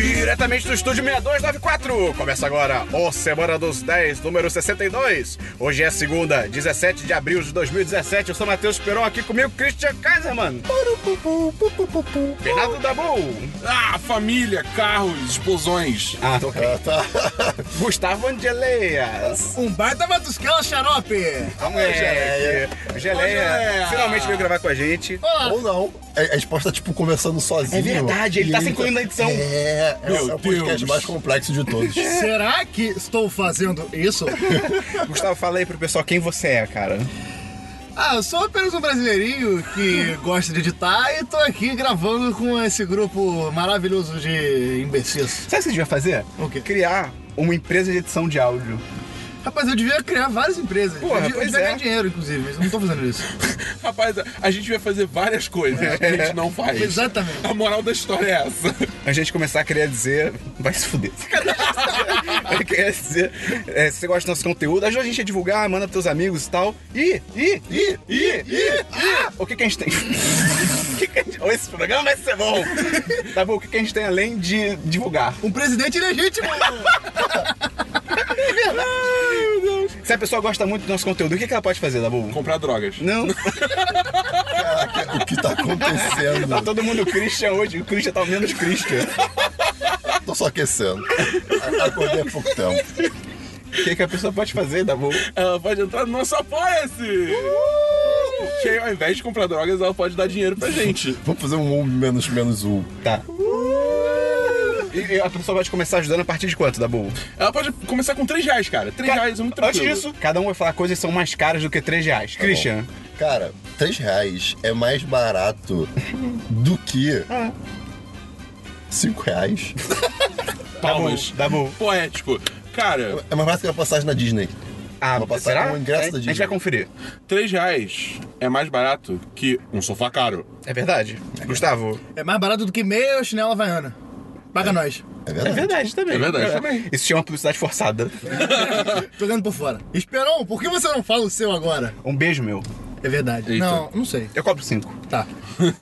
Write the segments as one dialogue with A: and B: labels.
A: diretamente do estúdio 6294. Começa agora o Semana dos 10, número 62. Hoje é segunda, 17 de abril de 2017. Eu sou Matheus Peron, aqui comigo Christian Kaiserman. Bernardo Dabu.
B: Ah, família, carros, explosões.
A: Ah, tô ok. Gustavo Angeleias.
C: Um baita matuscão, xarope!
A: Vamos é, é, Geleia.
B: Geleia.
A: Finalmente veio gravar com a gente.
C: Olá!
D: Ou não. É, a gente pode estar, tipo, conversando sozinho.
A: É verdade, ele tá se
D: Lindo.
A: incluindo na edição.
D: É, é, o- é o podcast
B: Deus.
D: mais complexo de todos.
C: Será que estou fazendo isso?
A: Gustavo, fala aí pro pessoal quem você é, cara.
C: ah, eu sou apenas um brasileirinho que gosta de editar e tô aqui gravando com esse grupo maravilhoso de imbecis.
A: Sabe o que a gente vai fazer?
C: O quê?
A: Criar uma empresa de edição de áudio.
C: Rapaz, eu devia criar várias empresas.
A: Porra,
C: eu devia,
A: pois
C: eu devia
A: é.
C: ganhar dinheiro, inclusive, mas eu não tô fazendo isso.
B: Rapaz, a gente vai fazer várias coisas que a gente não faz.
C: Exatamente.
B: A moral da história é essa.
A: A gente começar a querer dizer, vai se fuder. Vai querer dizer, é, se você gosta do nosso conteúdo, ajuda a gente a divulgar, manda pros teus amigos e tal. E, e, e, e, e, ah! o que, que a gente tem? O que que a gente- Ô, Esse programa vai ser bom. Tá bom, o que, que a gente tem além de divulgar?
C: Um presidente ilegítimo!
A: Se a pessoa gosta muito do nosso conteúdo, o que, que ela pode fazer, Dabu?
B: Comprar drogas.
A: Não,
D: Caraca, o que tá
A: tá
D: acontecendo?
A: todo mundo Christian hoje, o Christian tá o menos Christian.
D: Tô só aquecendo. A- Acordei há pouco tempo.
A: O que, que a pessoa pode fazer, Dabu?
B: Ela Ah, pode entrar no nosso Apoia-se. Que ao invés de comprar drogas, ela pode dar dinheiro pra gente.
D: Vamos fazer um um menos menos um.
A: Tá. E e a pessoa pode começar ajudando a partir de quanto, Dabu?
B: Ela pode começar com 3 reais, cara. 3 reais é muito
A: Antes
B: tranquilo.
A: disso, cada um vai falar coisas que são mais caras do que 3
D: Tá
A: reais. Christian,
D: Cara, 3 reais é mais barato do que 5 reais.
B: Palmas.
A: Dabu, Dabu.
B: Poético. Cara,
D: É mais barato que uma passagem na Disney.
A: Ah,
D: Vou passar
A: será?
D: com o ingresso
A: a, gente-
D: da
A: a gente
D: Disney.
A: vai conferir.
B: 3 reais é mais barato que um sofá caro.
A: É verdade. Gustavo?
C: é mais barato do que meia chinela havaiana. Paga nós.
D: É verdade.
A: verdade também.
B: É verdade também.
A: Isso chama publicidade forçada.
C: Tô olhando por fora. Esperon, por que você não fala o seu agora?
A: Um beijo meu.
C: É verdade.
B: Eita.
C: Não, não sei.
A: Eu cobro 5.
C: Tá.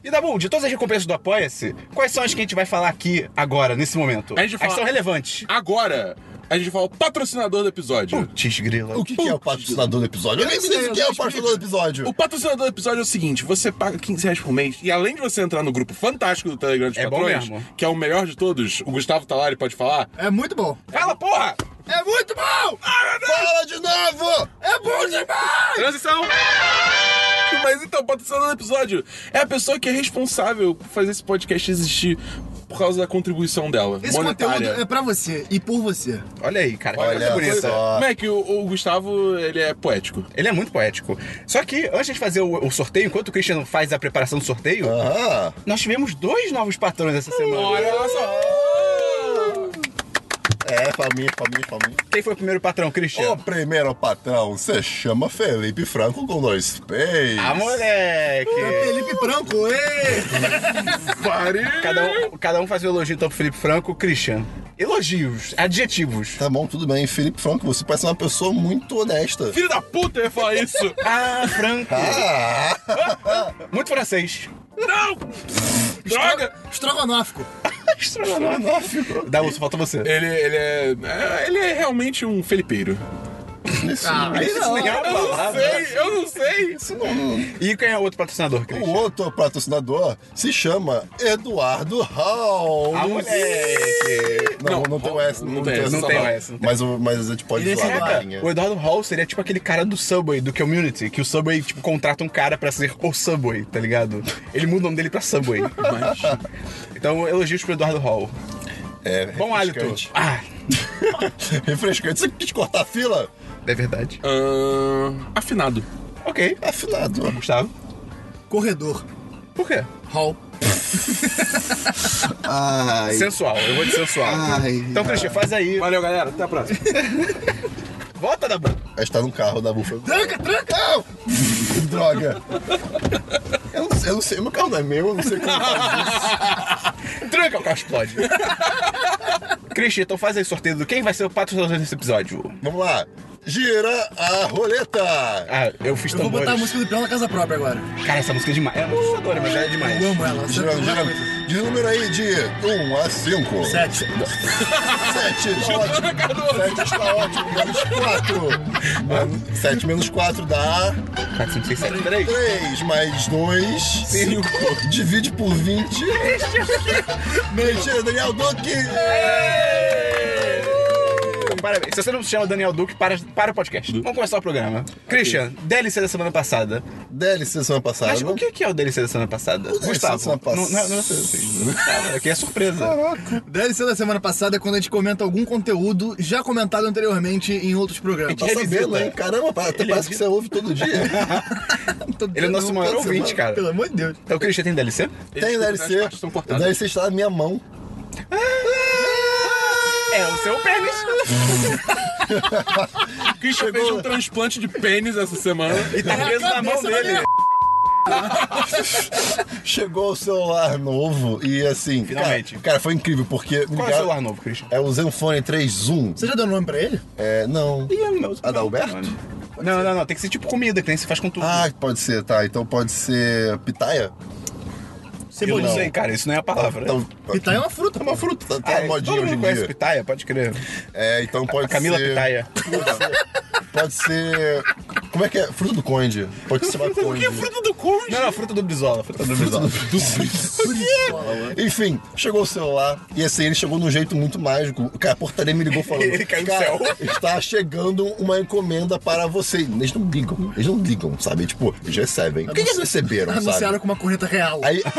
A: E Dabu, de todas as recompensas do Apoia-se, quais são as que a gente vai falar aqui agora, nesse momento?
B: A gente fala-
A: As que são relevantes.
B: Agora, a gente fala o patrocinador do episódio.
A: Putz, grila.
D: O que, que é o patrocinador do episódio? Eu nem
C: Eu
D: me
C: sei,
D: disse o
C: eu
D: que é
C: não
D: o patrocinador do
B: O
D: episódio.
B: patrocinador do episódio é o seguinte: você paga 15 reais por mês e além de você entrar no grupo fantástico do Telegram de
A: É bom
B: Patrões,
A: mesmo.
B: que é o melhor de todos, o Gustavo Talari pode falar.
C: É muito bom.
B: Fala, porra!
C: É muito bom!
D: Fala de novo!
C: É bom demais!
B: Transição! Mas então, o patrocinador do episódio é a pessoa que é responsável por fazer esse podcast existir por causa da contribuição dela.
C: Esse
B: monetária.
C: conteúdo é pra você e por você.
A: Olha aí, cara. que coisa
D: Olha
A: bonita.
D: só.
B: Como é que o, o Gustavo, ele é poético.
A: Ele é muito poético. Só que antes de fazer o, o sorteio, enquanto o Christian faz a preparação do sorteio,
D: Aham.
A: nós tivemos dois novos patrões essa semana.
B: Olha só!
D: É, família, família, família.
A: Quem foi o primeiro patrão, Christian?
D: O primeiro patrão se chama Felipe Franco com dois peixes.
A: Ah, moleque!
C: Felipe Branco, ê!
A: Cada um, cada um faz um elogio então pro Felipe Franco, Christian. Elogios, adjetivos.
D: Tá bom, tudo bem. Felipe Franco, você parece uma pessoa muito honesta.
B: Filho da puta, eu ia falar isso!
A: Ah, Franco!
D: Ah,
A: Muito francês.
B: Não! Droga!
C: Estrogonófico.
A: Dá só Tá falta você.
B: Ele, ele é. é, Ele é realmente um felipeiro.
D: isso,
C: mas-
A: Isso nem é uma palavra.
B: eu não sei.
D: isso não.
A: E quem é o outro patrocinador,
D: Hum, O
A: Christian?
D: outro patrocinador se chama Eduardo Hall.
A: Ah, moleque!
D: Não,
B: Não,
D: não, tem o S,
B: não
D: não
B: tem
D: tem o S.
B: S,
A: não
D: só
A: tem o
D: não.
A: S, não tem.
D: Mas, o- mas a gente pode
C: Ele é
D: zoar
C: esse
D: Tá na
C: cara.
D: linha.
A: O Eduardo Hall seria tipo aquele cara do Subway, do Community, que o Subway, tipo, contrata um cara pra ser o Subway, tá ligado? Ele muda o nome dele pra Subway. Então, elogios pro Eduardo Hall.
D: É,
A: Bom hálito.
D: refrescante.
A: Ah,
D: refrescante. Você quis cortar a fila?
A: é verdade.
B: Ahn, afinado.
A: Ok.
D: É Afinado.
A: Gustavo?
C: Corredor.
A: Por quê?
C: Hall.
D: Ai.
A: Sensual, eu vou de sensual.
D: Ai.
A: então, Christian, faz aí.
B: Valeu, galera. Até a próxima.
A: Volta da boca.
D: A gente tá no carro da bufa.
C: Tranca, tranca!
D: Não! Droga! Eu não, sei- eu não sei, meu carro não é meu, eu não sei como fazer.
A: Tranca, o carro explode. Christian, então faz aí o sorteio do quem vai ser o patrocinador desse episódio.
D: Vamos lá. Gira a roleta!
A: Ah, eu fiz
D: Tá
A: tambores.
C: Eu vou botar a música do Peão na casa própria agora.
A: Cara, essa música é demais. É, a música adora, mas já é demais.
C: Eu amo ela. tá
D: Gira,
C: Sempre-
D: gira. De número aí de 1 a 5.
C: Sete.
D: 7, tá ótimo.
B: na cara do outro.
D: 7 está ótimo. Menos 4. 7 menos 4 dá
A: 4, 5, 6, 7, peraí.
D: 3 mais 2.
B: Cinco.
D: Divide por 20. Mentira, Daniel Duque!
A: Parabéns. Se você não se chama Daniel Duque, para, para o podcast. Vamos começar o programa. Christian, DLC da semana passada.
D: DLC semana passada.
A: Mas o que que é o DLC da semana passada?
D: O DLC da semana
A: Não, não, não é surpresa. Cara, Aqui é surpresa.
D: Caraca.
C: DLC da semana passada é quando a gente comenta algum conteúdo já comentado anteriormente em outros programas.
D: Tá sabendo, hein? Caramba, pa- até parece que você ouve todo dia.
A: Ele é o nosso maior
D: Toda
A: ouvinte,
D: semana.
A: cara.
C: Tá Pelo amor de Deus.
A: Então, Christian, tem DLC?
D: Tem
B: As
D: DLC.
B: partes estão
D: O
B: cortadas.
D: DLC está na minha mão.
A: É o seu pênis.
B: Christian fez um transplante de pênis essa semana.
A: E tá preso na mão
C: cabeça da
A: dele.
D: Chegou o celular novo e assim.
A: Finalmente.
D: Cara, cara, foi incrível porque. me
A: Qual é o
D: ligaram-
A: celular novo, Christian?
D: É o Zenfone 3 Zoom.
C: Você já deu nome pra ele?
D: É, não. Ah, Adalberto?
A: Não, não, não. Tem que ser tipo comida, que nem se faz com tudo.
D: Ah, pode ser, tá. Então pode ser pitaia?
A: eu
C: Cebolinha.
A: não sei, cara. Isso não é a palavra.
D: Então,
C: Pitaia é uma fruta,
D: é uma fruta, tá, tá
A: Ah, é,
D: modinha
A: todo
D: hoje
A: mundo
D: em
A: conhece
D: dia.
A: Pitaia, pode crer.
D: É, então pode
A: A Camila
D: ser.
A: Pitaia.
D: Pode ser. Como é que é? Fruta do conde. Pode ser uma
B: O que
D: conde.
B: é fruta do conde?
A: Não, não, fruta do Brizola. Fruta do
D: Fruta
A: Brizola.
D: do-
C: Brizola.
D: Enfim, chegou o celular e assim ele chegou de um jeito muito mágico. Cara, a portaria me ligou falando.
A: Ele caiu do
D: "Cara,
A: céu."
D: Está chegando uma encomenda para você. Eles não ligam, eles não ligam, sabe? Tipo, eles recebem. O que eles receberam,
C: Anunciaram
D: sabe?
C: com uma corneta real.
D: Aí.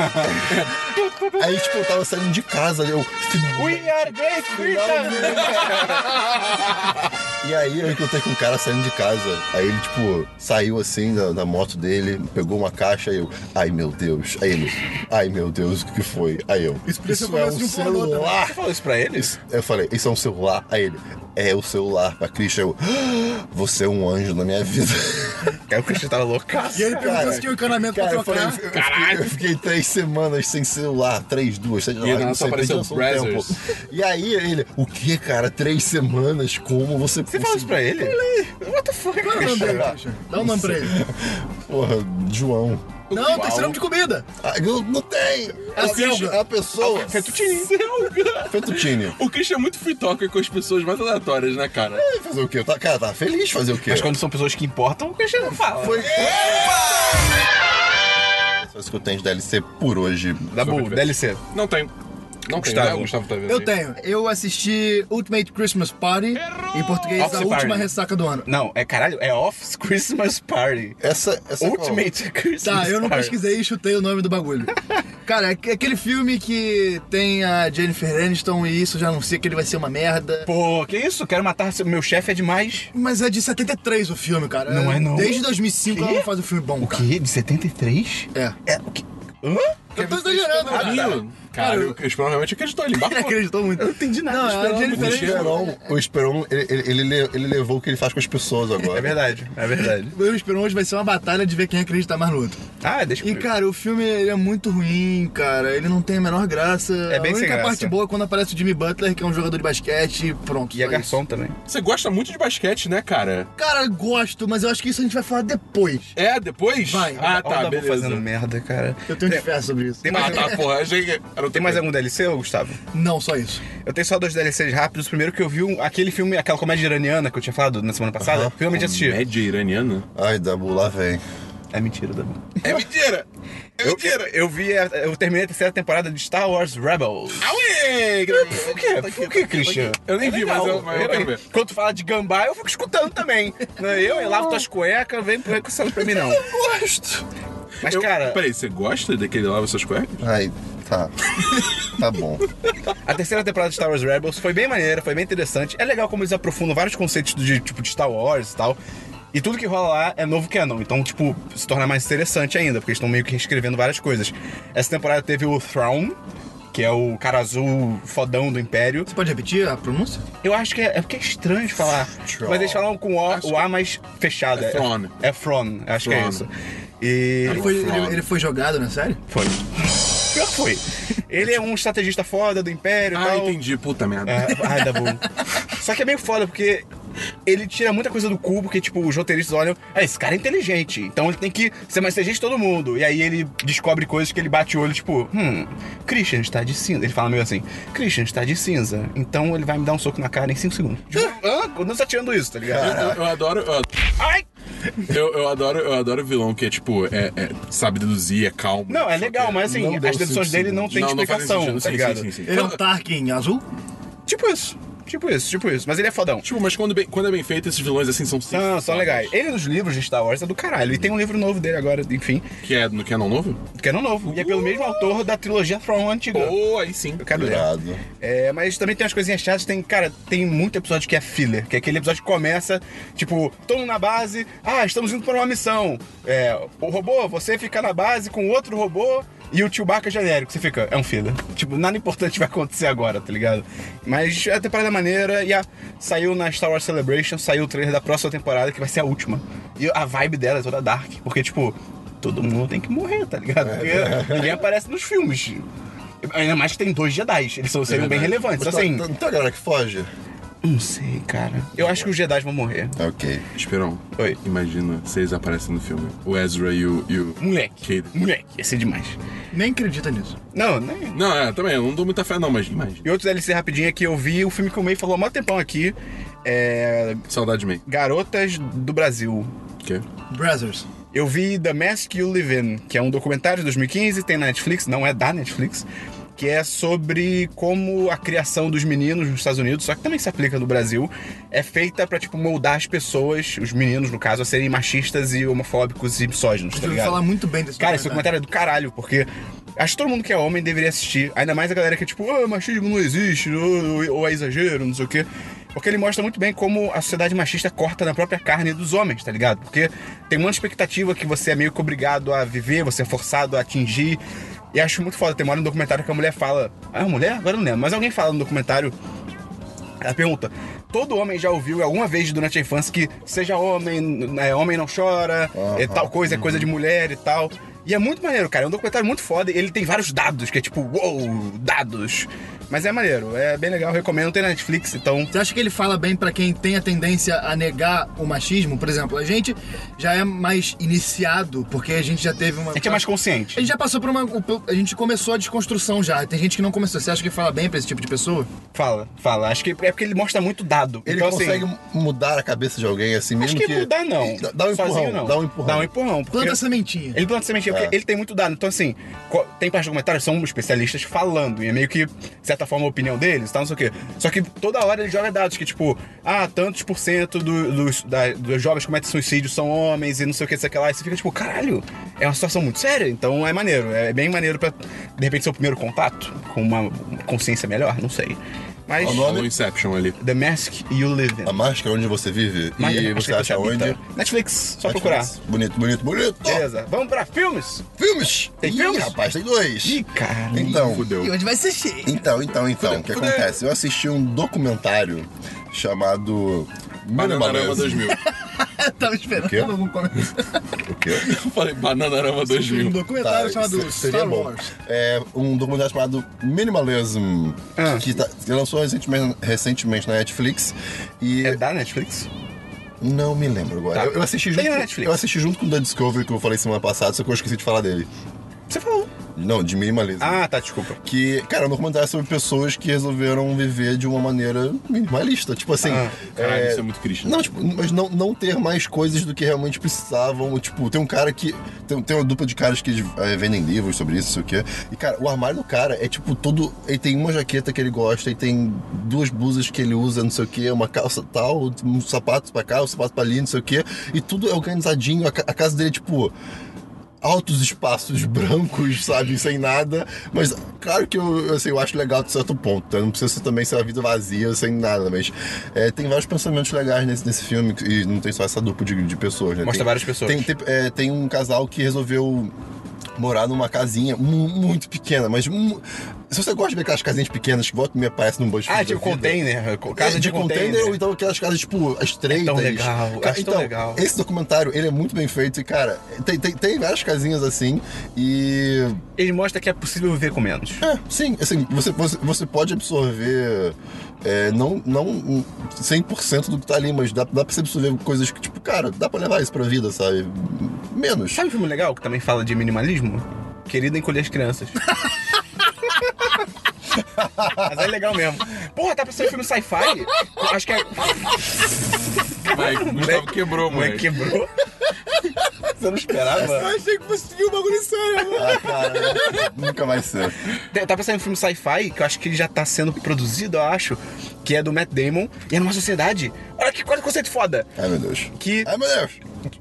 D: Aí, tipo, eu tava saindo de casa, eu.
A: We are great Britain!
D: E aí eu encontrei com um cara saindo de casa. Aí ele, tipo, saiu assim da, da moto dele, pegou uma caixa e eu, ai meu Deus. Aí ele, ai meu Deus, o que foi? Aí eu, isso,
C: Isso podia ser o
D: é
C: começo
D: um
C: de um pornô também.
D: celular.
A: Você falou isso pra eles?
D: Eu falei, isso é um celular? Aí ele, é o celular pra Christian. Eu, "Ah, você é um anjo na minha vida.
A: Aí o Christian tava loucaço.
C: E ele perguntou se tinha um encanamento pra
D: Cara, eu,
C: trocar.
D: falei, eu, fiquei- eu fiquei, eu fiquei três semanas sem celular, três, duas, sei lá,
B: aí
D: não
B: só
D: sei,
B: apareceu
D: perdi um
B: Brazzers.
D: tempo. E aí ele, o que, cara? Três semanas? Como você
A: Você falou isso pra ele? What the fuck?
C: Qual é o nome dele, Christian? Dá um nome pra ele.
D: Porra, João.
C: Não, tem esse nome de comida.
D: Ah, eu- Não tem!
C: É o
D: Assim,
C: Selga.
D: a pessoa.
A: Fettuccine.
B: Selga.
D: Fettuccine.
B: O Christian é muito free talker com as pessoas mais aleatórias, né, cara?
D: Vai Fazer o quê? Eu tá- Cara, tá feliz de fazer o quê?
A: Mas quando são pessoas que importam, o é Christian não fala.
D: Foi. Só isso que eu tenho de DLC por hoje.
A: Da Dabu, DLC.
B: Não tem. Não
A: Gustavo.
B: tem, né? O Gustavo tá vendo.
C: Eu
B: aí.
C: tenho. Eu assisti Ultimate Christmas Party, em português,
A: Office
C: a última
A: Party.
C: ressaca do ano.
A: Não, é caralho, é Office Christmas Party.
D: Essa. essa é qual?
A: Ultimate Christmas
C: Tá,
A: Party.
C: eu não pesquisei e chutei o nome do bagulho. Cara, é aqu- aquele filme que tem a Jennifer Aniston e isso já anuncia que ele vai ser uma merda.
A: Pô, que isso? Quero matar seu- meu chefe é demais.
C: Mas é de 73 o filme, cara.
A: Não é não?
C: Desde 2005
A: Quê?
C: ela não faz um filme bom, cara.
A: Que? De 73?
C: É.
A: É, o que? Hã?
C: Eu tô exagerando,
B: Ah, tá.
C: cara.
B: Cara, eu, eu espero realmente acreditou. Ele
C: Ele
B: embarcou.
C: acreditou muito.
A: Eu não entendi nada,
C: Não, é a
A: esperava
C: Jennifer
D: O
C: Aniston.
D: Esperon, o Esperon ele, ele- ele le- ele levou o que ele faz com as pessoas agora.
A: É verdade, é verdade.
C: Eu espero hoje vai ser uma batalha de ver quem acredita mais no outro.
A: Ah, deixa
C: E
A: comigo.
C: cara, o filme ele é muito ruim, cara. Ele não tem a menor graça.
A: É bem
C: a única
A: sem graça.
C: parte boa é quando aparece o Jimmy Butler, que é um jogador de basquete, e pronto.
A: E é
C: só
A: garçom também.
B: Você gosta muito de basquete, né, cara?
C: isso. Cara, gosto, mas eu acho que isso a gente vai falar depois.
B: É, depois?
C: Vai.
B: Ah,
A: Olha o
B: tá,
A: Dabu
B: beleza.
A: fazendo merda, cara.
C: Eu tenho que
A: Tem-
C: fé sobre isso.
A: É. tem mais-
B: Ah, tá, porra. Achei que era o
A: Tem mais algum DLC, ô, Gustavo?
C: Não, só isso.
A: Eu tenho só dois DLCs rápidos. Primeiro que eu vi um- aquele filme, aquela comédia iraniana que eu tinha falado na semana passada. Finalmente assisti.
B: Média iraniana?
D: Ai, Dabu, lá vem.
A: É mentira, Dabu.
B: É mentira! É
A: Eu,
B: mentira!
A: eu vi, a- eu terminei a terceira temporada de Star Wars Rebels.
B: Ah, Auê!
A: Por quê? Por que, Christian?
B: Eu nem vi, mas eu, mas eu quero ver.
A: Quando tu fala de gambá, eu fico escutando também. né? Eu, eu lavo tuas cuecas, vem com essa pra mim, não.
B: Gosto!
A: Mas,
B: Eu-
A: cara,
B: Peraí, você gosta daquele lava suas cuecas?
D: Ai, tá. Tá bom.
A: a terceira temporada de Star Wars Rebels foi bem maneira, foi bem interessante. É legal como eles aprofundam vários conceitos de, tipo, de Star Wars e tal. E tudo que rola lá é novo canon, então, tipo, se torna mais interessante ainda, porque eles estão meio que reescrevendo várias coisas. Essa temporada teve o Thrawn, que é o cara azul fodão do Império.
C: Você pode repetir a pronúncia?
A: Eu acho que é, é porque é estranho de falar.
D: Tron.
A: Mas eles falam com o, o A mais fechado.
B: É Thron.
A: É, Fron, acho que é
B: Thron.
A: isso. E.
C: Ele foi,
B: Claro.
C: ele, ele foi jogado, né? Sério?
A: Foi. Pior que foi. Ele é um estrategista foda do Império e
B: Ah,
A: tal.
B: entendi. Puta merda.
A: É, ai, Dabu. Só que é meio foda, porque ele tira muita coisa do cu, porque, tipo, os roteiristas olham, é, esse cara é inteligente, então ele tem que ser mais inteligente que todo mundo. E aí ele descobre coisas que ele bate o olho, tipo, hum, Christian está de cinza. Ele fala meio assim, Christian está de cinza, então ele vai me dar um soco na cara em 5 segundos. Hã? Não está tirando isso, tá ligado?
B: Eu, eu adoro. Eu, ad-
A: Ai!
B: eu, eu adoro eu adoro vilão que é tipo, é, é- sabe deduzir, é calmo.
A: Não, é legal, mas assim,
D: Não deu
A: as deduções
D: cinco
A: dele não tem
B: Não, não faz
A: explicação,
B: sentido,
A: tá
B: sim,
A: ligado?
B: sim, sim, sim.
C: Ele é um Tarkin azul?
A: Tipo isso, tipo isso, tipo isso. Mas ele é fodão.
B: Tipo, mas quando, bem- quando é bem feito, esses vilões assim são simples.
A: Não, são
B: sabe?
A: legais. Ele nos livros de Star Wars é do caralho. E tem um livro novo dele agora, enfim,
B: Que é no Canon Novo?
A: que é no novo. E é pelo mesmo autor da trilogia Throne antiga.
B: Ou aí sim.
A: Eu quero ler.
D: Irado.
A: É, mas também tem umas coisinhas chatas, tem, cara, tem muito episódio que é filler, que é aquele episódio que começa, tipo, todo mundo na base, ah, estamos indo para uma missão. É, o robô, você fica na base com outro robô e o Chewbacca genérico, você fica, é um filler. Tipo, nada importante vai acontecer agora, tá ligado? Mas é a temporada maneira e a, saiu na Star Wars Celebration, saiu o trailer da próxima temporada, que vai ser a última. E a vibe dela é toda dark, porque, tipo, todo mundo tem que morrer, tá ligado? Porque ninguém aparece nos filmes. Ainda mais que tem dois Jedi, eles são, seriam bem relevantes.
D: Mas tá-
A: assim,
D: tá- Não tem uma galera que foge?
A: não sei, cara. Eu acho que os Jedi vão morrer.
D: Tá, Ok.
B: Esperão.
A: Oi.
B: Imagina se eles aparecem no filme. O Ezra e o. E o...
A: Moleque.
B: Caden.
A: Moleque. Ia ser demais.
C: Nem acredita nisso.
A: Não, nem.
B: Não, é, também, eu não dou muita fé, não, mas imagina.
A: E outro DLC rapidinho é que eu vi o filme que o May falou há mó tempão aqui. É.
B: Saudade de mim.
A: Garotas do Brasil.
B: Que?
C: Brazzers.
A: Eu vi The Mask You Live In, que é um documentário de 2015, tem na Netflix, não é da Netflix, que é sobre como a criação dos meninos nos Estados Unidos, só que também se aplica no Brasil, é feita pra, tipo, moldar as pessoas, os meninos, no caso, a serem machistas e homofóbicos e misóginos, tá
C: Eu ouvi
A: ligado?
C: falar muito bem desse
A: Cara, esse documentário é do caralho, porque acho que todo mundo que é homem deveria assistir. Ainda mais a galera que é tipo, ah, machismo não existe, ou, ou é exagero, não sei o quê. Porque ele mostra muito bem como a sociedade machista corta na própria carne dos homens, tá ligado? Porque tem uma expectativa que você é meio que obrigado a viver, você é forçado a atingir. E acho muito foda. Tem uma hora no documentário que a mulher fala. Ah, é uma mulher? Agora eu não lembro. Mas alguém fala no documentário ela pergunta: todo homem já ouviu alguma vez durante a infância que seja homem, né, homem não chora, é tal coisa é coisa de mulher e tal. E é muito maneiro, cara. É um documentário muito foda. e Ele tem vários dados, que é tipo, uou, dados. Mas é maneiro, é bem legal, recomendo. Tem na Netflix, então.
C: Você acha que ele fala bem pra quem tem a tendência a negar o machismo? Por exemplo, a gente já é mais iniciado, porque a gente já teve uma.
A: A gente é mais consciente.
C: A gente já passou por uma. A gente começou a desconstrução já. Tem gente que não começou. Você acha que ele fala bem pra esse tipo de pessoa?
A: Fala, fala. Acho que é porque ele mostra muito dado.
D: Ele
A: então,
D: consegue
A: assim,
D: mudar a cabeça de alguém assim,
A: acho
D: mesmo
A: que,
D: que...
A: mudar não.
D: Dá- Dá um empurrão,
A: Sozinho, não.
D: dá um empurrão.
A: Dá um empurrão. Porque...
C: Planta a sementinha.
A: Ele planta sementinha, porque
D: É.
A: ele tem muito dado. Então, assim, co- tem parte do documentário, são especialistas falando, e é meio que, de certa forma, a opinião deles, tá, não sei o quê. Só que toda hora ele joga dados que, tipo, ah, tantos por cento do- dos, da- dos jovens que cometem suicídio são homens e não sei o que, não sei o que lá. E você fica, tipo, caralho, é uma situação muito séria. Então é maneiro, é bem maneiro pra, de repente, seu primeiro contato com uma consciência melhor, não sei. Mas,
D: O
B: Olha
D: nome?
B: o Inception ali.
A: The Mask You Live In.
D: A máscara onde você vive
A: Mas- é,
D: e
A: acho
D: você
A: que
D: acha onde?
A: habita. Netflix, só procurar.
D: Netflix. Bonito, bonito, bonito.
A: Beleza, vamos pra filmes?
D: Filmes?
A: Tem
D: Ih,
A: filmes?
D: rapaz, tem dois.
A: Ih, caralho.
D: Então,
B: Fudeu.
C: onde vai ser cheio?
D: então, então, então, o que
B: Fudeu.
D: acontece? Eu assisti um documentário chamado...
B: Bananarama
D: Minimalese.
B: 2000.
C: Tava
D: quê?
C: esperando algum comentário.
D: O quê?
B: Eu falei Bananarama
C: Um
B: 2000.
C: documentário chamado
D: se- Tá, seria
C: Star
D: bom.
C: Wars.
D: É um documentário chamado Minimalism,
A: Ah.
D: que, tá, que lançou recentemente, recentemente na Netflix. E
A: É da Netflix?
D: não me lembro agora.
A: Tá.
D: Eu, eu assisti
A: Tem
D: junto,
A: na
D: com-
A: Netflix.
D: eu assisti junto com o The Discovery, que eu falei semana passada, só que eu esqueci de falar dele.
A: Você falou.
D: Não, de Minimalism.
A: Ah, tá, desculpa.
D: Que, cara, é um documentário sobre pessoas que resolveram viver de uma maneira minimalista. Tipo assim.
A: Ah,
B: Caralho, isso é muito Christian.
D: Não, tipo, mas não, não ter mais coisas do que realmente precisavam. Tipo, tem um cara que. Tem, tem uma dupla de caras que eh, vendem livros sobre isso, não sei o quê. E, cara, o armário do cara é tipo todo. Ele tem uma jaqueta que ele gosta, e tem duas blusas que ele usa, não sei o quê, uma calça tal, um sapato pra cá, um sapato pra ali, não sei o quê. E tudo é organizadinho. A, ca- a casa dele é tipo altos espaços brancos, sabe, sem nada. Mas claro que eu, assim, eu acho legal de certo ponto. tá? Não precisa ser também ser uma vida vazia, sem nada. Mas é, tem vários pensamentos legais nesse, nesse filme. E não tem só essa dupla de, de pessoas, né?
A: Mostra
D: Tem-
A: várias pessoas.
D: Tem, tem, é, tem um casal que resolveu morar numa casinha mu- muito pequena, mas. mu- Se você gosta de ver aquelas casinhas pequenas que volta e me aparece num banjo.
A: Ah, tipo container. Casa
D: é, de container, ou então aquelas casas, tipo, as estreitas.
A: legal,
D: Ca-
A: acho tão
D: então,
A: legal.
D: esse documentário, ele é muito bem feito e, cara, tem, tem, tem várias casinhas assim e...
A: Ele mostra que é possível viver com menos.
D: É, sim, assim, você, você, você pode absorver, é, não, não 100% do que tá ali, mas dá, dá pra você absorver coisas que, tipo, cara, dá pra levar isso pra vida, sabe? Menos.
A: Sabe um filme legal que também fala de minimalismo? Querida encolher as crianças. Mas é legal mesmo. Porra, tá pra ser um filme sci-fi? Acho que é.
B: Vai, o Gustavo quebrou,
A: Moleque
B: moleque.
A: quebrou. Você não esperava?
C: achei que fosse viu o bagulho sério, mano.
D: Ah, cara, nunca vai ser.
A: Tá- Tá pra sair um filme sci-fi, que eu acho que ele já tá sendo produzido, eu acho, que é do Matt Damon, e é numa sociedade. Olha que olha que conceito foda!
D: Ai, meu Deus.
A: Que
D: Ai, meu Deus.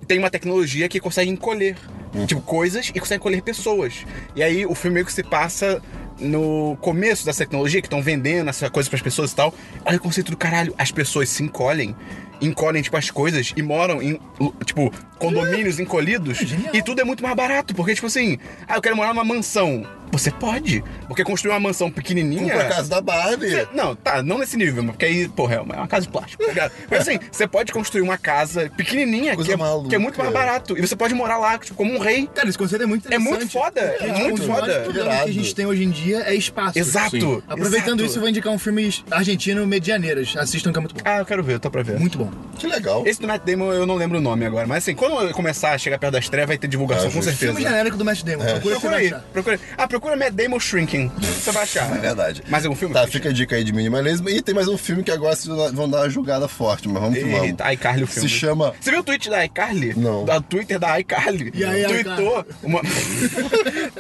A: tem uma tecnologia que consegue encolher
D: Hum.
A: tipo coisas e consegue encolher pessoas. E aí o filme meio que se passa no começo dessa tecnologia que estão vendendo essa coisa para as pessoas e tal. Olha o conceito do caralho, as pessoas se encolhem, encolhem tipo as coisas e moram em lu- tipo condomínios encolhidos
D: Ah,
A: e tudo é muito mais barato, porque tipo assim, ah, eu quero morar numa mansão. Você pode, porque construir uma mansão pequenininha
D: Compra a casa da Barbie.
A: É. Cê- Não, tá, não nesse nível, mas porque aí, porra, é uma é uma casa de plástico, tá ligado? Mas assim, você pode construir uma casa pequenininha,
D: Coisa
A: que é,
D: maluca.
A: que é muito mais barato, e você pode morar lá, tipo, como um rei.
C: Cara, esse conceito é muito
A: É
C: interessante.
A: muito foda, é,
C: Gente,
A: muito
C: um dos maiores
A: foda.
C: problemas que a gente
D: Irado.
C: tem hoje em dia é espaço.
A: Exato.
B: Sim.
C: Aproveitando
A: exato.
C: isso, eu vou indicar um filme argentino, Medianeiras. Assistam que é muito bom.
A: Ah, eu quero ver, tá pra ver.
C: Muito bom.
D: Que legal.
A: Esse do Matt Damon eu não lembro o nome agora, mas assim, quando eu começar a chegar perto das trevas, vai ter divulgação,
D: Ah,
A: com
D: justo.
A: certeza.
C: Filme genérico do Matt
D: É.
C: Damon. Procura,
A: Procura aí,
C: que você vai achar.
A: procura aí. Ah, procura Matt Damon Shrinking, você vai achar.
D: É verdade.
A: Mais algum um filme?
D: Tá, fica a dica aí de minimalismo. E tem mais um filme que agora vocês vão dar uma julgada forte, mas vamos que vamos.
A: Eita, tá iCarly o filme.
D: Se chama.
A: Você viu o tweet da iCarly?
D: Não.
A: Da Twitter da iCarly?
C: E aí,
A: Tweetou uma...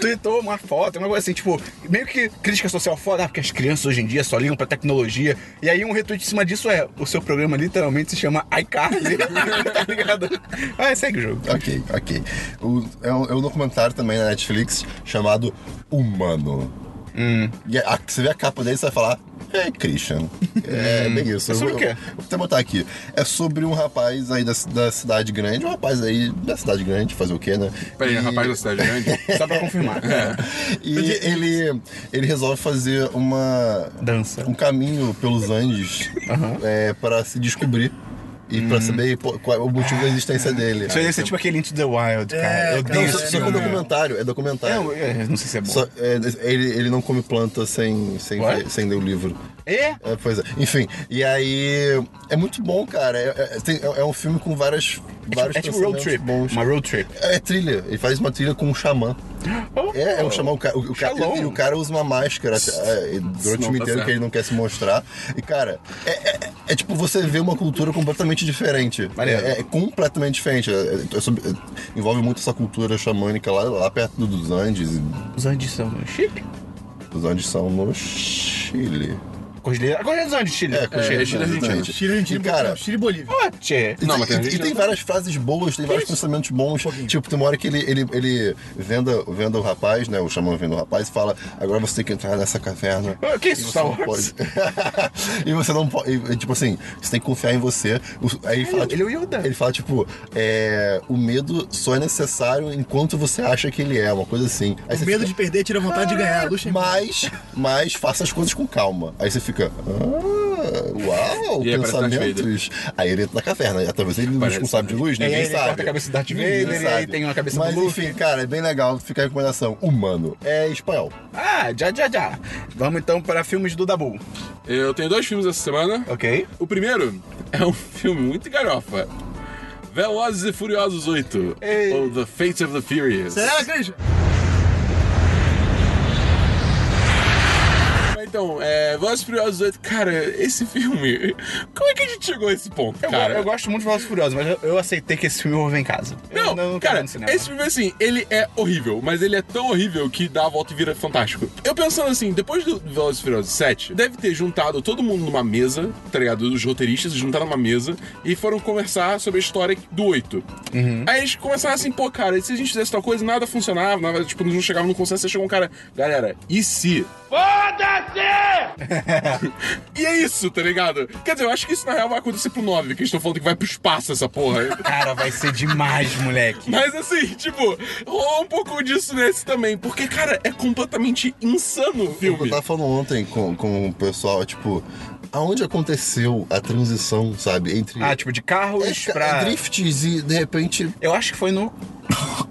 A: Tweetou uma foto, uma coisa assim, tipo, meio que crítica social foda, ah, porque as crianças hoje em dia só ligam pra tecnologia. E aí um retweet em cima disso é, o seu programa literalmente se chama iCarly, tá ligado? Mas segue o jogo.
D: Ok, ok. O- é, um, é um documentário também na Netflix chamado Humano.
A: Hum.
D: E a, você vê a capa dele, você vai falar. É Christian. É bem isso.
A: É sobre o quê?
D: Eu, eu vou até botar aqui. É sobre um rapaz aí da, da cidade grande. Um rapaz aí da cidade grande, fazer o quê, né?
B: Peraí,
D: E-
B: rapaz da cidade é grande.
A: Só pra confirmar.
D: E ele, ele resolve fazer uma.
A: Dança.
D: Um caminho pelos Andes é, para se descobrir. E pra
A: Uhum.
D: saber pô, qual é o motivo da existência dele.
A: Isso aí deve ser tipo aquele Into the Wild, cara.
C: É,
A: eu
C: cara,
A: odeio
D: Não,
A: esse
D: só, só que é
A: filme.
D: documentário, é documentário.
A: Eu- eu não sei se né? é bom.
D: Só- é, ele, ele não come planta sem, sem,
A: Ué?
D: sem ler o livro.
A: É?
D: É, pois é. Enfim, e aí. É muito bom, cara. É, é- tem- é- é um filme com várias, vários
A: É tipo road
D: pensamentos
A: trip.
D: bons.
A: Uma road trip.
D: É trilha. Ele faz uma trilha com um xamã. É, é um xamã. O, ca- o, o, ca-
A: Shalom.
D: e o cara usa uma máscara é, durante
B: Não,
D: o filme
B: tá
D: inteiro
B: certo.
D: que ele não quer se mostrar. E, cara, é, é- é- é tipo você vê uma cultura completamente diferente.
A: Maneiro.
D: É, é completamente diferente. É- é- é sobre- é- envolve muito essa cultura xamânica lá, lá perto do- dos Andes. e
A: Os Andes são chique.
D: Os Andes são no Chile. É,
A: Cordilheira. A Cordilheira dos Andes, é Chile.
B: Chile, É, Chile,
D: né?
B: Argentina.
C: Chile, é
D: E,
C: Argentina, Bolívia.
D: cara,
C: Não, Chile e Bolívia.
A: Ah, tchê.
D: E
B: Não,
D: tem-
B: mas tem
D: e,
B: gente
D: e
B: que
D: tem
B: não-
D: várias frases boas, tem vários pensamentos bons. Tipo, tem uma hora que ele, ele, ele venda, venda o rapaz, né? O xamã vendo o rapaz e fala: agora você tem que entrar nessa caverna.
A: Ah, que isso,
D: E você
A: Star
D: não
A: Wars?
D: pode." e você não pode. e, Tipo assim, você tem que confiar em você. O- Aí ele fala,
A: ele é o Yoda.
D: Ele fala, tipo, é, o medo só é necessário enquanto você acha que ele é, uma coisa assim. Aí
C: O
D: você
C: medo
D: fica,
C: de perder tira a vontade de ganhar. Luxemburgo.
D: Mas, mas faça as coisas com calma. Aí você fica. Ah, uau,
B: E aí aparece Darth
D: pensamentos. Aí ele entra na caverna. e Talvez ele
B: Parece
D: não sabe de luz,
A: E aí
D: ninguém
A: É, ele
D: sabe.
A: corta a cabeça do Darth
D: Ninguém
A: Vader, e aí
D: sabe.
A: tem uma cabeça do
D: Mas,
A: Luke.
D: enfim, cara, é bem legal. Fica a recomendação. Humano. É espanhol.
A: Ah, já, já, já. Vamos então para filmes do Dabu.
B: Eu tenho dois filmes essa semana.
A: Ok?
B: O primeiro é um filme muito galhofa. Velozes e Furiosos 8.
A: Ei.
B: Ou The Fate of the Furious.
C: Será, Christian?
B: Mas Então, é, Velozes e Furiosos 8, cara, esse filme... Como é que a gente chegou a esse ponto,
A: Eu,
B: cara?
A: eu gosto muito de Velozes e Furiosos, mas eu, eu aceitei que esse filme eu vou ver em casa. Eu
B: Não,
A: quero ver
B: cara,
A: no cinema.
B: esse filme, assim, ele é horrível, mas ele é tão horrível que dá a volta e vira fantástico. Eu pensando assim, depois do Velozes e Furiosos 7, deve ter juntado todo mundo numa mesa, tá ligado? Os roteiristas juntaram numa mesa e foram conversar sobre a história do 8. Aí eles começaram assim, pô, cara, e se a gente fizesse tal coisa, nada funcionava, nada, tipo, não chegava no consenso, aí chegou um cara, galera, e se
E: Foda-se!
B: E é isso, tá ligado? Quer dizer, eu acho que isso na real vai acontecer pro 9, que eles estão falando que vai pro espaço essa porra.
A: Cara, vai ser demais, moleque.
B: Mas assim, tipo, rola um pouco disso nesse também. Porque, cara, é completamente insano o
D: Eu
B: filme.
A: tá
D: tava falando ontem com, com o pessoal, tipo, aonde aconteceu a transição, sabe? Entre
A: Ah, tipo, de carros
D: é,
A: pra.
D: drifts e de repente.
A: Eu acho que foi no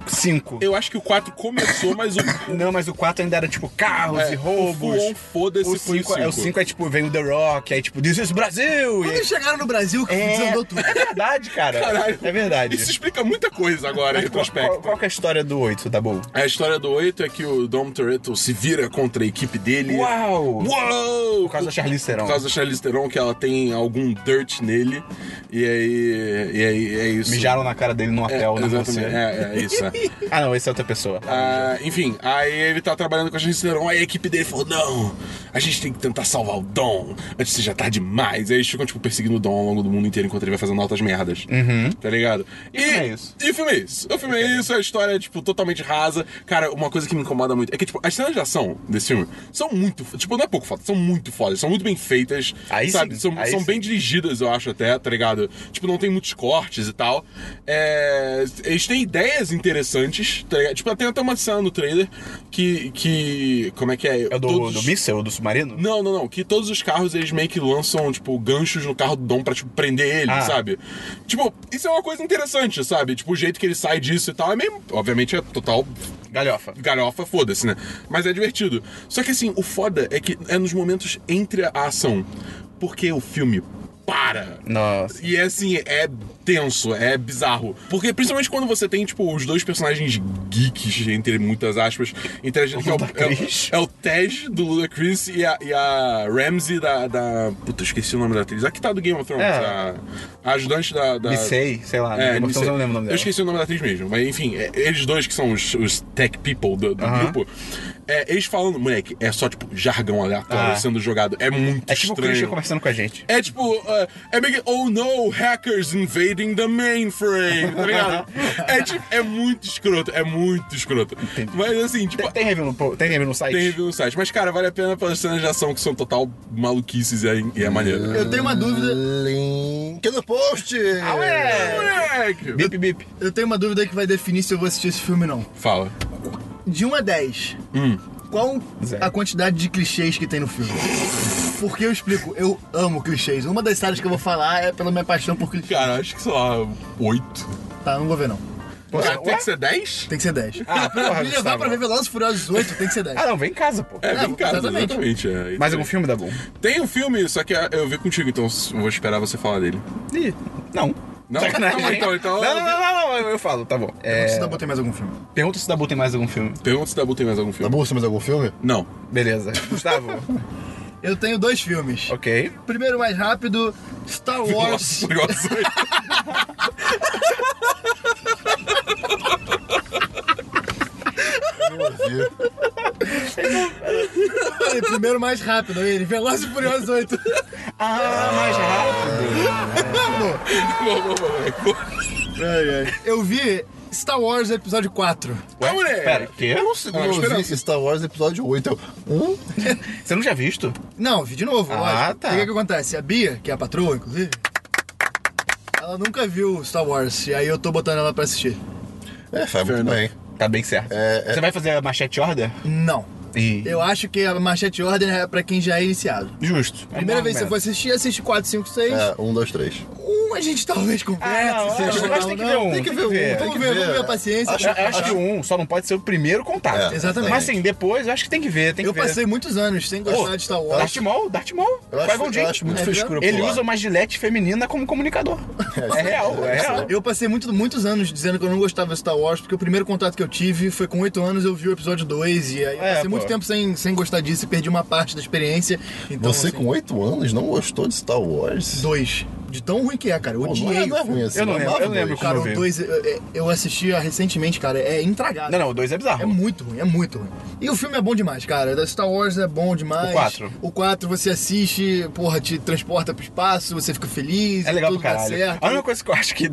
A: 5.
B: Eu acho que o 4 começou, mas o.
A: Não, mas o 4 ainda era tipo carros
B: é,
A: e
B: o
A: roubos.
B: full on Foda-se,
A: O
B: foi o
A: 5 é, o
B: 5.
A: cinco é tipo, vem o The Rock, aí tipo, This is Brasil!
C: Quando
A: E...
C: eles chegaram no Brasil, que
A: É,
C: desandou tudo.
A: é verdade, cara.
B: Caralho.
A: É verdade.
B: Isso explica muita coisa agora, em
A: Mas qual, qual,
B: retrospecto.
A: qual que é a história do 8, da Bull?
B: A história do 8 é que o Dom Toretto se vira contra a equipe dele.
A: Uau!
B: Uau!
A: Por causa da Charlize Theron.
B: Por causa da Charlize Theron, que ela tem algum dirt nele. E aí. E aí é isso.
A: Mijaram na cara dele num
B: é,
A: hotel, no né,
B: exatamente.
A: você.
B: É, é isso. é.
A: Ah, não, esse é outra pessoa.
B: Ah, enfim, aí ele tá trabalhando com a Charlize Theron, aí a equipe dele falou, não, a gente tem que tentar salvar o Dom, antes seja tarde demais. Aí eles ficam, tipo, perseguindo o Dom ao longo do mundo inteiro, enquanto ele vai fazendo altas merdas, tá ligado? E,
A: Uhum. o filme é isso.
B: E o filme é isso. O filme é isso, a história é, tipo, totalmente rasa. Cara, uma coisa que me incomoda muito é que, tipo, as cenas de ação desse filme são muito, fo- tipo, não é pouco fodas, são muito fodas, são muito bem feitas,
A: Aí
B: sabe?
A: sim,
B: São,
A: aí
B: são
A: sim.
B: bem dirigidas, eu acho, até, tá ligado? Tipo, não tem muitos cortes e tal. É, eles têm ideias interessantes, tá ligado? Tipo, tem até uma cena no trailer que. que como é que é?
A: É o do,
B: Todos-
A: do míssel, do submarino?
B: Não, não, não. Que todos os carros eles meio que lançam, tipo, ganchos no carro do Dom pra, tipo, prender ele,
A: Ah.
B: sabe? Tipo, isso é uma coisa interessante, sabe? Tipo, o jeito que ele sai disso e tal é meio. Obviamente é total
A: Galhofa.
B: galhofa, foda-se, né? Mas é divertido. Só que assim, o foda é que é nos momentos entre a ação. Porque o filme para.
A: Nossa.
B: E é assim, é tenso, é bizarro. Porque principalmente quando você tem, tipo, os dois personagens geeks, entre muitas aspas, interagindo, que é o,
A: Ludacris.
B: é, o- é o Tej do Ludacris e a, e a Ramsey da, da. Puta, esqueci o nome da atriz. A que tá do Game of Thrones,
A: É.
B: a, a ajudante da. da...
A: Missei, sei lá.
B: Ah, É,
A: não
B: não sei.
A: eu não lembro o nome
B: Eu
A: dela.
B: esqueci o nome da atriz mesmo, mas enfim, é, eles dois que são os, os tech people do, do
A: Aham.
B: grupo, é, eles falando, moleque, é só tipo jargão aleatório
A: Ah.
B: sendo jogado. É muito
A: É tipo o Christian
B: estranho.
A: conversando com a gente.
B: É tipo, uh, é meio que, oh no, hackers invading the mainframe, tá ligado? é, tipo, é muito escroto, é muito escroto. Mas assim, tipo,
A: Tem, tem review no, po- tem review no site?
B: tem review no site. Mas, cara, vale a pena pelas cenas de ação que são total maluquices e é, e é maneiro.
C: Eu tenho uma dúvida.
D: Link no post!
A: Ah, ué!
B: Moleque!
A: Bip, bip.
C: Eu tenho uma dúvida que vai definir se eu vou assistir esse filme ou não.
B: Fala.
C: De 1 a 10,
B: Hum.
C: qual
A: Zero.
C: a quantidade de clichês que tem no filme? Porque eu explico, eu amo clichês. Uma das séries que eu vou falar é pela minha paixão por clichês.
B: Cara, acho que, sei lá, oito.
C: Tá, não vou ver não.
A: Pô,
B: Cara, tem
A: ué?
B: que ser dez?
C: Tem que ser 10.
A: Ah, porra,
C: Me levar
A: Gustavo.
C: pra ver Velozes e Furiosos 8 tem que ser 10.
A: Ah, não, vem em casa, pô.
B: É, vem
C: É,
B: cá,
C: exatamente.
B: exatamente. é.
A: Mais algum filme, Dabu?
B: Tem um filme, só que ah, eu vi contigo, então eu vou esperar você falar dele.
A: Ih, não.
B: Não,
A: Sacanagem.
B: não, então, então.
A: Não, não, não, não, não, eu falo, tá bom. É,
C: Você tá botando mais algum filme?
A: pergunta se o Dabu tem mais algum filme.
B: Pergunta se Dabu tem mais algum
D: Na
B: filme.
D: bolsa mais algum filme?
B: Não.
A: Beleza. Gustavo,
C: Eu tenho dois filmes.
A: ok.
C: Primeiro mais rápido, Star Wars.
B: Nossa, negócio aí.
D: Eu ouvi.
C: Peraí, Primeiro mais rápido, ele. Velozes e Furiosos 8.
A: Ah, mais rápido.
B: Boa, boa, boa, boa.
C: Ai, ai. Eu vi Star Wars Episódio 4.
B: Ué, moleque.
A: Pera, quê?
D: Eu não sei,
B: Ah,
D: eu ouvi
B: esperança.
D: Star Wars Episódio 8. Eu, hum?
A: Você não já visto?
C: Não, vi de novo,
A: Ah,
C: lógico.
A: tá.
C: E O que, que acontece? A Bia, que é a patroa, inclusive, ela nunca viu Star Wars, e aí eu tô botando ela pra assistir.
D: É, faz
B: Fair
D: muito bem.
A: Tá bem certo.
D: É, é.
A: Você vai fazer a machete order?
C: Não.
A: Ih.
C: Eu acho que a Machete Ordem é pra quem já é iniciado.
A: Justo. né?
C: Primeira vez que assim, você for assistir, assiste 4, 5, 6.
D: É, um, dois, três.
C: Um a gente talvez converse.
A: Ah, não,
C: seja
A: eu acho que tem que
C: não,
A: ver
C: não.
A: um,
C: Tem que ver um. Vamos ver, vamos ver a paciência.
D: Acho-
A: Eu acho que um, só não pode ser o primeiro contato.
D: É,
C: exatamente.
A: Mas assim, depois eu acho que tem que ver, tem que
C: Eu
A: ver. tá
C: passei muitos anos sem
A: Pô,
C: gostar de Star Wars.
A: Darth Maul, Darth Maul.
D: Eu acho,
A: Qui-Gon Jinn.
D: eu acho muito
C: É,
D: frescura
A: um Ele
D: pular.
A: usa uma gilete feminina como comunicador. É real, é real.
C: Eu passei muito- muitos anos dizendo que eu não gostava de Star Wars, porque o primeiro contato que eu tive foi com 8 anos, eu vi o episódio 2, e aí eu
A: É,
C: passei
A: pô.
C: muito tempo sem, sem gostar disso e perdi uma parte da experiência. Então,
D: Você
C: assim,
D: com 8 anos não gostou de Star Wars?
C: dois. De tão ruim que é, cara. Eu
D: Pô,
C: odiei.
D: não é
C: o filme.
D: ruim assim.
A: Eu não lembro,
D: amava
A: eu lembro
D: dois.
A: como-
C: Cara,
A: vi.
C: o 2 eu, eu assisti recentemente, cara. É intragável.
A: Não, não, o dois é bizarro.
C: É muito ruim, é muito ruim. E o filme é bom demais, cara. Da Star Wars é bom demais.
A: O quatro.
C: O 4 você assiste, porra, te transporta pro espaço, você fica feliz.
A: É legal
C: tudo
A: pra
C: dá
A: caralho.
C: certo.
A: A única coisa que eu acho que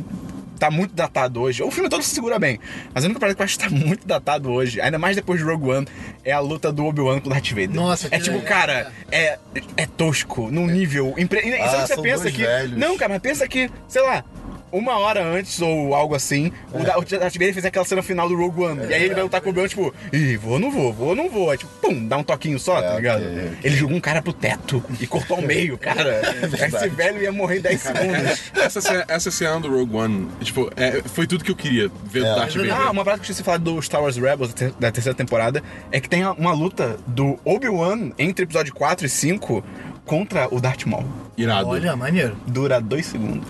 A: tá muito datado hoje. O filme todo se segura bem. Mas a única parada que eu acho que tá muito datado hoje, ainda mais depois de Rogue One, é a luta do Obi-Wan com o Darth Vader.
C: Nossa, que
A: É tipo,
C: legal.
A: cara, é, é tosco, num nível. Impre... e sabe o que você
D: Ah, são
A: pensa
D: dois
A: que.
D: velhos.
A: Não, cara, mas pensa que, sei lá. Uma hora antes, ou algo assim,
C: É.
A: o Da- o Darth Vader fez aquela cena final do Rogue One. e aí ele vai lutar com o Obi-Wan, tipo, ih, vou, não vou, vou, não vou. Aí, tipo, pum, dá um toquinho só, tá
D: ok,
A: ligado?
D: É, ok.
A: Ele jogou um cara pro teto e cortou ao meio, cara. Esse velho ia morrer em 10 segundos.
B: Essa cena, essa cena do Rogue One, tipo, é, foi tudo que eu queria ver
D: É.
B: do Darth Vader.
A: Ah, uma parada que eu esqueci de falar do Star Wars Rebels, da ter- da terceira temporada, é que tem uma luta do Obi-Wan entre episódio 4 e 5 contra o Darth Maul.
B: Irado.
C: Olha, maneiro.
A: Dura dois segundos.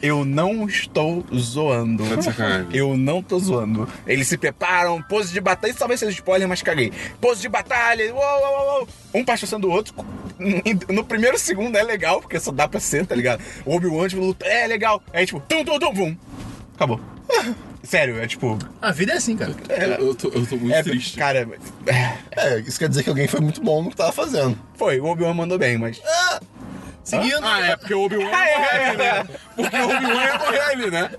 A: Eu não estou zoando.
B: Tá de sacanagem.
A: Eu não tô zoando. Eles se preparam, pose de batalha. Isso talvez seja spoiler, mas caguei. Pose de batalha, uou, uou, uou, uou. Um passando o outro. E No primeiro segundo é legal, porque só dá pra ser, tá ligado? O Obi-Wan tipo, luta, é legal. Aí tipo, tum, tum, tum, bum. Acabou. Sério, é tipo.
C: A vida é assim, cara.
B: Eu, eu tô, eu tô muito
A: É,
B: triste.
A: Cara, é,
D: É, isso quer dizer que alguém foi muito bom no que tava fazendo.
A: foi, o Obi-Wan mandou bem, mas.
C: Seguindo.
B: Ah, é porque o Obi-Wan ia morrer ali, né? Porque o Obi-Wan
A: é
B: ia morrer ali, né?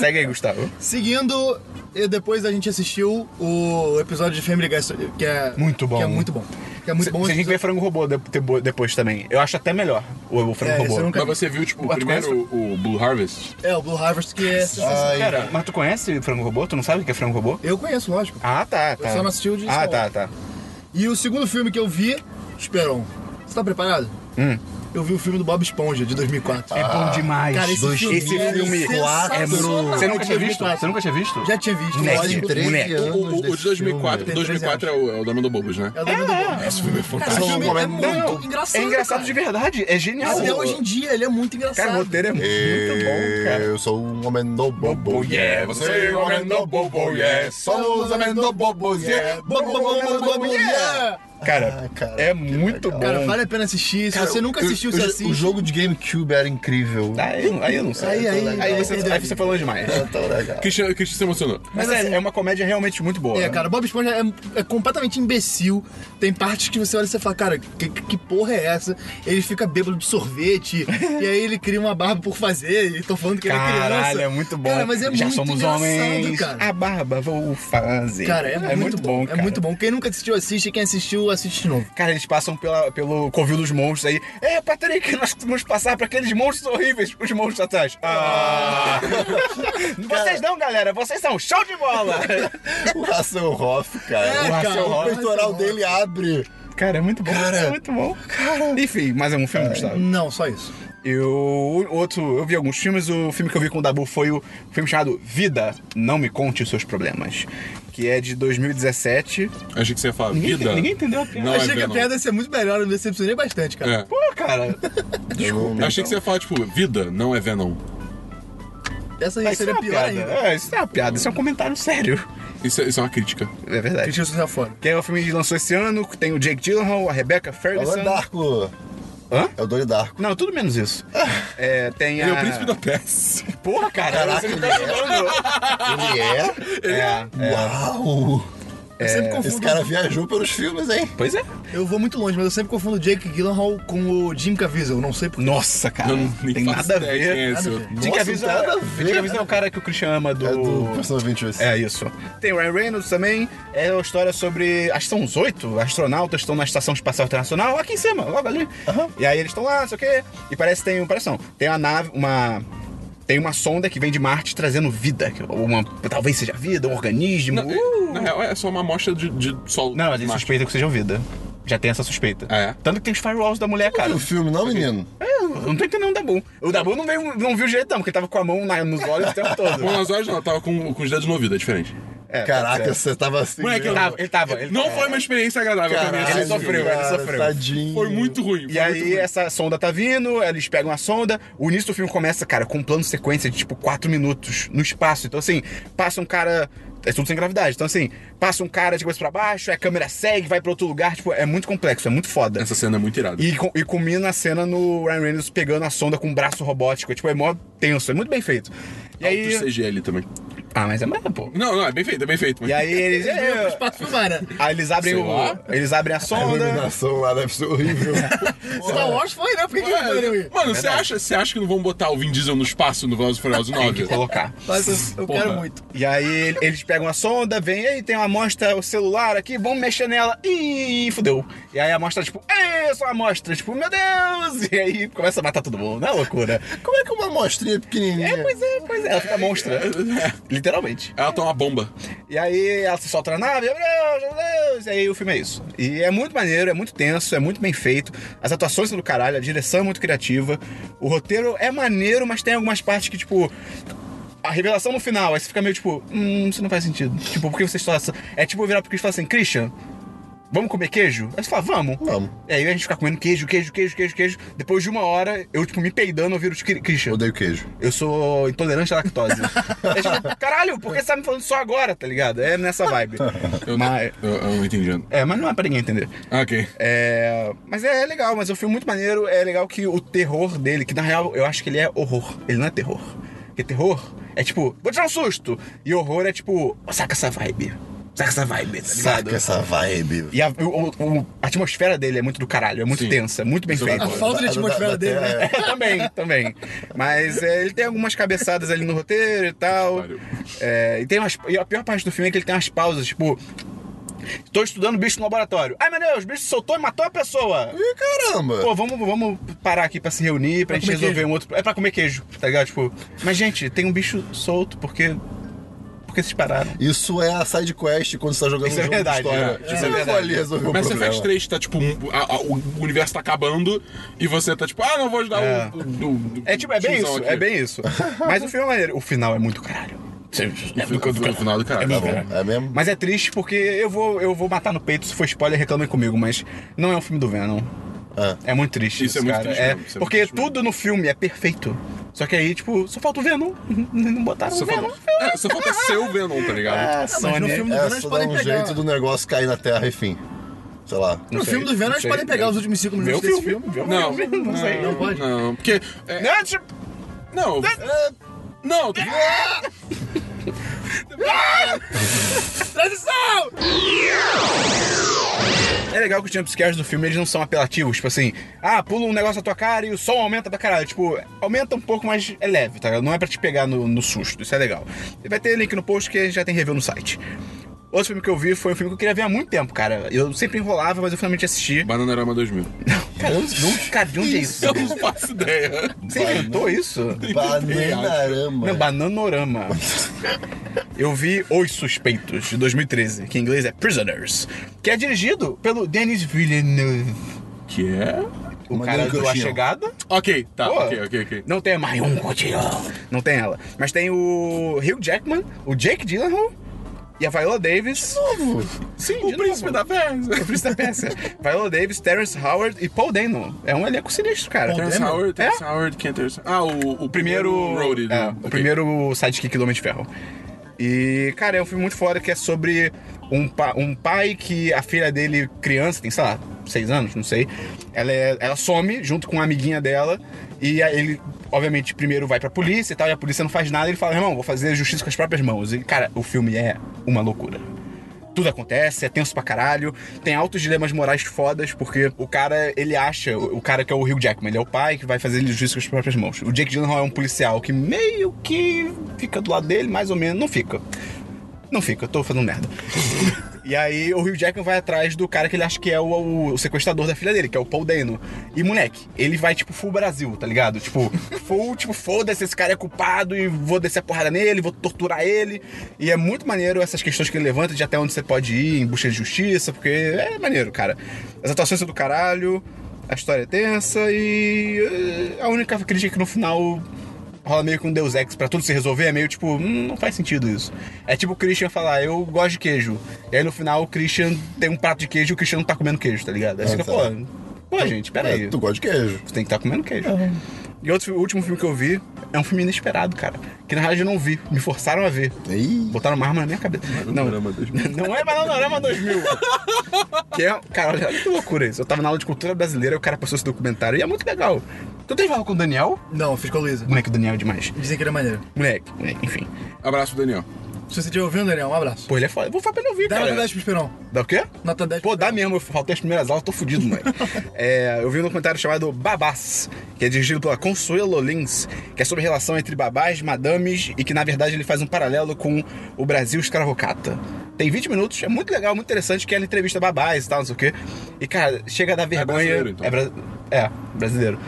A: Segue aí, Gustavo.
C: Seguindo, e depois a gente assistiu o episódio de Family Guy, que é
A: Muito bom.
C: Que é muito bom. Que é muito
A: Cê-
C: bom.
A: cê tem que ver Frango Robô de- de- depois também. Eu acho até melhor o, o Frango
C: É,
A: Robô.
C: esse eu nunca-
B: Mas você viu, tipo,
A: Ué, tu
B: primeiro o Blue Harvest?
C: É, o Blue Harvest que é.
D: Ai,
A: Cara, mas tu conhece Frango Robô? Tu não sabe o que é Frango Robô?
C: Eu conheço, lógico.
A: Ah, tá, tá.
C: só não assisti o de
A: Ah,
C: Star
A: tá,
C: Wars.
A: tá.
C: E o segundo filme que eu vi, Esperon. Você tá preparado?
A: Hum.
C: Eu vi o filme do Bob Esponja, de 2004.
A: É bom demais.
C: Ah. Cara, esse
A: Dois-
C: filme é
A: é,
C: sensacional.
A: muito... Você nunca tinha
C: 2004.
A: visto? Você nunca tinha visto?
C: Já tinha visto,
A: Moleque,
C: lógico.
A: tre- moleque.
B: O, o, o de 2004.
C: Tem
B: 2004 é o, é o da Manda Bobos, né?
C: É o dono do Bob.
B: Esse filme é fantástico.
C: Cara, esse filme é
D: Não,
C: muito
A: não,
C: engraçado.
A: é engraçado
C: cara.
A: de verdade. É genial.
C: Até hoje em dia, ele é muito engraçado.
A: Cara, o roteiro é muito bom, cara.
D: Eu sou um homem do bobo, yeah. Você é um homem do bobo,
B: É
D: yeah. Somos homem do bobo, yeah. Bobo, bobo, bobo, bobo, yeah.
A: Cara,
D: Ah, cara,
A: é
D: que
A: muito bom.
C: Cara, vale a pena assistir. Se você nunca assistiu,
D: o,
C: você
D: o-
C: assiste.
D: O jogo de GameCube era incrível.
A: Aí, aí eu não sei.
C: Aí, aí,
A: aí, você,
C: aí, assim-
A: aí você falou demais.
D: Era tão legal.
B: Christian, Christian se emocionou.
A: Mas é, é uma comédia realmente muito boa.
C: É, cara, Bob Esponja é, é completamente imbecil. Tem partes que você olha e você fala, cara, que, que porra é essa? Ele fica bêbado de sorvete, e aí ele cria uma barba por fazer, e tô falando que ele é
A: Caralho,
C: criança.
A: é muito bom.
C: Cara, mas é
A: Já
C: muito
A: somos
C: engraçado,
A: homens. Ah,
C: cara.
A: A barba vou fazer.
C: Cara, é, muito, bom,
A: cara.
C: É muito bom. Quem nunca assistiu, assiste. Quem assistiu, assiste de novo.
A: Cara, eles passam pela- pelo covil dos monstros aí. É, Patrick, nós vamos passar pra aqueles monstros horríveis, os monstros atrás. Ah! vocês não, galera, vocês são show de bola!
D: O Hasselhoff,
C: É,
D: cara.
A: Rafael
C: cara,
D: o
A: Hoff.
D: peitoral dele abre.
A: cara, é muito bom.
D: Cara.
A: é muito bom. Cara. Enfim, mais algum filme,
C: é
A: Gustavo?
C: Não, só isso.
A: Eu. o Outro. Eu vi alguns filmes. O filme que eu vi com o Dabu foi o filme chamado Vida, Não Me Conte os Seus Problemas. Que é de 2017.
B: Achei que você ia falar
A: Ninguém,
B: vida.
A: ente- ninguém entendeu a piada.
B: Não, é
C: Achei que a
B: Venom.
C: piada ia ser muito melhor, eu me decepcionei bastante, cara.
B: É.
A: Pô, cara.
D: Desculpa.
B: Achei que você ia falar, tipo, vida não é Venom.
C: Essa aí
A: Mas isso é
C: seria
A: uma
C: pior
A: piada.
C: ainda.
A: É, isso não é uma piada, isso é um comentário sério.
B: Isso é, isso é uma crítica.
A: É verdade.
C: Deixa eu sujar fora.
A: Que é o filme que lançou esse ano, que tem o Jake Gyllenhaal, a Rebecca
D: É o
A: Ferguson.
D: Doridarco.
A: um- Hã?
D: É o Doridarco.
A: Não, tudo menos isso. É, tem a...
B: Ele é o príncipe da peça.
A: Porra, cara,
D: Caraca,
A: você me tá
D: ele é?
A: ajudando.
D: Ele é?
A: É, é.
D: Uau! É,
C: Eu sempre
D: Esse
C: confundo.
D: cara viajou pelos filmes, hein?
A: Pois é.
C: Eu vou muito longe, mas eu sempre confundo Jake Gyllenhaal com o Jim Caviezel. Não sei porquê.
A: Nossa, cara,
B: Eu nem
A: tem
B: faço
A: nada a
B: ideia quem
A: ver.
B: é esse
C: Nada a
B: outro.
C: ver.
A: Dick
D: Nossa,
A: Avisa,
D: nada a ver,
A: Dick Avisa é o cara que o Christian ama do...
D: É do Persona 28.
A: É isso. Tem o Ryan Reynolds também. É uma história sobre. Acho que são uns oito astronautas que estão na Estação Espacial Internacional, aqui em cima, logo ali. E aí eles estão lá, não sei o quê. E parece que tem. um- Parece não. Tem uma nave, uma. Tem uma sonda que vem de Marte trazendo vida. que Uma, talvez seja vida, um organismo.
B: Na,
A: Não,
B: na real, é só uma amostra de, de sol.
A: não mas é eles
B: Marte.
A: suspeitam que seja vida. Já tem essa suspeita.
B: Ah, é?
A: Tanto que tem os firewalls da mulher, cara.
D: O filme, não, menino?
A: É, Eu não tô entendendo o Dabu. O Dabu não, veio, não viu direito, não, porque ele tava com a mão na- nos olhos o tempo todo.
B: Bom, nas horas não, eu tava com, com os dedos no ouvido, é diferente.
A: É, tá
D: Caraca,
A: certo.
D: você tava assim.
B: Moleque, é um-
A: ele
D: mesmo.
A: tava, ele tava. Ele é.
B: Não
A: tava.
B: foi uma experiência agradável pra mim. assim,
D: Caralho,
A: ele sofreu, ele
D: cara,
A: sofreu.
D: Tadinho.
B: um. Foi muito ruim.
A: E
B: foi muito
A: aí
B: ruim.
A: essa sonda tá vindo, eles pegam a sonda, o início do filme começa, cara, com um plano de sequência de tipo 4 minutos no espaço. Então assim, passa um cara. É tudo sem gravidade. Então assim, passa um cara de cabeça pra baixo, aí a câmera segue, vai pra outro lugar. Tipo, é muito complexo, é muito foda.
B: Essa cena é muito irada.
A: E, com- e culmina a cena no Ryan Reynolds pegando a sonda com um braço robótico. Tipo, é mó tenso, é muito bem feito. E
B: Alto
A: aí.
B: CGL também.
A: Ah, mas é merda, pô.
B: Não, não, é bem feito, é bem feito. mas-
A: E aí eles. é,
C: Eles pra filmar, né?
A: Aí eles abrem
B: Sei
A: o.
B: lá.
A: Eles abrem a
D: A
A: sonda.
D: É iluminação lá deve ser horrível.
C: Star Wars foi, né? Por que, que eles não poderiam ir?
B: Mano, mano, você acha, você acha que não vão botar o Vin Diesel no espaço no Velozes e Furiosos 9?
A: Colocar.
C: Nossa, eu- eu
B: Porra.
C: quero muito.
A: E aí eles pegam a sonda, vem, aí tem uma amostra, o celular aqui, vamos mexer nela. Ih, fudeu. E aí a amostra, tipo, é só a amostra, tipo, meu Deus! E aí começa a matar todo mundo, não é loucura?
D: Como é que uma amostrinha pequenininha...
A: É, pois é, pois é. Ela fica monstra. Literalmente.
B: é, Ela tá uma bomba.
A: E aí ela se solta na nave, meu Deus, meu Deus! E aí o filme é isso. E é muito maneiro, é muito tenso, é muito bem feito. As atuações são do caralho, a direção é muito criativa. O roteiro é maneiro, mas tem algumas partes que, tipo. A revelação no final, aí você fica meio tipo, hum, isso não faz sentido. Tipo, por que vocês estão. É tipo virar pro Chris e falar assim, Christian, vamos comer queijo? Aí você fala, vamos.
D: Vamos.
A: E aí a gente fica comendo queijo, queijo, queijo, queijo, queijo. Depois de uma hora, eu, tipo, me peidando, eu viro o Christian.
D: Odeio queijo.
A: Eu sou intolerante à lactose. é tipo, caralho, por que você tá me falando só agora, tá ligado? É nessa vibe.
B: Eu,
A: mas,
B: eu, eu não entendi. Ana.
A: é, mas não é pra ninguém entender.
B: Ah, ok.
A: É, mas é, é legal, mas é um filme muito maneiro. É legal que o terror dele, que na real eu acho que ele é horror. Ele não é terror. Porque terror é tipo, vou tirar um susto. E horror é tipo, saca essa vibe. Saca essa vibe, tá ligado?
D: Saca essa vibe.
A: E a, o- o- a atmosfera dele é muito do caralho, é muito
B: Sim.
A: tensa, é muito bem feita.
C: A falta de
D: Da-
C: atmosfera
D: da- da
C: dele,
D: terra,
C: né?
D: é.
A: também, também. Mas é, ele tem algumas cabeçadas ali no roteiro e tal.
B: Pariu.
A: É, e, tem umas, e a pior parte do filme é que ele tem umas pausas, tipo. Tô estudando bicho no laboratório. Ai meu Deus, o bicho soltou e matou a pessoa.
D: Ih, caramba!
A: Pô, vamos, vamos parar aqui pra se reunir, pra,
C: Pra
A: gente
C: comer
A: resolver
C: queijo.
A: um outro. É pra comer queijo, tá ligado? Tipo, mas gente, tem um bicho solto porque. Porque vocês pararam.
D: Isso é a side quest quando você tá jogando
A: Isso
D: um
A: é
D: jogo
A: verdade,
D: de história.
A: é. Isso
D: Você
A: é
D: não vai
A: verdade.
D: ali resolver o
B: Mas você
D: problema.
B: faz três, tá tipo.
A: Hum.
B: um- a- a- o universo tá acabando e você tá tipo, ah, não vou ajudar
A: É.
B: o. do- do-
A: É tipo, é bem
B: tiozão
A: isso,
B: aqui.
A: é bem isso. Mas o filme é maneiro. O final é muito caralho. É
B: No, no- no final do cara.
A: É
D: Tá bom, é mesmo?
A: Mas é triste porque eu vou, eu vou matar no peito, se for spoiler, reclamem comigo, mas não é um filme do Venom.
D: Ah.
A: É muito triste isso,
B: Isso é muito
A: cara.
B: triste mesmo, isso é
A: porque
B: muito triste
A: tudo no filme é perfeito. Só que aí, tipo, só falta o Venom. Não botaram
B: Só
A: o Venom.
B: falta, é, só falta ser o Venom, tá ligado?
A: Ah,
C: mas no
A: Sony.
C: filme do
D: É,
C: Venom eles
D: só dá
C: podem
D: um
C: pegar.
D: jeito do negócio cair na terra, enfim. Sei lá.
C: No
A: sei,
C: filme do Venom
A: não
C: eles
A: sei,
C: podem pegar
A: eu-
C: os últimos cinco
A: Vê o
C: minutos desse
A: filme.
C: filme.
A: Vê o
B: Não,
A: filme, não sei.
B: não,
C: pode?
B: não, porque... é,
A: Não, tipo,
B: não, é, não, tu-
C: Transição!
A: É legal que os jumpscares do filme, eles não são apelativos, tipo assim, ah, pula um negócio na tua cara e o som aumenta pra caralho. Tipo, aumenta um pouco, mas é leve, tá? ligado? Não é pra te pegar no, no susto, isso é legal. E vai ter link no post que já tem review no site. Outro filme que eu vi foi um filme que eu queria ver há muito tempo, cara. Eu sempre enrolava, mas eu finalmente assisti.
B: Bananarama 2000.
A: Cara, nunca vi onde é isso.
B: Eu não faço ideia.
A: Você inventou isso?
D: Bananarama.
A: Não, Bananorama. Eu vi Os Suspeitos, de 2013, que em inglês é Prisoners, que é dirigido pelo Denis Villeneuve.
B: Que é?
A: O
D: Maneiro
A: cara
D: que eu
A: do A
D: tinha.
A: Chegada.
B: Ok, tá,
A: Pô,
B: ok, ok, ok.
A: Não tem a Marion Cotillard. Não tem ela. Mas tem o Hugh Jackman, o Jake Gyllenhaal e a Viola Davis. Sim, de
B: o príncipe da
A: novo. O
B: Pérsia.
A: príncipe da peça. Viola Davis, Terrence Howard e Paul Dano. É um elenco sinistro, cara.
B: Terrence Howard,
A: É.
B: Terrence Howard, quem é Terrence Ah, o, o primeiro...
A: primeiro.
B: Roadie, né?
A: é,
B: Ok.
A: O primeiro sidekick do Homem de Ferro. E, cara, é um filme muito foda que é sobre um, pa- um pai que a filha dele, criança, tem, sei lá, seis anos, não sei. Ela, é- ela some junto com uma amiguinha dela. E aí ele, obviamente, primeiro vai pra polícia e tal, e a polícia não faz nada. Ele fala, irmão, vou fazer justiça com as próprias mãos. E, cara, o filme é uma loucura tudo acontece, é tenso pra caralho, tem altos dilemas morais fodas, porque o cara, ele acha, o o cara que é o Hugh Jackman, ele é o pai que vai fazer ele juízo com as próprias mãos. O Jake Gyllenhaal é um policial que meio que fica do lado dele, mais ou menos, não fica. Não fica, eu tô fazendo merda. E aí o Hugh Jackman vai atrás do cara que ele acha que é o, o- o sequestrador da filha dele, que é o Paul Dano. E, moleque, ele vai, tipo, full Brasil, tá ligado? Tipo, full, tipo, foda-se, esse cara é culpado e vou descer a porrada nele, vou torturar ele. E é muito maneiro essas questões que ele levanta de até onde você pode ir em busca de justiça, porque é maneiro, cara. As atuações são do caralho, a história é tensa e eh, a única crítica é que no final rola meio que um Deus Ex pra tudo se resolver, é meio tipo, hum, não faz sentido isso. É tipo o Christian falar, eu gosto de queijo. E aí no final o Christian tem um prato de queijo e o Christian não tá comendo queijo, tá ligado? Aí
D: Ah,
A: você fica,
D: tá.
A: pô, pô, gente, peraí.
D: É, tu gosta de queijo.
A: Você tem que estar comendo queijo. E outro, o último filme que eu vi é um filme inesperado, cara. Que na realidade eu não vi. Me forçaram a ver.
D: Ih,
A: Botaram uma arma na minha cabeça.
D: é um
A: Não,
B: Panorama 2000.
A: não é Bananorama 2000. que é, cara, olha que loucura isso. Eu tava na aula de cultura brasileira e o cara passou esse documentário. E é muito legal. Tu teve aula com o Daniel?
C: Não, fiz com a Luísa.
A: Moleque, o Daniel é demais.
C: Dizem que ele é maneiro.
A: Moleque, moleque, enfim.
B: Abraço, Daniel.
C: Se você estiver ouvindo, Daniel, um abraço.
A: Pô, ele é foda. Vou falar pra ele ouvir,
C: Dá nota
A: cara.
C: 10 pro Esperão.
A: Dá o quê?
C: Nota 10
A: Pô,
C: pro
A: dá
C: Esperão.
A: mesmo, eu faltei as primeiras aulas, tô fudido, mãe. É, eu vi um documentário chamado Babás, que é dirigido pela Consuelo Lins, que é sobre a relação entre babás, madames, e que na verdade ele faz um paralelo com o Brasil escravocata. Tem 20 minutos, é muito legal, muito interessante, que ela entrevista babás e tal, não sei o quê. E, cara, chega a dar vergonha.
B: brasileiro, então.
A: É bra- é, brasileiro.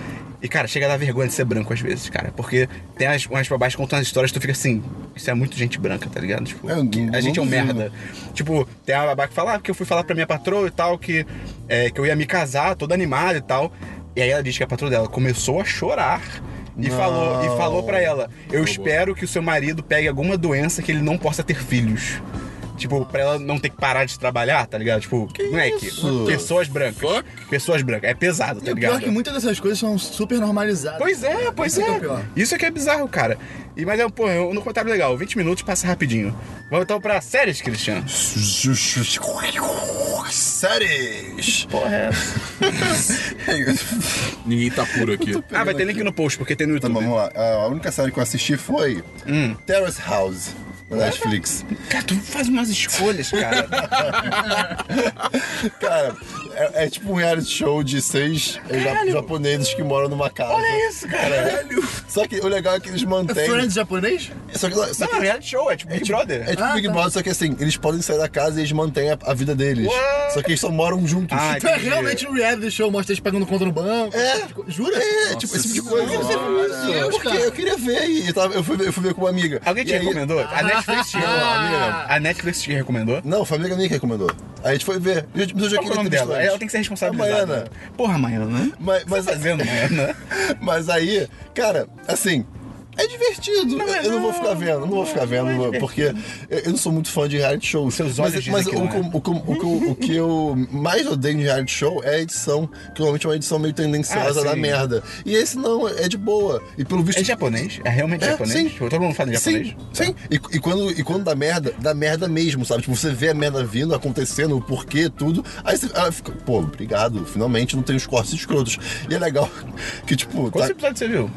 A: E, cara, chega a dar vergonha de ser branco às vezes, cara. Porque tem as, umas babás que contam as histórias, tu fica assim, isso é muito gente branca, tá ligado? Tipo,
D: É, eu não-
A: a gente é um
D: não duvido.
A: merda. Tipo, tem a babá que fala, ah, porque eu fui falar pra minha patroa e tal, que, é, que eu ia me casar, toda animada e tal. E aí ela diz que a patroa dela começou a chorar. E
D: Não.
A: falou, e falou pra ela: Eu espero que o seu marido pegue alguma doença que ele não possa ter filhos. Tipo, pra ela não ter que parar de trabalhar, tá ligado? Tipo, moleque,
D: isso?
A: pessoas brancas.
B: Fuck.
A: Pessoas brancas. É pesado, tá
C: E o pior é
A: ligado?
C: que muitas dessas coisas são super normalizadas.
A: Pois é, pois
C: Isso que
A: é.
C: é o pior.
A: Isso é que é bizarro, cara. E, mas é, pô, é um comentário legal. 20 minutos passa rapidinho. Vamos então pra séries, Cristiano.
D: Séries!
A: Porra, é.
B: Ninguém tá puro aqui.
A: Ah, vai ter link no post, porque tem no
D: Então
A: YouTube.
D: vamos lá. A única série que eu assisti foi
A: Hum.
D: Terrace House, na Netflix.
A: Cara, tu faz umas escolhas, cara.
D: Cara, é, é tipo um reality show de seis ja- japoneses que moram numa casa.
A: Olha é isso, cara.
D: Só que o legal é que eles
C: É
D: mantêm.
C: Friends japonês?
D: Só que, só
A: Não,
D: que-
A: é reality show, é tipo Big Brother.
D: é tipo Big Brother, só que assim, eles podem sair da casa e eles mantêm a, a vida deles.
A: What?
D: Só que eles só moram juntos.
A: Ah,
C: Então é
A: Entendi.
C: realmente um reality show, mostra eles pagando conta no banco.
D: É.
C: Jura?
D: É, tipo, esse tipo de coisa.
B: Senhora.
C: Deus,
D: Porque
C: cara.
D: eu queria ver e tava- eu, fui, ver- eu fui ver com uma amiga.
A: Alguém te
D: E aí- Ah.
A: recomendou? A Netflix te recomendou. A Netflix te recomendou?
D: Não, foi uma amiga minha que recomendou. Aí a gente foi ver. Gente, Mas eu já
A: Qual que é
D: queria
A: o nome
D: ter visto
A: dela?
D: antes.
A: Ela tem que ser responsabilizada. né?
D: A Maiana.
A: Porra, Maiana. Mas
D: Mas, mas,
A: fazendo, né? Maiana.
D: mas aí, cara, assim. É divertido.
A: Não
D: eu
A: é
D: eu não vou
A: não.
D: ficar vendo, não vou ficar vendo,
A: Não é
D: porque eu eu não sou muito fã de reality show.
A: Seus olhos
D: mas
A: dizem
D: mas
A: que
D: o,
A: não é.
D: com- o com- o com- o que eu mais odeio de reality show é a edição, que normalmente é uma edição meio tendenciosa
A: Ah,
D: da
A: sim.
D: merda. E esse não, é de boa. E pelo visto.
A: É japonês? É realmente
D: É,
A: japonês?
D: sim.
A: Todo mundo fala em japonês? É.
D: Sim, sim. E, e quando, e quando dá merda, dá merda mesmo, sabe? Tipo, você vê a merda vindo, acontecendo, o porquê, tudo. Aí você ah, fica, pô, obrigado, finalmente não tem os cortes escrotos. E é legal que, tipo,
A: Quantos
D: tá
A: episódios você viu?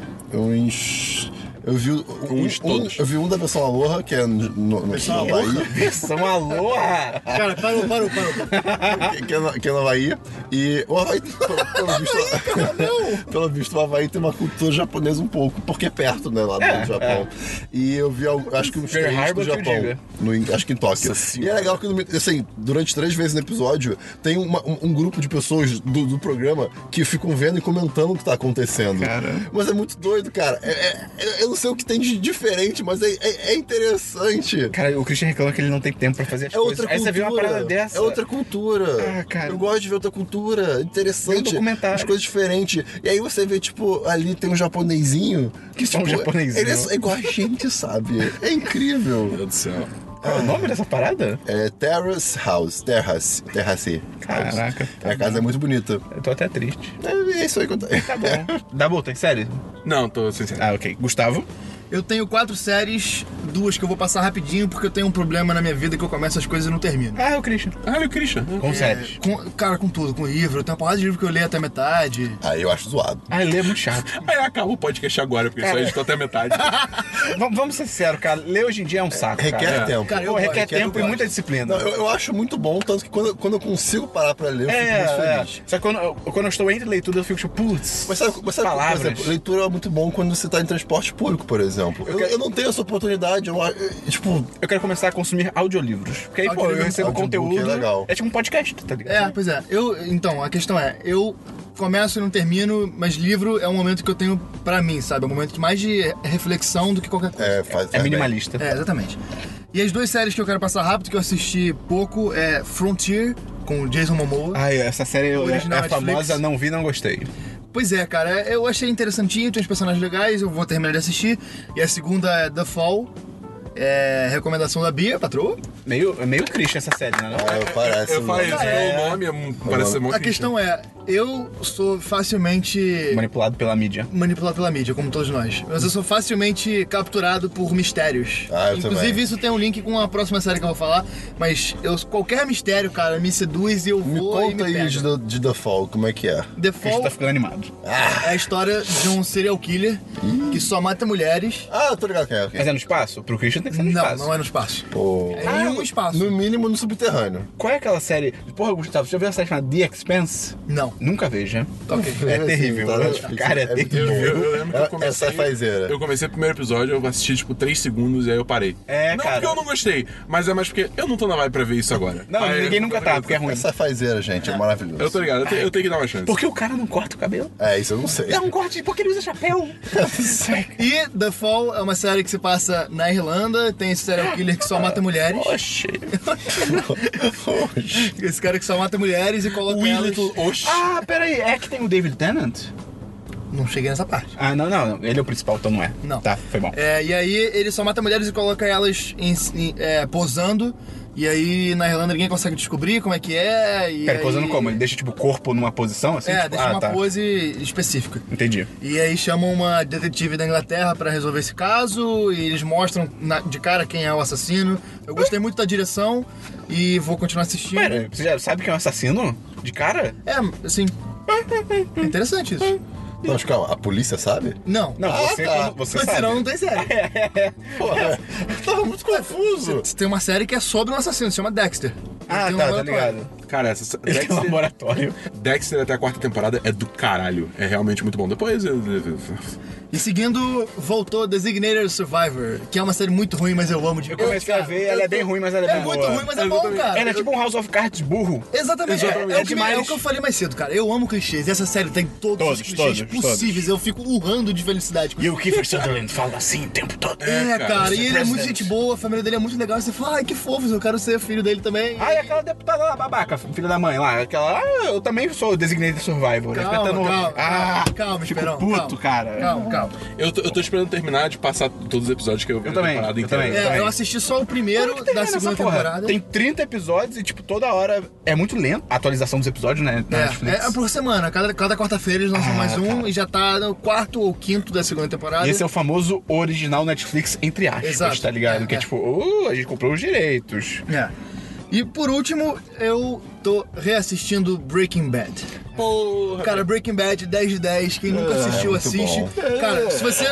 D: uns... Eu vi um,
B: Uns todos.
D: eu vi um da versão Aloha, que é no, no, no, no
C: Aloha?
D: Havaí.
A: Versão aloha!
C: Cara, parou, parou, parou.
D: que- que, é no, que é no Havaí. E o Havaí, pelo, pelo visto. pelo visto, o Havaí tem uma cultura japonesa um pouco, porque é perto, né? Lá do
A: É,
D: Japão. E eu vi, al- acho que uns
A: Pearl
D: três do
A: Harbor que eu
D: Japão.
A: diga.
D: no in- acho que em Tóquio.
B: Nossa
D: E é legal que, no meio- assim, durante três vezes no episódio, tem uma- um, um grupo de pessoas do, do programa que ficam vendo e comentando o que tá acontecendo. Mas é muito doido, cara. É- é- é- eu não sei o que tem de diferente, mas é- é- é interessante.
A: Cara, o Christian reclama que ele não tem tempo pra fazer as
D: É
A: coisas.
D: outra
A: Tipo, Aí
D: cultura.
A: você viu uma parada dessa.
D: É outra cultura.
A: Ah, cara.
D: Eu gosto de ver outra cultura. Interessante.
A: Tem um documentário.
D: As coisas diferentes. E aí você vê, tipo, ali tem um japonesinho. Que
A: Só um
D: tipo,
A: japonesinho.
D: Ele é igual a gente, sabe? É
B: Meu
D: incrível.
B: Deus do céu.
A: Qual é o nome dessa parada?
D: É Terrace House. Terrace. Terrace. House.
A: Caraca, tá
D: a casa é muito bonita.
A: Eu tô até triste.
D: É, é isso aí que eu tenho.
A: Tá bom. Dabu, tem série?
B: Não, tô sincero.
A: Ah, ok. Gustavo?
C: Eu tenho quatro séries, duas que eu vou passar rapidinho, porque eu tenho um problema na minha vida que eu começo as coisas e não termino.
A: Ah, é o Christian.
B: Ah, olha o Christian.
A: Com
D: É.
A: séries.
C: Com- cara, com tudo, com livro. Eu tenho uma porrada de livro que eu leio até metade.
D: Aí eu acho zoado.
A: Ah, ele é muito chato.
B: Aí acaba o podcast agora, porque só
A: Cara.
B: editou até metade.
A: V- vamos ser sinceros, cara. Ler hoje em dia é um saco,
D: Requer
A: cara.
D: tempo.
C: Cara, eu
A: Pô, requer
C: gosto,
A: tempo
D: eu
A: e muita
D: gosto.
A: disciplina.
D: Não, eu, eu acho muito bom, tanto que quando, quando eu consigo parar pra ler, eu fico muito
A: É, é.
D: feliz.
A: Só que quando eu, quando eu estou entre leituras, eu fico tipo, putz.
D: Mas sabe, mas sabe
A: palavras.
D: por exemplo, leitura é muito bom quando você tá em transporte público, por exemplo. Eu, eu não tenho essa oportunidade. Eu, eu- tipo,
A: Eu quero começar a consumir audiolivros. Porque aí, pô,
C: Audiolivro-
A: eu recebo
D: audiobook
A: conteúdo.
D: é legal.
A: tipo um podcast, tá ligado?
C: É, pois é. Eu, então, a questão é, eu começo e não termino, mas livro é um momento que eu tenho pra mim, sabe? É um momento mais de reflexão do que qualquer coisa.
D: é, faz,
A: É
D: faz
A: minimalista.
C: É, exatamente. E as duas séries que eu quero passar rápido, que eu assisti pouco, é Frontier, com o Jason Momoa.
A: Ai, essa série eu- é,
C: Original
A: é famosa,
C: Netflix.
A: não vi, não gostei.
C: Pois é, cara, eu achei interessantinho, tem uns personagens legais, eu vou terminar de assistir. E a segunda é The Fall, é recomendação da Bia, patroa.
A: Meio, é meio Christian essa série, não é? não?
D: bem. É, parece.
B: Eu
D: um-
B: falei isso,
C: É.
B: o nome é, um- parece ser muito
C: A questão é, eu sou
D: É.
C: facilmente
A: Manipulado pela mídia.
C: manipulado pela mídia, como todos nós. Mas eu sou facilmente capturado por mistérios.
D: Ah, eu
C: Inclusive,
D: também.
C: isso tem um link com a próxima série que eu vou falar. Mas eu, qualquer mistério, cara, me seduz e eu
D: Me
C: vou e
D: conta
C: me
D: aí
C: pega.
D: de, The- de The Fall, como é que é?
C: The
A: A gente
C: Fall
A: tá ficando animado.
C: é a história de um serial killer que só mata mulheres.
D: Ah, tô ligado. É, ok.
A: Mas é no espaço? Pro Christian tem que ser no
C: Não,
A: espaço.
C: não é no espaço.
D: Pô.
C: É em um espaço.
D: No mínimo no subterrâneo.
A: Qual é aquela série? Porra, Gustavo, você já viu a série chamada The Expanse?
C: Não.
A: Nunca vejo, né? É
C: Ok.
A: terrível,
D: Tá na
A: né?
D: Netflix,
A: Cara, é
D: muito
A: terrível.
D: bom.
B: Eu- eu lembro que eu
D: É-
B: comecei-
D: Essa fazeira.
B: Eu comecei o primeiro episódio, eu assisti tipo 3 segundos e aí eu parei.
A: É,
B: não
A: cara.
B: porque eu não gostei, mas é mais porque eu não tô na vibe pra ver isso agora.
A: Não,
B: Aí-
A: ninguém nunca tá, porque é ruim.
D: Essa fazeira, gente, é maravilhoso.
B: Eu tô ligado, eu, te- eu tenho que dar uma chance.
A: Por que o cara não corta o cabelo?
D: É, isso eu não sei.
A: É um corte, por que ele usa chapéu?
C: E The Fall é uma série que se passa na Irlanda, tem esse serial killer que só mata mulheres.
A: Oxi.
C: Esse cara que só mata mulheres e coloca
B: We
C: elas...
B: Little Osh.
A: Ah, peraí, é que tem o David Tennant?
C: Não cheguei nessa parte.
A: Ah, não, não, não, ele é o principal, então não é.
C: Não.
A: Tá, foi bom.
C: É, e aí ele só mata mulheres e coloca elas em- em- é, posando. E aí na Irlanda ninguém consegue descobrir como é que é. E
A: Peraí,
C: aí-
A: posando como? Ele deixa, tipo, o corpo numa posição, assim?
C: É,
A: tipo,
C: deixa
A: ah,
C: uma
A: tá.
C: pose específica.
A: Entendi.
C: E aí chamam uma detetive da Inglaterra pra resolver esse caso e eles mostram na- de cara quem é o assassino. Eu gostei muito da direção e vou continuar assistindo.
A: Pera, você já sabe que é um assassino? De cara?
C: É, assim. é interessante isso.
D: Não, mas calma, a polícia sabe?
C: Não.
A: Não,
D: Ah,
A: você, é
D: tá.
A: você
C: Mas
A: sabe. É.
C: senão não tem série.
D: Porra, tava muito confuso.
C: Tem uma série que é sobre um assassino, se chama Dexter. Ele
A: Ah,
C: tem um
A: tá, tá
C: laboratório.
A: ligado.
B: Cara, essa
A: Ele tem um
B: Dexter,
A: laboratório.
B: Dexter até a quarta temporada é do caralho. É realmente muito bom. Depois eu.
C: E seguindo, voltou Designated Survivor, que é uma série muito ruim, mas eu amo de
A: Eu comecei a ver, ela é bem ruim, mas ela é bem
C: muito
A: boa.
C: ruim, mas é bom, cara.
A: Ela é tipo um House of Cards burro.
C: Exatamente.
A: Exatamente.
C: É, é,
A: É
C: o que, me-
A: demais.
C: é o que eu falei mais cedo, cara. Eu amo clichês. Essa série tem todos,
A: Todos,
C: os clichês
A: todos,
C: possíveis. Eu fico urrando de felicidade.
A: E o Kiefer Sutherland fala assim o tempo todo.
C: É,
B: cara,
C: cara,
B: Mr.
C: e ele é muito
A: President.
C: gente boa, a família dele é muito legal. E você fala, ai, que fofo, eu quero ser filho dele também.
A: Ah, e aquela deputada lá, babaca, filha da mãe lá, aquela. Ah, eu também sou designated survivor. né?
C: calma,
A: Tentando- ah,
C: calma, calma, calma,
A: fico
C: Esperão.
A: puto,
C: calma.
A: cara.
C: Calma, calma.
B: Eu tô, eu tô esperando terminar de passar todos os episódios que eu vi
A: Eu
B: a
A: também,
B: temporada
A: eu
B: inteira.
A: também.
C: É, eu assisti só o primeiro
A: Como que termina
C: da
A: essa
C: segunda
A: porra?
C: temporada.
A: Tem 30 episódios e, tipo, toda hora é muito lento a atualização dos episódios, né? Na
C: É,
A: Netflix.
C: é por semana. Cada, cada quarta-feira eles lançam
A: Ah,
C: mais um
A: cara.
C: e já tá no quarto ou quinto da segunda temporada.
A: E esse é o famoso original Netflix, entre aspas,
C: Exato.
A: tá ligado?
C: É,
A: que é,
C: é.
A: tipo, uh, a gente comprou os direitos.
C: É. E por último, eu tô reassistindo Breaking Bad.
B: Porra.
C: Cara, Breaking Bad 10 de 10, quem nunca
A: É,
C: assistiu,
D: muito
C: assiste.
D: bom.
C: Cara, se você.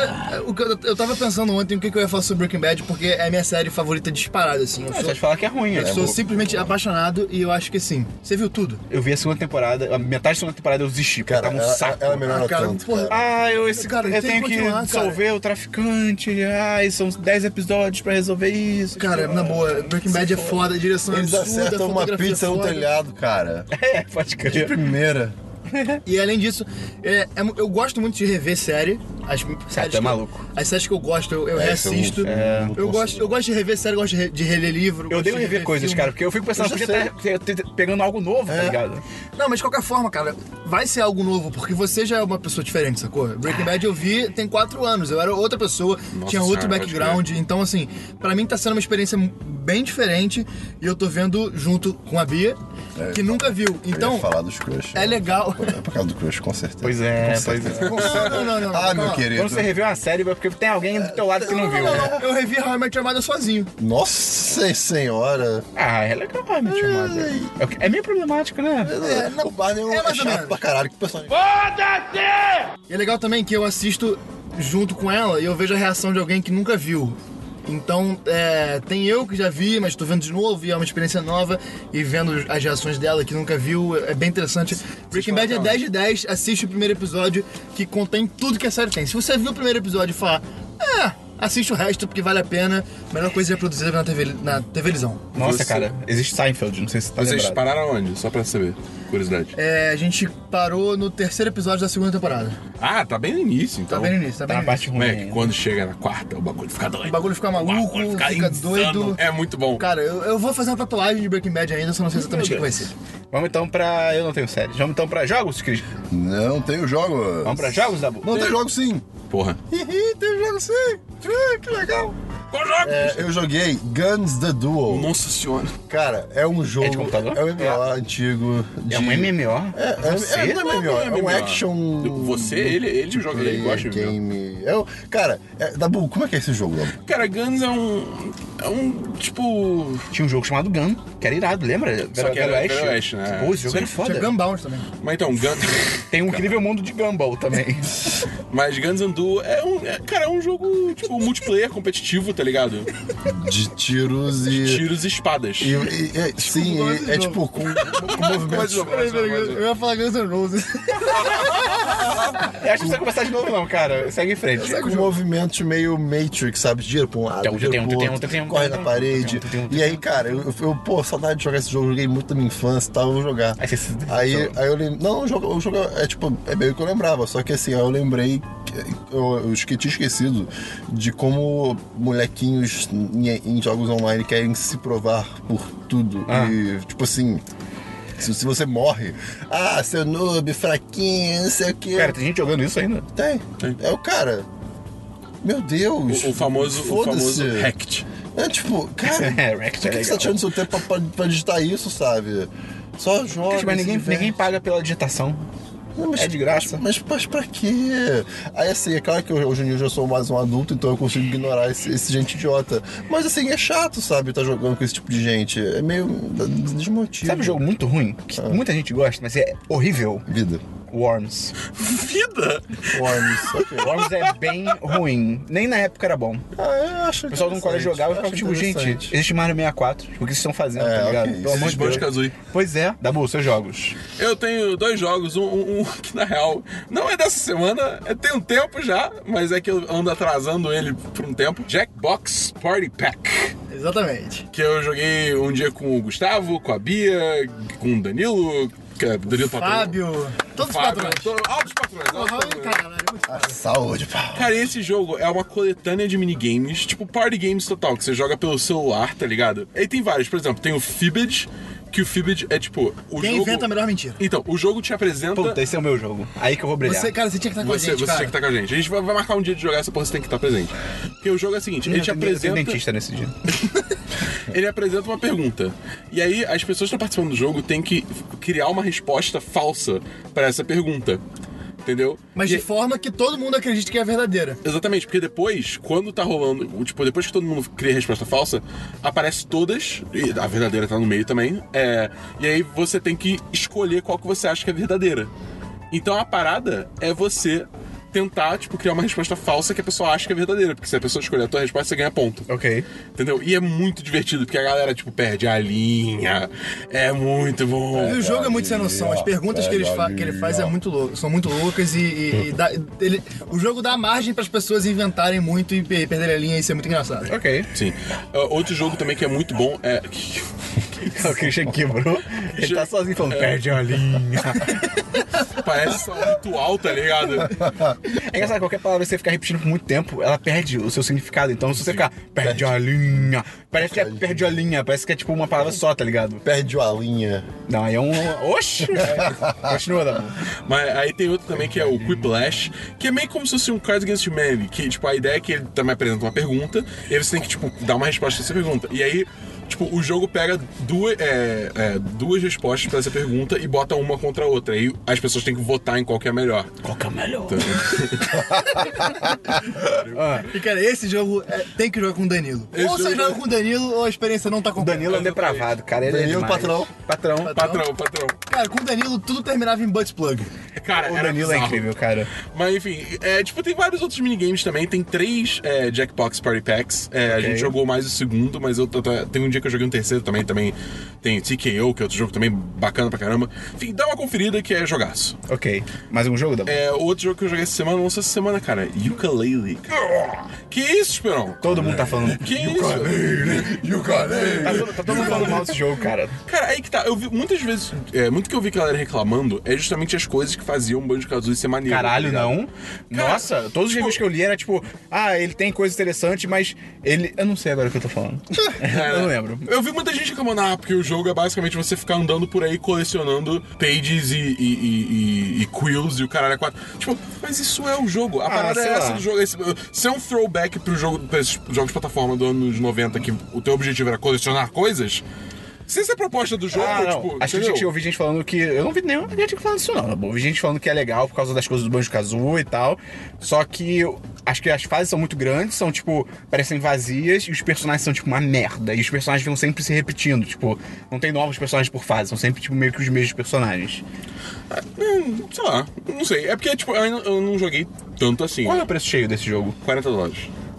C: o que Eu eu tava pensando ontem o que que eu ia falar sobre Breaking Bad, porque é a minha série favorita disparada, assim. Eu
A: Não,
C: sou,
A: só te falar que é ruim,
C: eu
A: né?
C: sou simplesmente apaixonado e eu acho que assim. Você viu tudo?
A: Eu vi a segunda temporada, a metade da segunda temporada eu desisti, porque
D: Cara,
A: tava um
D: ela,
A: saco.
D: ela é melhora
C: Ah, cara,
D: tanto,
C: porra.
D: cara.
A: Ah, eu, esse,
C: Cara,
A: eu
C: tem
A: tenho
C: que
A: que
C: continuar, cara.
A: dissolver o traficante. Ai, são 10 episódios pra resolver isso.
C: Cara, na boa, Breaking Bad é foda, a direção é
D: Eles
C: absurda, a
D: acertam uma
C: fotografia é
D: pizza no
A: um
C: foda.
D: telhado, cara.
A: É, pode
D: De
A: crer.
D: primeira.
C: E além disso, é- é mu- eu gosto muito de rever série. As séries
A: é
C: que-
A: maluco.
C: As séries que eu gosto, eu, eu
D: É, isso eu não-
C: reassisto.
D: é, não
C: eu,
D: consigo.
C: gosto, eu gosto de rever série, gosto de, re- de reler livro.
A: Eu
C: gosto
A: odeio
C: de
A: rever coisas,
C: filme.
A: cara, porque eu fico pensando, tá
D: Eu já
A: podia estar pegando algo novo,
C: É.
A: tá ligado?
C: Não, mas de qualquer forma, cara, vai ser algo novo, porque você já é uma pessoa diferente, sacou? Breaking Bad eu vi tem quatro anos, eu era outra pessoa,
B: Nossa
C: tinha outro
B: senhora, pode
C: background, então assim, pra mim tá sendo uma experiência bem diferente e eu tô vendo junto com a Bia, que nunca viu.
D: Eu
C: Então,
D: ia falar dos crush.
C: é legal.
D: É por causa do crush, com certeza.
A: Pois é,
D: com
A: pois é.
D: certeza.
C: Não, não, não, não, não.
D: Ah, meu
C: calma.
D: querido.
A: Quando você revê uma série, é porque tem alguém do teu lado que não viu. né?
C: Não, não, não, Eu revi How I Met Your Mother sozinho.
D: Nossa senhora.
A: Ah, é legal, realmente, chamada. É o que- É meio problemático, né?
D: É, o Barney é, um- é
C: é mais ou
D: chato
C: menos.
D: pra caralho. Que personagem.
C: E é legal também que eu assisto junto com ela e eu vejo a reação de alguém que nunca viu. Então, é, tem eu que já vi, mas tô vendo de novo e é uma experiência nova. E vendo as reações dela que nunca viu, é bem interessante. Breaking Bad é 10 de 10, assiste o primeiro episódio que contém tudo que a série tem. Se você viu o primeiro episódio e falar, é, assiste o resto porque vale a pena, a melhor coisa é produzida na, TV, na televisão.
A: Nossa,
B: Você-
A: cara, existe Seinfeld, não sei se tá
B: Vocês
A: lembrado.
B: pararam onde? Só pra saber. Curiosidade.
C: É, a gente parou no terceiro episódio da segunda temporada.
B: Ah, tá bem no início,
C: Tá
B: então.
C: bem no início,
A: Tá
C: tá bem
A: na
C: no
A: parte
C: início.
A: ruim.
D: É.
B: Moleque,
A: ainda.
B: é quando chega na quarta, o bagulho fica doido.
C: O bagulho fica maluco,
B: O bagulho
C: fica
B: insano.
C: doido.
B: É muito bom.
C: Cara, eu, eu vou fazer uma tatuagem de Breaking Bad ainda, só não sei exatamente o que vai ser.
A: Vamos então pra. Eu não tenho série. Vamos então pra jogos, Cris.
D: Não tem o jogo.
A: Vamos pra jogos, Dabu?
D: Não tá tem jogo sim.
B: Porra.
D: Ih, tem jogo sim. Ih, Que legal.
B: Qual jogo?
D: É, eu joguei Guns the Duel.
B: Nossa senhora.
D: Cara, é um jogo.
A: É de computador?
D: É um MMO antigo. de-
A: É um MMO?
D: É, é, é,
A: Você?
D: não é MMO, é um action. tipo
B: Você, ele, ele joga, ele gosta de
D: game. É, É o. Cara, é, Dabu, como é que é esse jogo, Dabu?
B: Cara, Guns é um. É um. Tipo.
A: Tinha um jogo chamado Gun, que era irado, lembra?
B: Só que era
A: Velho
B: Velho Oeste, né?
A: Pô, esse jogo
B: Sim.
A: era
C: Tinha
A: foda.
C: Gunbound também.
B: Mas então, Guns.
A: Tem um incrível mundo de Gumball também.
B: Mas Guns and Duo é um. é, cara, é um jogo, tipo, multiplayer competitivo, tá ligado?
D: De tiros e.
B: Tiros e espadas.
D: e- e- é, sim,
C: Desculpa,
D: e- é,
C: mas
D: tipo com, com
B: Mas,
D: movimentos.
B: ó,
C: Peraí, peraí,
B: mas, ó,
C: eu ia falar Guns N' Roses.
A: Eu acho que você vai começar de novo, não, cara. Segue em frente.
D: com movimentos meio Matrix, sabe? Gira pra um lado,
A: Tem um,
D: gira
A: tem um,
D: pro
A: tem um,
D: outro,
A: tem um,
D: corre
A: tem um,
D: na parede.
A: tem um, tem um, tem um.
D: E aí, cara, eu, eu- pô, saudade de jogar esse jogo, joguei muito na minha infância e tal, eu vou jogar.
A: Aí você se-
D: Aí,
A: joga.
D: aí eu lembrei. Não, o jogo, o jogo é tipo, é meio que eu lembrava, só que assim, aí eu lembrei. que- Eu, eu esque- tinha esquecido de como molequinhos em, em jogos online querem se provar por tudo.
A: Ah.
D: E, tipo assim. Se, se você morre, ah, seu noob, fraquinho, não sei o que.
A: Cara, tem gente jogando isso ainda?
D: Tem.
B: Tem.
D: É o cara. Meu Deus.
B: O, o famoso, o famoso
D: Foda-se.
B: hacked.
D: É tipo, cara,
A: É, Wrecked
D: por
A: é
D: que você
A: legal.
D: tá tirando seu tempo pra, pra, pra digitar isso, sabe? Só joga.
A: Mas ninguém,
D: se diverte.
A: ninguém paga pela digitação.
D: Não, mas-
A: É de graça.
D: Mas, mas pra quê? Aí assim, é claro que eu- hoje em dia eu já sou mais um adulto, então eu consigo ignorar esse, esse gente idiota. Mas assim, é chato, sabe, tá jogando com esse tipo de gente. É meio desmotivo.
A: Sabe um jogo muito ruim? Que muita gente gosta, mas é horrível.
D: Vida.
A: Worms.
B: Vida!
D: Worms. ok.
A: Worms é bem ruim. Nem na época era bom.
D: Ah, eu acho
A: O pessoal de um colégio jogava e ficava tipo, gente, existe Mario 64. Tipo, o que vocês estão fazendo,
D: É,
A: tá ligado?
D: ok.
A: Pelo amor de
B: Esses banjos
A: Deus.
B: Kazooie.
A: Pois é, Dabu, seus jogos.
B: Eu tenho dois jogos, um, um- um que na real não é dessa semana, é- tem um tempo já, mas é que eu ando atrasando ele por um tempo. Jackbox Party Pack.
C: Exatamente.
B: Que eu joguei um dia com o Gustavo, com a Bia, com o Danilo, que é Danilo Patrão.
C: Fábio. Todos os
B: Fábio.
C: padrões.
B: todo- Altos patrões. altos
C: Aham,
B: patrões.
C: caralho, muito fácil.
D: Saúde, pá.
B: Cara, e esse jogo é uma coletânea de minigames, tipo party games total, que você joga pelo celular, tá ligado? Aí tem vários, por exemplo, tem o Fibbage, que o Fibbage é tipo. O
C: Quem
B: jogo...
C: inventa a melhor mentira?
B: Então, o jogo te apresenta.
A: Puta, esse é o meu jogo. Aí que eu vou brilhar.
C: Você, cara, você tinha que estar com
B: Você,
C: a gente,
B: você
C: cara.
B: tinha que estar com a gente. A gente vai, vai marcar um dia de jogar essa porra, você tem que estar presente. Porque o jogo é o seguinte, ele te
A: Eu tenho- eu tenho
B: apresenta.
A: dentista nesse dia.
B: Ele apresenta uma pergunta. E aí, as pessoas que estão participando do jogo têm que criar uma resposta falsa pra essa pergunta. Entendeu?
C: Mas
B: E-
C: de forma que todo mundo acredita que é verdadeira.
B: Exatamente, porque depois, quando tá rolando, o- tipo, depois que todo mundo cria a resposta falsa, aparece todas, e a verdadeira tá no meio também, é, e aí você tem que escolher qual que você acha que é verdadeira. Então a parada é você tentar, tipo, criar uma resposta falsa que a pessoa acha que é verdadeira, porque se a pessoa escolher a tua resposta, você ganha ponto.
A: Ok.
B: Entendeu? E é muito divertido, porque a galera, tipo, perde a linha. É muito bom.
C: E o jogo é muito sem noção. As perguntas que, eles fa- que ele faz é muito lou- são muito loucas e, e- e dá- ele- o jogo dá margem para as pessoas inventarem muito e pe- perderem a linha e ser muito engraçado.
A: Ok.
B: Sim. Ah, outro jogo também que é muito bom é.
A: O Christian quebrou. Ele tá sozinho falando, perde a linha.
B: Parece só um ritual, tá ligado?
A: É engraçado, qualquer palavra que você ficar repetindo por muito tempo, ela perde o seu significado. Então, se você ficar, perde a linha, parece que é perde a linha, parece que é tipo uma palavra só, tá ligado?
D: Perde a linha.
A: Não, aí é um. Oxi! Continua, Dabu.
B: Mas aí tem outro também que é o Quiplash, que é meio como se fosse um Cards Against Humanity, que, tipo, a ideia é que ele também apresenta uma pergunta, e aí você tem que, tipo, dar uma resposta a essa pergunta. E aí, tipo, o jogo pega duas, é, é, duas respostas pra essa pergunta e bota uma contra a outra. Aí as pessoas têm que votar em qual que é a melhor.
A: Qual que é o melhor? Ah,
C: E cara, esse jogo é- tem que jogar com o Danilo.
B: Esse
C: ou você
B: jogo-
C: joga com o Danilo ou a experiência não tá
A: O
C: completa.
A: Danilo é depravado, cara. Ele
D: Danilo,
A: é demais.
D: patrão.
A: Patrão.
B: Patrão, patrão.
A: é-
C: Cara, com o Danilo tudo terminava em butt plug.
B: Cara,
A: O
B: era
A: Danilo é
B: bizarro.
A: incrível, cara.
B: Mas enfim, é, tipo, tem vários outros minigames também. Tem três é, Jackbox Party Packs. É, A
A: Ok.
B: gente jogou mais o segundo, mas eu tô- tô- tem um dia que eu joguei um terceiro também. Também tem TKO, que é outro jogo também bacana pra caramba. Enfim, dá uma conferida que é jogaço.
A: Ok. Mais um jogo, Dabu?
B: É, outro jogo que eu joguei essa semana, não essa semana, cara, é Ukulele. Que isso, Esperão?
A: Todo mundo tá falando.
B: Que isso?
A: Tá todo- tá todo mundo falando mal desse jogo, cara.
B: Cara, aí que tá. Eu vi muitas vezes. É, muito que eu vi galera reclamando é justamente as coisas que faziam um o Banjo Kazooie ser maneiro. tá
A: Caralho,
B: ligado?
A: não.
B: Cara,
A: Nossa, todos os reviews que eu li era tipo, ah, ele tem coisa interessante, mas ele. Eu não sei agora o que eu tô falando. eu não lembro.
B: É, né? Eu vi muita gente reclamando, ah, porque o jogo é basicamente você ficar andando por aí colecionando pages e, e, e- e- e quills e o caralho é quatro. Tipo, mas isso é o jogo. A parada é
A: Ah, sei
B: essa
A: lá.
B: do jogo. Esse, se é um throwback pro jogo, pra esses jogos de plataforma dos anos 90, que o teu objetivo era colecionar coisas. Se essa é a proposta do jogo,
A: Ah, não.
B: tipo.
A: Acho que a
B: entendeu?
A: gente ouvi gente falando que. Eu não vi nenhum crítico falando isso, não. Eu ouvi gente falando que é legal por causa das coisas do Banjo Kazooie e tal. Só que eu- acho que as fases são muito grandes, são tipo. parecem vazias e os personagens são tipo uma merda. E os personagens vão sempre se repetindo. Tipo, não tem novos personagens por fase, são sempre tipo meio que os mesmos personagens.
B: Hum, sei lá, não sei. É porque, tipo, eu, ainda- eu não joguei tanto assim.
A: Qual é o preço cheio desse jogo?
B: 40 dólares.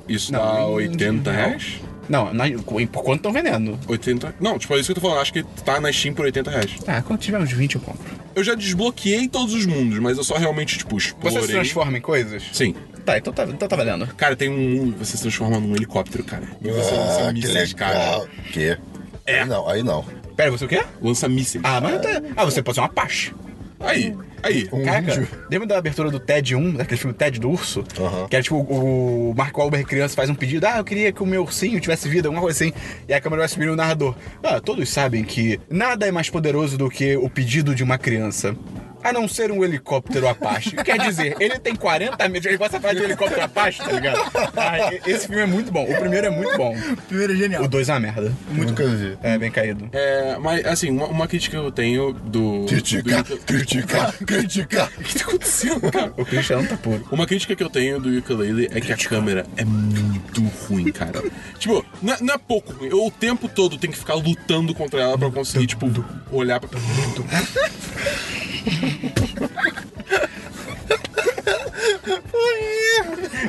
B: Isso
A: Não,
B: dá
A: nem-
B: 80
A: não.
B: reais?
A: Não, na- por quanto estão vendendo?
B: 80. Não, tipo, é isso que eu tô falando. Acho que tá na Steam por 80 reais.
A: Tá, quando tiver uns 20 eu compro.
B: Eu já desbloqueei todos os mundos, mas eu só realmente, tipo, explorei.
A: Você se transforma em coisas?
B: Sim.
A: Tá, então tá, então tá valendo.
B: Cara, tem um mundo que você se transforma num helicóptero, cara. E você lança
D: Ah, que
B: mísseis, cara.
D: legal. Que? É. Aí não, aí não.
A: Pera, você o quê?
B: Lança mísseis.
A: Ah, mas não tá. Ah, você pode ser uma Apache.
B: Aí, aí.
D: Um
A: Caraca,
D: índio.
A: lembra da abertura do TED 1, daquele filme TED do urso?
D: Aham.
A: Que era tipo, o Mark Wahlberg criança faz um pedido, ah, eu queria que o meu ursinho tivesse vida, alguma coisa assim. E a câmera vai subir no narrador. Ah, todos sabem que nada é mais poderoso do que o pedido de uma criança. A não ser um helicóptero Apache. Quer dizer, ele tem 40 metros. Ele gosta de falar de helicóptero Apache, tá ligado? Ah, e- esse filme é muito bom. O primeiro é muito bom.
C: Primeiro é genial.
A: O dois é uma merda.
D: Nunca vi.
A: É, bem caído.
B: É, mas, assim, uma, uma crítica que eu tenho do.
D: Criticar,
B: do-
D: criticar, criticar.
B: O que tá acontecendo, cara?
A: O Cristiano tá puro.
B: Uma crítica que eu tenho do ukulele é que a câmera é muito ruim, cara. tipo, não é, não é pouco ruim. Eu o tempo todo tenho que ficar lutando contra ela pra conseguir, tipo, olhar pra.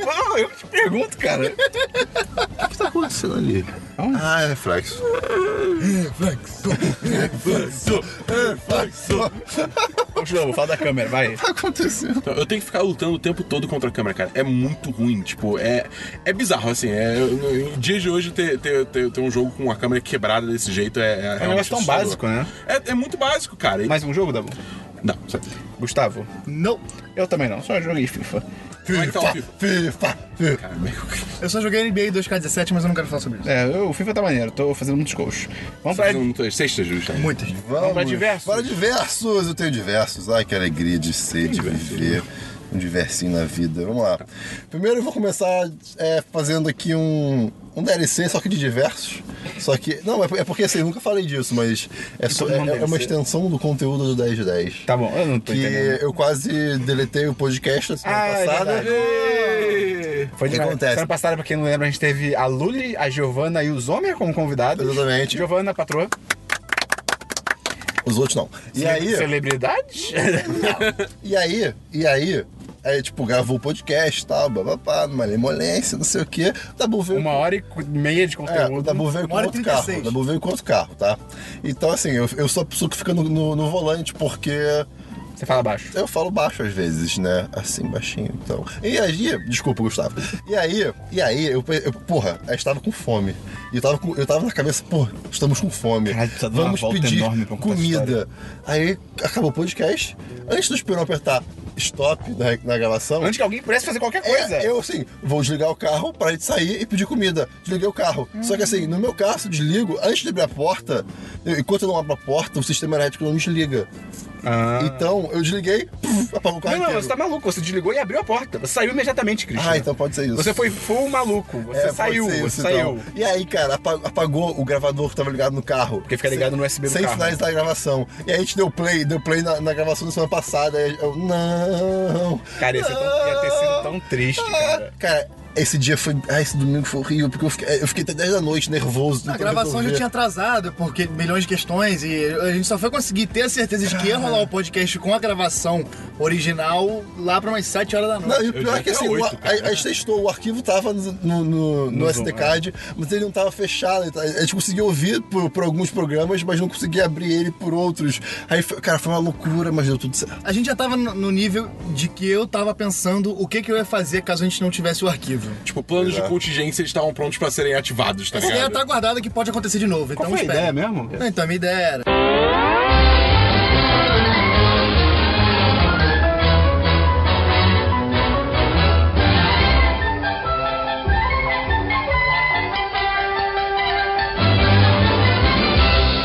A: Não, eu te pergunto, cara.
D: O que tá acontecendo ali? Ah, é reflexo.
A: Vamos de novo, fala da câmera, vai.
D: tá acontecendo?
B: Então, eu tenho que ficar lutando o tempo todo contra a câmera, cara. É muito ruim, tipo, é, é bizarro, assim. É, no, no dia de hoje, ter, ter, ter, ter um jogo com a câmera quebrada desse jeito é. É, realmente
A: um negócio tão
B: assustador.
A: básico, né?
B: É, é muito básico, cara. E-
A: Mais um jogo, Dabu?
B: Não, sabe?
A: Gustavo?
C: Não.
A: Eu também não, só joguei FIFA.
B: Como é que tá o
D: FIFA,
B: FIFA?
D: FIFA, FIFA.
B: Cara, meio que-
C: Eu só joguei NBA 2K17, mas eu não quero falar sobre isso.
A: É, eu- o FIFA tá maneiro, tô fazendo muitos gols. Vamos pra.
B: Não, não tô- Sexta, justa.
C: Muitas.
A: Vamos pra diversos.
D: Para diversos, eu tenho diversos. Ai, que alegria de ser, de viver. Um diversinho na vida. Vamos lá. Primeiro eu vou começar é, fazendo aqui um, um DLC, só que de diversos. Só que. Não, é por- é porque assim, eu nunca falei disso, mas é, só-
A: todo mundo
D: é- é uma
A: DLC.
D: extensão do conteúdo do 10 de 10.
A: Tá bom, eu não tô
D: que
A: entendendo.
D: eu quase deletei o podcast da
C: Ah,
D: semana
A: é
D: passada.
A: verdade. Foi
D: O que
A: demais.
D: acontece?
A: Semana passada, pra quem não lembra, a gente teve a Luli, a Giovanna e o Zomer como convidados.
D: Exatamente.
A: Giovanna, patroa.
D: Os outros não. E
A: Ce-
D: aí.
A: Celebridade?
D: E aí, e aí, aí, tipo, gravou o podcast e tal, babapá, numa lemolência, não sei o quê. O Dabu veio.
A: Uma hora e qu- meia de
D: É, o
A: conteúdo.
D: Dabu veio com
C: Uma hora e
D: outro
C: 36.
D: carro. O Dabu veio com outro carro, tá? Então, assim, eu, eu sou a pessoa que fica no, no- no volante porque
A: Você fala baixo.
D: eu falo baixo às vezes, né? Assim, baixinho, então. E aí, desculpa, Gustavo. E aí, e aí, eu, eu porra, eu estava com fome. E eu tava, com- eu tava na cabeça, pô, estamos com fome.
A: Caralho, precisa dar uma
D: Vamos
A: volta
D: pedir
A: enorme pra contar essa
D: comida. Aí acabou o podcast. Antes do Esperão apertar stop na, na gravação.
A: Antes que alguém pudesse fazer qualquer
D: É,
A: coisa.
D: eu assim, vou desligar o carro pra gente sair e pedir comida. Desliguei o carro. Só que assim, no meu carro, se eu desligo, antes de abrir a porta, eu- enquanto eu não abro a porta, o sistema elétrico não desliga.
A: Ah.
D: Então, eu desliguei, puf, apagou o carro
A: Não, não,
D: inteiro.
A: você tá maluco. Você desligou e abriu a porta. Você saiu imediatamente, Cristian.
D: Ah, então pode ser isso.
A: Você foi full maluco. Você
D: É, pode
A: saiu,
D: ser
A: você
D: isso,
A: saiu.
D: então. E aí, cara, apa- apagou o gravador que tava ligado no carro.
A: Porque fica ligado
D: Sem-
A: no USB do
D: Sem
A: carro.
D: finalizar a gravação. E aí a gente deu play, deu play na, na gravação da semana passada. E eu, não.
A: Cara, ia ser tão- ia ter sido tão triste, cara.
D: Cara, esse dia foi. Ah, esse domingo foi horrível, porque eu fiquei, eu fiquei até 10 da noite nervoso.
C: A
D: tentando
C: gravação já
D: resolver.
C: tinha atrasado, porque milhões de questões, e a gente só foi conseguir ter a certeza de que ia rolar o podcast com a gravação original lá pra umas 7 horas da
D: Não,
C: noite.
D: e o
B: Eu
D: pior
B: já
D: é que
B: até
D: assim, o,
B: oito,
D: a, a gente testou, o arquivo tava no, no, no, no
A: Zoom,
D: SD
A: é.
D: card, mas ele não tava fechado. então A gente conseguia ouvir por, por alguns programas, mas não conseguia abrir ele por outros. Aí, foi- cara, foi uma loucura, mas deu tudo certo.
C: A gente já tava no no nível de que eu tava pensando o que, que eu ia fazer caso a gente não tivesse o arquivo.
B: Tipo, planos de
D: Exato.
B: contingência estavam prontos pra serem ativados, tá
C: Essa ideia tá
B: ligado?
C: guardada que pode acontecer de novo, então
A: Qual foi a né? É
C: espera.
A: ideia mesmo?
C: Não, então a minha ideia era.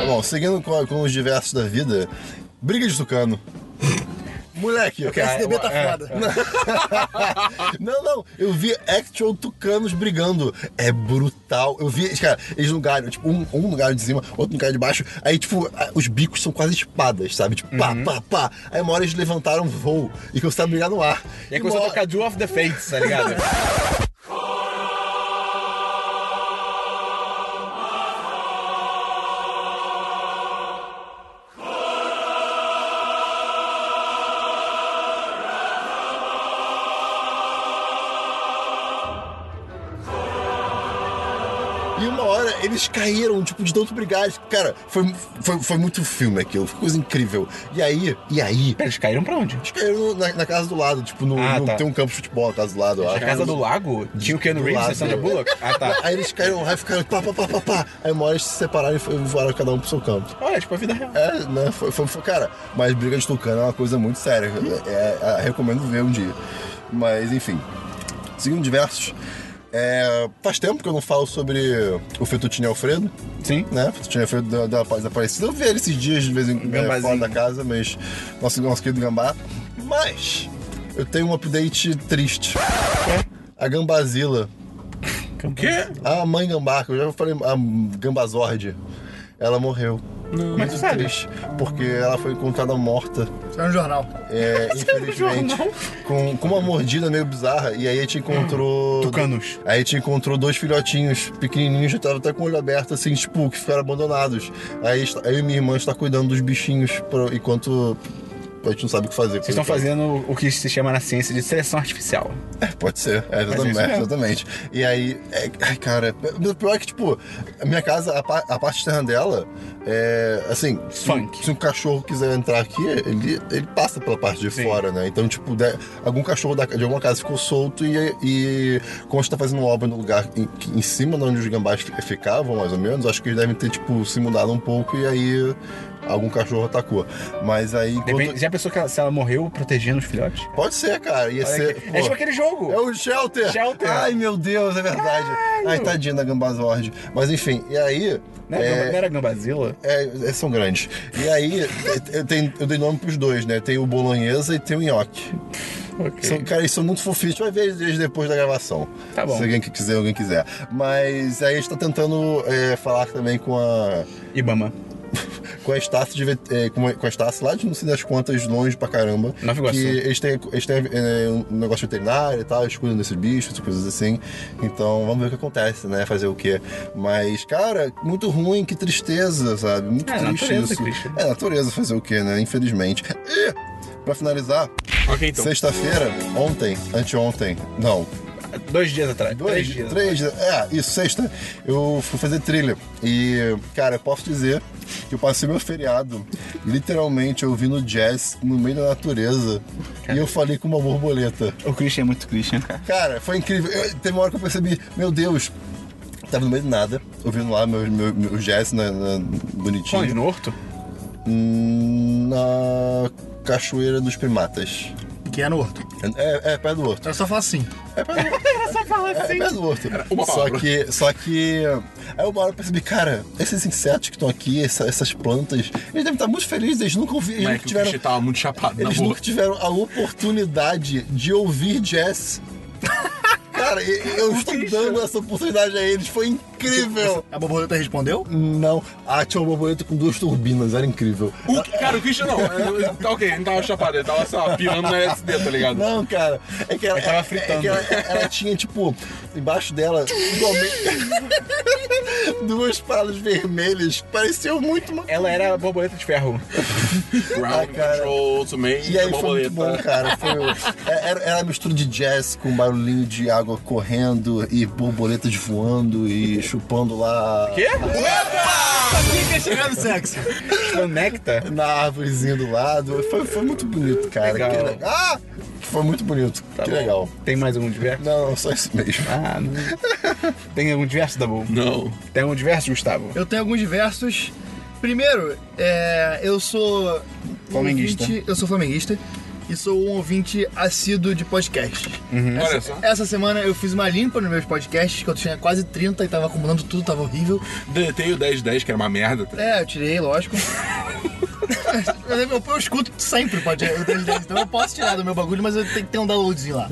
D: Bom, seguindo com, com os diversos da vida, briga de tucano. Moleque,
A: Cara,
C: SDB tá
A: é.
C: foda.
D: não, não, eu vi actual tucanos brigando. É brutal. Eu vi, cara, eles no galho, tipo, um, um no galho de cima, outro no galho de baixo. Aí, tipo, a- os bicos são quase espadas, sabe? Tipo,
A: Uhum.
D: pá, pá, pá. Aí uma hora eles levantaram um voo e começaram a brigar no ar.
A: E aí
D: uma
A: começou a
D: hora-
A: tocar Duel of the Fates, tá ligado?
D: E uma hora eles caíram, tipo, de tanto brigar. Cara, foi, foi, foi muito filme aquilo, foi coisa incrível. E aí, e aí,
A: Pera, eles caíram pra onde?
D: eles caíram no- na, na casa do lado, tipo, no,
A: Ah,
D: no-
A: tá.
D: tem um campo de futebol na casa do lado, eu
A: A
D: acho.
A: casa do lago? Tinha o Keanu
D: Do
A: Reeves e
D: lado.
A: a Sandra Bullock? Ah, tá.
D: Aí eles caíram lá e ficaram pá, pá, pá, pá, pá. Aí uma hora eles se separaram e foi- voaram cada um pro seu canto.
A: Olha, tipo a vida real.
D: É, né? Foi, foi, foi- cara, mas briga de tucano é uma coisa muito séria. É, é- é- recomendo ver um dia. Mas, enfim. Seguindo diversos. É, faz tempo que eu não falo sobre o Fettuccine Alfredo,
A: Sim.
D: né? Fettuccine Alfredo da, da, da Aparecida. Eu vi ele esses dias de vez em quando é,
A: Gambazinho.
D: fora da casa, mas nosso, nosso querido gambá. Mas eu tenho um update triste. A Gambazila
B: O quê?
D: a mãe gambá, que eu já falei, a gambazorde, ela morreu.
A: Como é que tu sabe?
D: Triste, porque ela foi encontrada morta,
C: Isso é no jornal.
D: é,
A: jornal?
D: infelizmente, com, com uma mordida meio bizarra. E aí a gente
A: Hum.
D: encontrou.
A: Tucanos.
D: Aí a gente encontrou dois filhotinhos pequenininhos, que estavam até com o olho aberto, assim, tipo, que ficaram abandonados. Aí, est- aí minha irmã está cuidando dos bichinhos, pra- enquanto a gente não sabe o que fazer.
A: Vocês estão fazendo o que se chama na ciência de seleção artificial.
D: Pode ser, é,
A: é
D: exatamente,
A: isso mesmo.
D: exatamente. E aí, é, ai, cara, o pior é que, tipo, a minha casa, a, pa- a parte externa dela, é, assim, se, um-
A: Funk.
D: se um cachorro quiser entrar aqui, ele, ele passa pela parte de
A: Sim.
D: fora, né? Então, tipo, de- algum cachorro da- de alguma casa ficou solto e, e como a gente tá fazendo obra no lugar em, que- em cima de onde os gambás fi- ficavam, mais ou menos, acho que eles devem ter, tipo, se mudado um pouco e aí algum cachorro atacou. Mas aí, enquanto-
A: Depende, já pensou que ela- se ela morreu protegendo os filhotes?
D: Pode ser, cara, ia
A: Olha
D: ser...
A: aqui.
D: pô.
A: É tipo aquele jogo.
D: É o Shelter.
A: Shelter.
D: Ai, meu Deus, é verdade. Ai, tadinha da Gambazord. Mas enfim, e aí...
A: Não, era Né? Gamba- não era Gambazilla?
D: é, é, são grandes. E aí, é, eu, tenho- eu dei nome pros dois, né? Tem o Bolonhesa e tem o Nhoque.
A: Ok.
D: São, cara, eles são muito fofinhos. A gente vai ver eles depois da gravação.
A: Tá bom.
D: Se alguém que quiser, alguém quiser. Mas aí a gente tá tentando é, falar também com a,
A: Ibama.
D: com a Estácio de Vet- eh, com a- com a Estácio lá de não sei das quantas, longe pra caramba.
A: Nova Iguaçu.
D: que eles têm, eles têm eh, um negócio veterinário e tal, eles cuidam desses bichos, essas coisas assim. Então vamos ver o que acontece, né? Fazer o quê? Mas, cara, muito ruim, que tristeza, sabe? Muito
A: É, a
D: triste
A: natureza,
D: isso.
A: Christian.
D: É natureza fazer o quê, né? Infelizmente. E, pra finalizar,
B: Ok, então.
D: sexta-feira, ontem, anteontem, não,
A: Dois dias atrás.
D: Dois,
A: três dias.
D: três, é, isso, sexta, eu fui fazer trilha. E, cara, eu posso dizer que eu passei meu feriado literalmente ouvindo jazz no meio da natureza. E eu falei com uma borboleta.
A: O Christian é muito Christian, cara.
D: Cara, foi incrível. Eu- teve uma hora que eu percebi, meu Deus, tava no meio do nada, ouvindo lá meu, meu, meu jazz na, na- bonitinho.
A: Onde? No Horto?
D: Hum, Na Cachoeira dos Primatas.
C: Que é no Horto.
D: É, é, perto do horto.
C: Era só falar assim.
A: Era só falar
D: É
A: assim.
D: perto do horto.
B: uma
D: só
B: palavra.
D: que, só que. Aí uma hora eu percebi, cara, esses insetos que estão aqui, essa- essas plantas, eles devem estar muito felizes, eles nunca ouviram. Eles,
B: Moleque,
D: nunca
B: é o Christian
D: tiveram,
B: tava muito chapado na
D: eles
B: boa.
D: nunca tiveram a oportunidade de ouvir jazz. Cara, e- eu estou dando essa oportunidade a eles, foi incrível!
C: A borboleta respondeu?
D: Não, ah, tinha uma borboleta com duas turbinas, era incrível.
B: O que- cara, o Christian não. Ele- Tá ok, ele não tava chapado, ele tava só pirando na LSD, tá ligado?
D: Não, cara, é que ela,
A: tava
D: é- é
A: fritando.
D: que ela, ela tinha, tipo, embaixo dela, igualmente, duas palas vermelhas, que pareciam muito uma
A: Ela era a borboleta de ferro.
B: Ground
D: Ah, cara.
B: control, é também,
D: E
A: é
D: aí foi
B: borboleta.
D: muito bom, cara. Foi, é- era, era a mistura de jazz com barulhinho de água correndo e borboletas voando e chupando lá
A: Quê?
C: Quem quer chegar no sexo?
A: é Conecta?
D: na árvorezinha do lado. Foi, foi muito bonito, cara.
A: Legal.
D: Que le- ah! Foi muito bonito.
A: Tá
D: que
A: bom.
D: legal.
A: Tem mais algum diverso?
D: Não, não, só isso mesmo.
A: Ah, não. Tem algum diverso, Dabu?
B: Não.
A: Tem algum diverso, Gustavo?
C: Eu tenho alguns diversos. Primeiro, é, eu sou. um
A: Flamenguista.
C: ouvinte- eu sou flamenguista e sou um ouvinte assíduo de podcast.
B: Olha só.
C: Essa semana eu fiz uma limpa nos meus podcasts, que eu tinha quase 30 e tava acumulando tudo, tava horrível.
B: Deletei o 1010, que era uma merda. tá ligado?
C: É, eu tirei, lógico. Eu, eu, eu escuto sempre, pode o dele deles, então eu posso tirar do meu bagulho, mas eu tenho que ter um downloadzinho lá.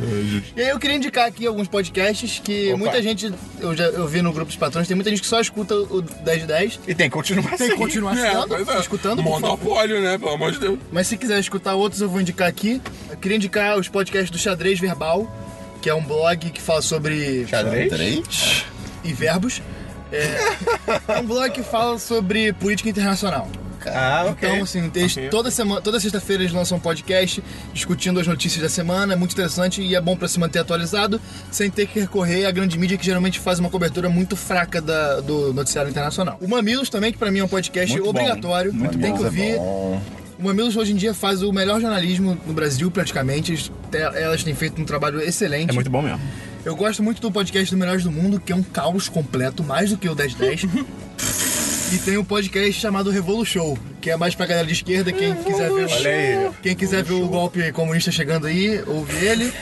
C: E aí eu queria indicar aqui alguns podcasts que
A: Opa.
C: muita gente, eu já eu vi no grupo dos patrões, tem muita gente que só escuta o 10 de 10.
A: E tem que continuar
C: Tem que
A: assim.
C: continuar assinando,
B: pois é.
C: escutando, por favor.
B: Monopólio, né? Pelo amor de Deus.
C: Mas se quiser escutar outros, eu vou indicar aqui. Eu queria indicar os podcasts do Xadrez Verbal, que é um blog que fala sobre
A: Xadrez?
D: Três?
C: e verbos. É, é um blog que fala sobre política internacional.
A: Ah, ok.
C: Então, assim, eles,
B: Ok.
C: toda semana, toda sexta-feira eles lançam um podcast discutindo as notícias da semana, é muito interessante e é bom pra se manter atualizado, sem ter que recorrer à grande mídia que geralmente faz uma cobertura muito fraca da- do noticiário internacional. O Mamilos também, que pra mim é um podcast
A: Muito bom.
C: obrigatório,
A: Muito
C: tem
A: bom.
C: que ouvir. O Mamilos hoje em dia faz o melhor jornalismo no Brasil, praticamente. Eles- Elas têm feito um trabalho excelente.
A: É muito bom mesmo.
C: Eu gosto muito do podcast do Melhores do Mundo, que é um caos completo, mais do que o 1010. e tem um podcast chamado Revolu Show, que é mais pra galera de esquerda, quem quiser ver.
A: Olha aí.
C: Quem quiser ver o golpe comunista chegando aí, ouve ele.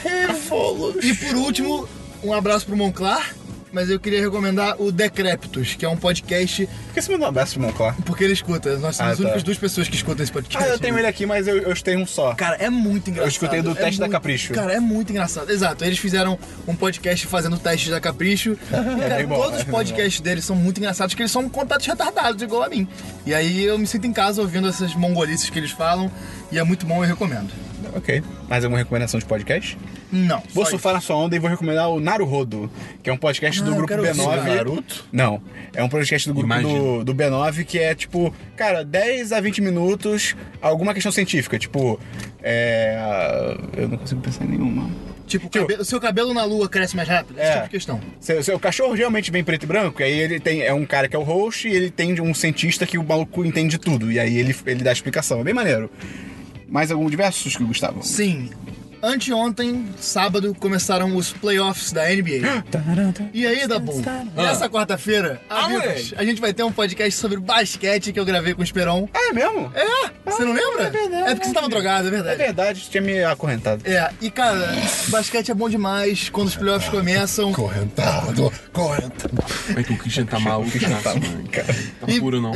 C: E por último, um abraço pro Monclar, mas eu queria recomendar o Decréptos, que é um podcast
A: Por que você mandou um abraço pro Monclar?
C: porque ele escuta. Nós somos
A: Ah,
C: as
A: tá.
C: únicas duas pessoas que escutam esse podcast.
A: Ah, eu tenho ele aqui, mas eu, eu tenho um só.
C: Cara, é muito engraçado.
A: Eu escutei do
C: É
A: teste da
C: muito-
A: Capricho.
C: Cara, é muito engraçado. Exato, eles fizeram um podcast fazendo o teste da Capricho. E, cara,
A: bem bom,
C: todos
A: é
C: os
A: bem
C: podcasts deles são muito engraçados, porque eles são completos retardados, igual a mim. E aí eu me sinto em casa ouvindo essas mongolices que eles falam, e é muito bom, eu recomendo.
A: Ok. Mais alguma recomendação de podcast?
C: Não.
A: Vou
C: só isso.
A: surfar na sua onda e vou recomendar o Naruhodo, que é um podcast
C: Ah,
A: do
C: eu
A: grupo
C: quero ouvir.
A: B9.
D: Naruto?
A: Não. É um podcast do grupo
B: Imagino.
A: do, do B9 que é tipo, cara, 10 a 20 minutos, alguma questão científica. Tipo, é. Eu não consigo pensar em nenhuma.
C: Tipo, o cabelo- o seu cabelo na lua cresce mais rápido? Esse
A: É.
C: tipo de questão.
A: Seu, seu cachorro realmente vem preto e branco, e aí ele tem. É um cara que é o host e ele tem um cientista que o maluco entende tudo. E aí ele, ele dá a explicação. É bem maneiro. Mais algum diversos que o Gustavo?
C: Sim. Anteontem, sábado, começaram os playoffs da NBA. E aí, Dabu, nessa quarta-feira,
B: Ah,
C: amigos,
B: moleque.
C: a gente vai ter um podcast sobre basquete que eu gravei com o Esperon.
A: Ah, é mesmo? É,
C: É? Você não lembra?
A: é verdade.
C: porque você tava drogado, é verdade.
A: verdade, tinha me acorrentado.
C: É, e cara, basquete é bom demais quando os playoffs começam.
D: Correntado, correntado.
B: É que o Christian tá maluco, tá, mano. Tá
C: E-
B: puro, não.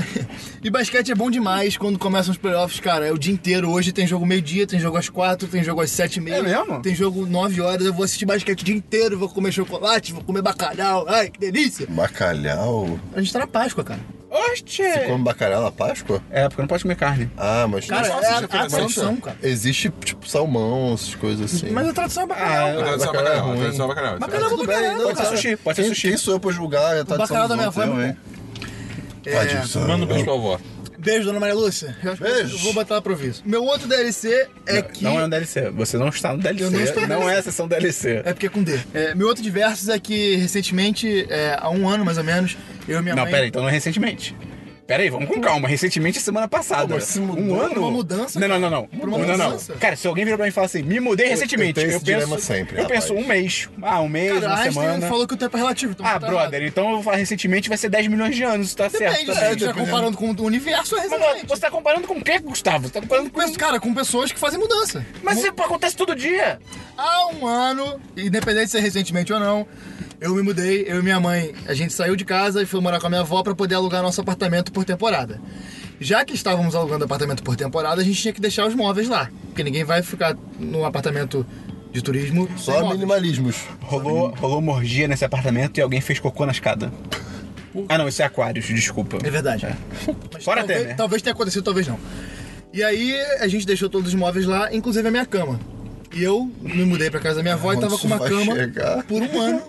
C: E basquete é bom demais quando começam os playoffs, cara. É o dia inteiro. Hoje tem jogo meio-dia, tem jogo às quatro, tem jogo às sete e meia.
A: É mesmo?
C: Tem jogo nove horas. Eu vou assistir basquete o dia inteiro, vou comer chocolate, vou comer bacalhau. Ai, que delícia.
D: Bacalhau?
C: A gente tá na Páscoa, cara.
A: Oxe!
D: Come bacalhau na Páscoa?
A: É, porque não pode comer carne.
D: Ah, mas.
C: Cara,
D: Mas-
C: é
B: já
C: a, a
B: fez
C: tradição, cara.
D: Existe, tipo, salmão, essas coisas assim.
C: Mas a tradição é
A: Ah,
C: bacalhau,
A: eu
C: cara.
B: Agora só
D: bacalhau é
B: bacalhau, agora
D: ruim.
B: só bacalhau.
C: Bacalhau
D: Tudo bem, não,
C: Pode
A: ser
D: cara.
A: sushi, pode ser
D: Quem-
A: sushi.
D: Quem sou eu pra julgar? É a tradição
C: bacalhau
D: dos
C: da minha
D: outros,
C: avó é
D: eu,
C: muito
D: hein?
C: É.
D: Tradição.
B: Manda um beijo pra avó.
C: Beijo, dona Maria Lúcia. Eu acho que
D: Beijo.
C: eu vou botar lá pro aviso. Meu outro DLC é que.
A: Não é um DLC. Você não está no DLC.
C: Eu não estou no
A: não é a sessão DLC.
C: É porque é com D. É, meu outro diversos é que recentemente, é, há um ano mais ou menos, eu e minha
A: não,
C: mãe.
A: pera aí, então não é recentemente. Pera aí, vamos com calma. Recentemente, semana passada.
D: Pô, mas se mudou,
A: um ano?
C: uma mudança,
A: Não,
C: cara.
A: não, não. não.
C: Por uma
A: não, não.
C: mudança.
A: Cara, se alguém virar pra mim e falar assim, me mudei recentemente.
D: eu tenho
A: Eu,
D: esse
A: penso,
D: dilema sempre,
A: eu penso
D: rapaz.
A: um mês. Ah, um mês,
C: Cara,
A: uma
C: Einstein
A: semana.
C: falou que o tempo é relativo. Então
A: Ah,
C: não tá
A: brother, então eu vou falar recentemente vai ser 10 milhões de anos, tá
C: errado.
A: certo?
C: Depende, se
A: também.
C: a gente tá comparando com o universo, é
A: Mas,
C: exatamente.
A: você tá comparando com o que, Gustavo? Você tá comparando com.
C: Mas, cara, com pessoas que fazem mudança.
A: Mas isso acontece todo dia.
C: Há um ano, independente de ser recentemente ou não, eu me mudei, eu e minha mãe. A gente saiu de casa e foi morar com a minha avó para poder alugar nosso apartamento por temporada. Já que estávamos alugando apartamento por temporada, a gente tinha que deixar os móveis lá. Porque ninguém vai ficar num apartamento de turismo. sem
D: Só
C: móveis.
D: minimalismos.
A: Rolou, rolou uma orgia nesse apartamento e alguém fez cocô na escada. Ah, não, isso é Aquários, desculpa.
C: É verdade. Mas
A: Fora né?
C: talvez,
A: Temer.
C: talvez tenha acontecido, talvez não. E aí a gente deixou todos os móveis lá, inclusive a minha cama. E eu me mudei pra casa da minha avó e
D: Onde
C: tava com
D: isso
C: uma
D: vai
C: cama
D: chegar?
C: por um ano.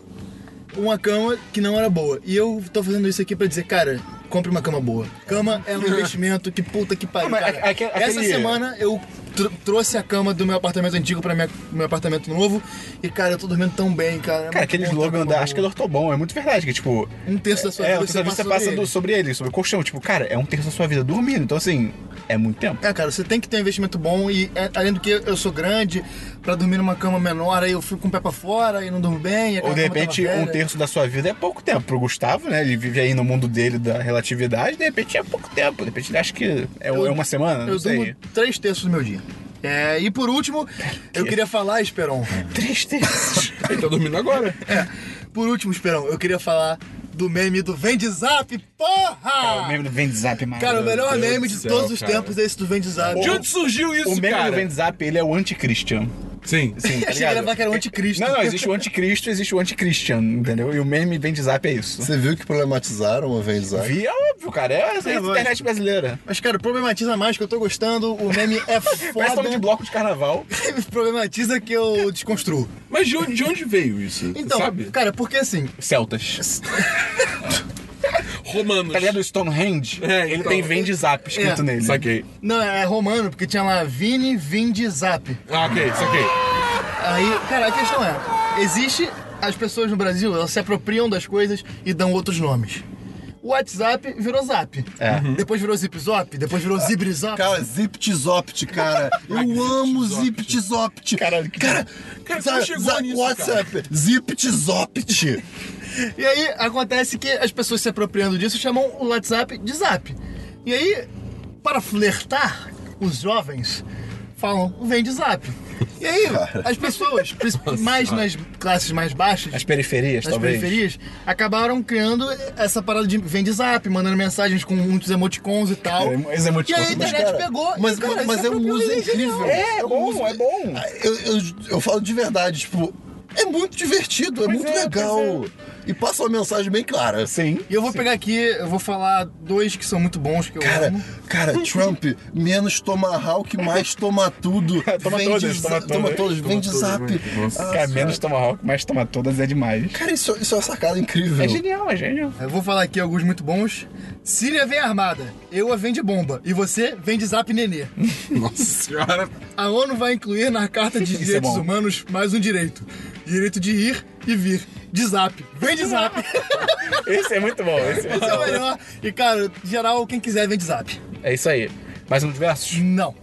C: Uma cama que não era boa. E eu tô fazendo isso aqui pra dizer, cara, compre uma cama boa. Cama é um investimento que puta que pariu.
A: Não, mas
C: cara.
A: a- aque-
C: Essa
A: aquele-
C: semana eu tr- trouxe a cama do meu apartamento antigo pra minha, meu apartamento novo. E, cara, eu tô dormindo tão bem, cara. É muito
A: Cara, aquele
C: bom ter uma
A: slogan
C: cama
A: da Acho que é
C: boa.
A: Ortobon é muito verdade, que tipo.
C: Um terço da sua
A: É,
C: vida
A: o
C: você
A: terça vez você
C: passa
A: passa
C: sobre
A: do-
C: ele.
A: sobre ele, sobre o colchão. Tipo, cara, é um terço da sua vida dormindo. Então, assim, é muito tempo.
C: É, cara, você tem que ter um investimento bom e é, além do que eu sou grande, pra dormir numa cama menor, aí eu fico com o pé pra fora e não durmo bem. e aquela
A: Ou de
C: cama tava
A: repente, um
C: é velha.
A: terço da sua vida é pouco tempo. Pro Gustavo, né? Ele vive aí no mundo dele da relatividade, de repente é pouco tempo. De repente ele acha que é,
C: Eu-
A: é uma semana, não
C: Eu
A: sei.
C: durmo três terços do meu dia. É, e por último, eu queria falar, Esperon.
A: Três terços.
B: Ele tá dormindo agora.
C: É, por último, Esperon, eu queria falar do meme do Vende Zap,
A: O
C: porra!
A: meme do Vendzap, mano.
C: Cara, o melhor é
B: Deus do
C: meme de
B: céu,
C: todos os
B: cara.
C: tempos é esse do Vende Zap.
B: De onde surgiu isso,
A: O meme
B: cara?
A: do Vendzap, ele é o anticristian.
B: Sim.
A: Sim, tá
C: Achei que ele ia
A: ligado?
C: falar que era o anticristo.
A: Não, não, existe o anticristo, existe o anticristian, entendeu? E o meme Vendzap é isso.
D: Você viu que problematizaram o Avengers?
A: Vi, é óbvio, cara. É, a internet
C: lógico.
A: brasileira.
C: Mas, cara, problematiza mais que eu tô gostando, o meme é
A: Parece nome de
C: foda.
A: bloco de carnaval.
C: problematiza que eu desconstruo.
B: Mas de onde, de onde veio isso?
C: Então,
B: sabe?
C: cara, porque assim,
A: Celtas.
B: Romanos.
A: Tá ligado o Stonehenge?
B: É,
A: ele
B: então.
A: tem Vendzap escrito
C: É.
A: nele.
B: Saquei.
C: não, é romano, porque tinha lá Vini, Vinde Zap.
B: Ah, ok, saquei.
C: Aí, cara, a questão é: existe. As pessoas no Brasil, elas se apropriam das coisas e dão outros nomes. O WhatsApp virou Zap.
A: É.
C: Depois virou ZipZop, depois virou ZibriZop.
D: Cara, Ziptizopt, cara. Eu amo Ziptizopt.
A: Caralho, que-
D: Cara,
B: Cara,
D: za-
B: como chegou
D: za-
B: nisso,
D: WhatsApp, Ziptizopt.
C: E aí acontece que as pessoas se apropriando disso chamam o WhatsApp de Zap. E aí, para flertar, os jovens falam, vem de Zap. E aí, as pessoas, princi- mais nas classes mais baixas,
A: As periferias,
C: nas
A: talvez.
C: periferias, acabaram criando essa parada de vende zap, mandando mensagens com muitos emoticons e tal.
A: É, mas emoticons,
C: e aí a
A: mas,
C: internet
D: cara,
C: pegou. e,
D: mas-
C: cara,
D: mas-
C: isso
D: mas é um
C: apropriou
D: uso
C: isso,
D: incrível. Ah,
C: não.
A: É, é bom, é bom.
D: Eu, eu, eu falo de verdade, tipo, é muito divertido, é muito
A: é, pois é.
D: legal. E passa uma mensagem bem clara. assim.
A: Sim.
C: E eu vou pegar aqui, eu vou falar dois que são muito bons, que eu
D: Cara,
C: amo.
A: Hum.
D: cara, Trump, menos toma Hawk, mais toma tudo.
A: Toma
D: Vende
A: todas,
D: za-
A: toma todas.
D: todas,
B: Toma
D: vende
B: todas,
D: zap.
B: mano. Nossa.
D: Ah,
A: Cara, é menos Tomahawk, mais toma todas é demais.
D: Cara, isso, isso é uma sacada incrível.
A: É genial, é genial.
C: Eu vou falar aqui alguns muito bons. Síria vem armada, eu a vende bomba, e você vende zap nenê.
B: Nossa senhora.
C: A ONU vai incluir na Carta
A: Isso
C: de
A: é
C: Direitos
A: bom.
C: Humanos mais um direito. Direito de ir e vir. De zap. Vende zap.
A: Esse é muito bom. Esse é, muito
C: Esse é o
A: bom.
C: melhor. E, cara, geral, quem quiser vende zap.
A: é isso aí. Mais uns versos?
C: Não.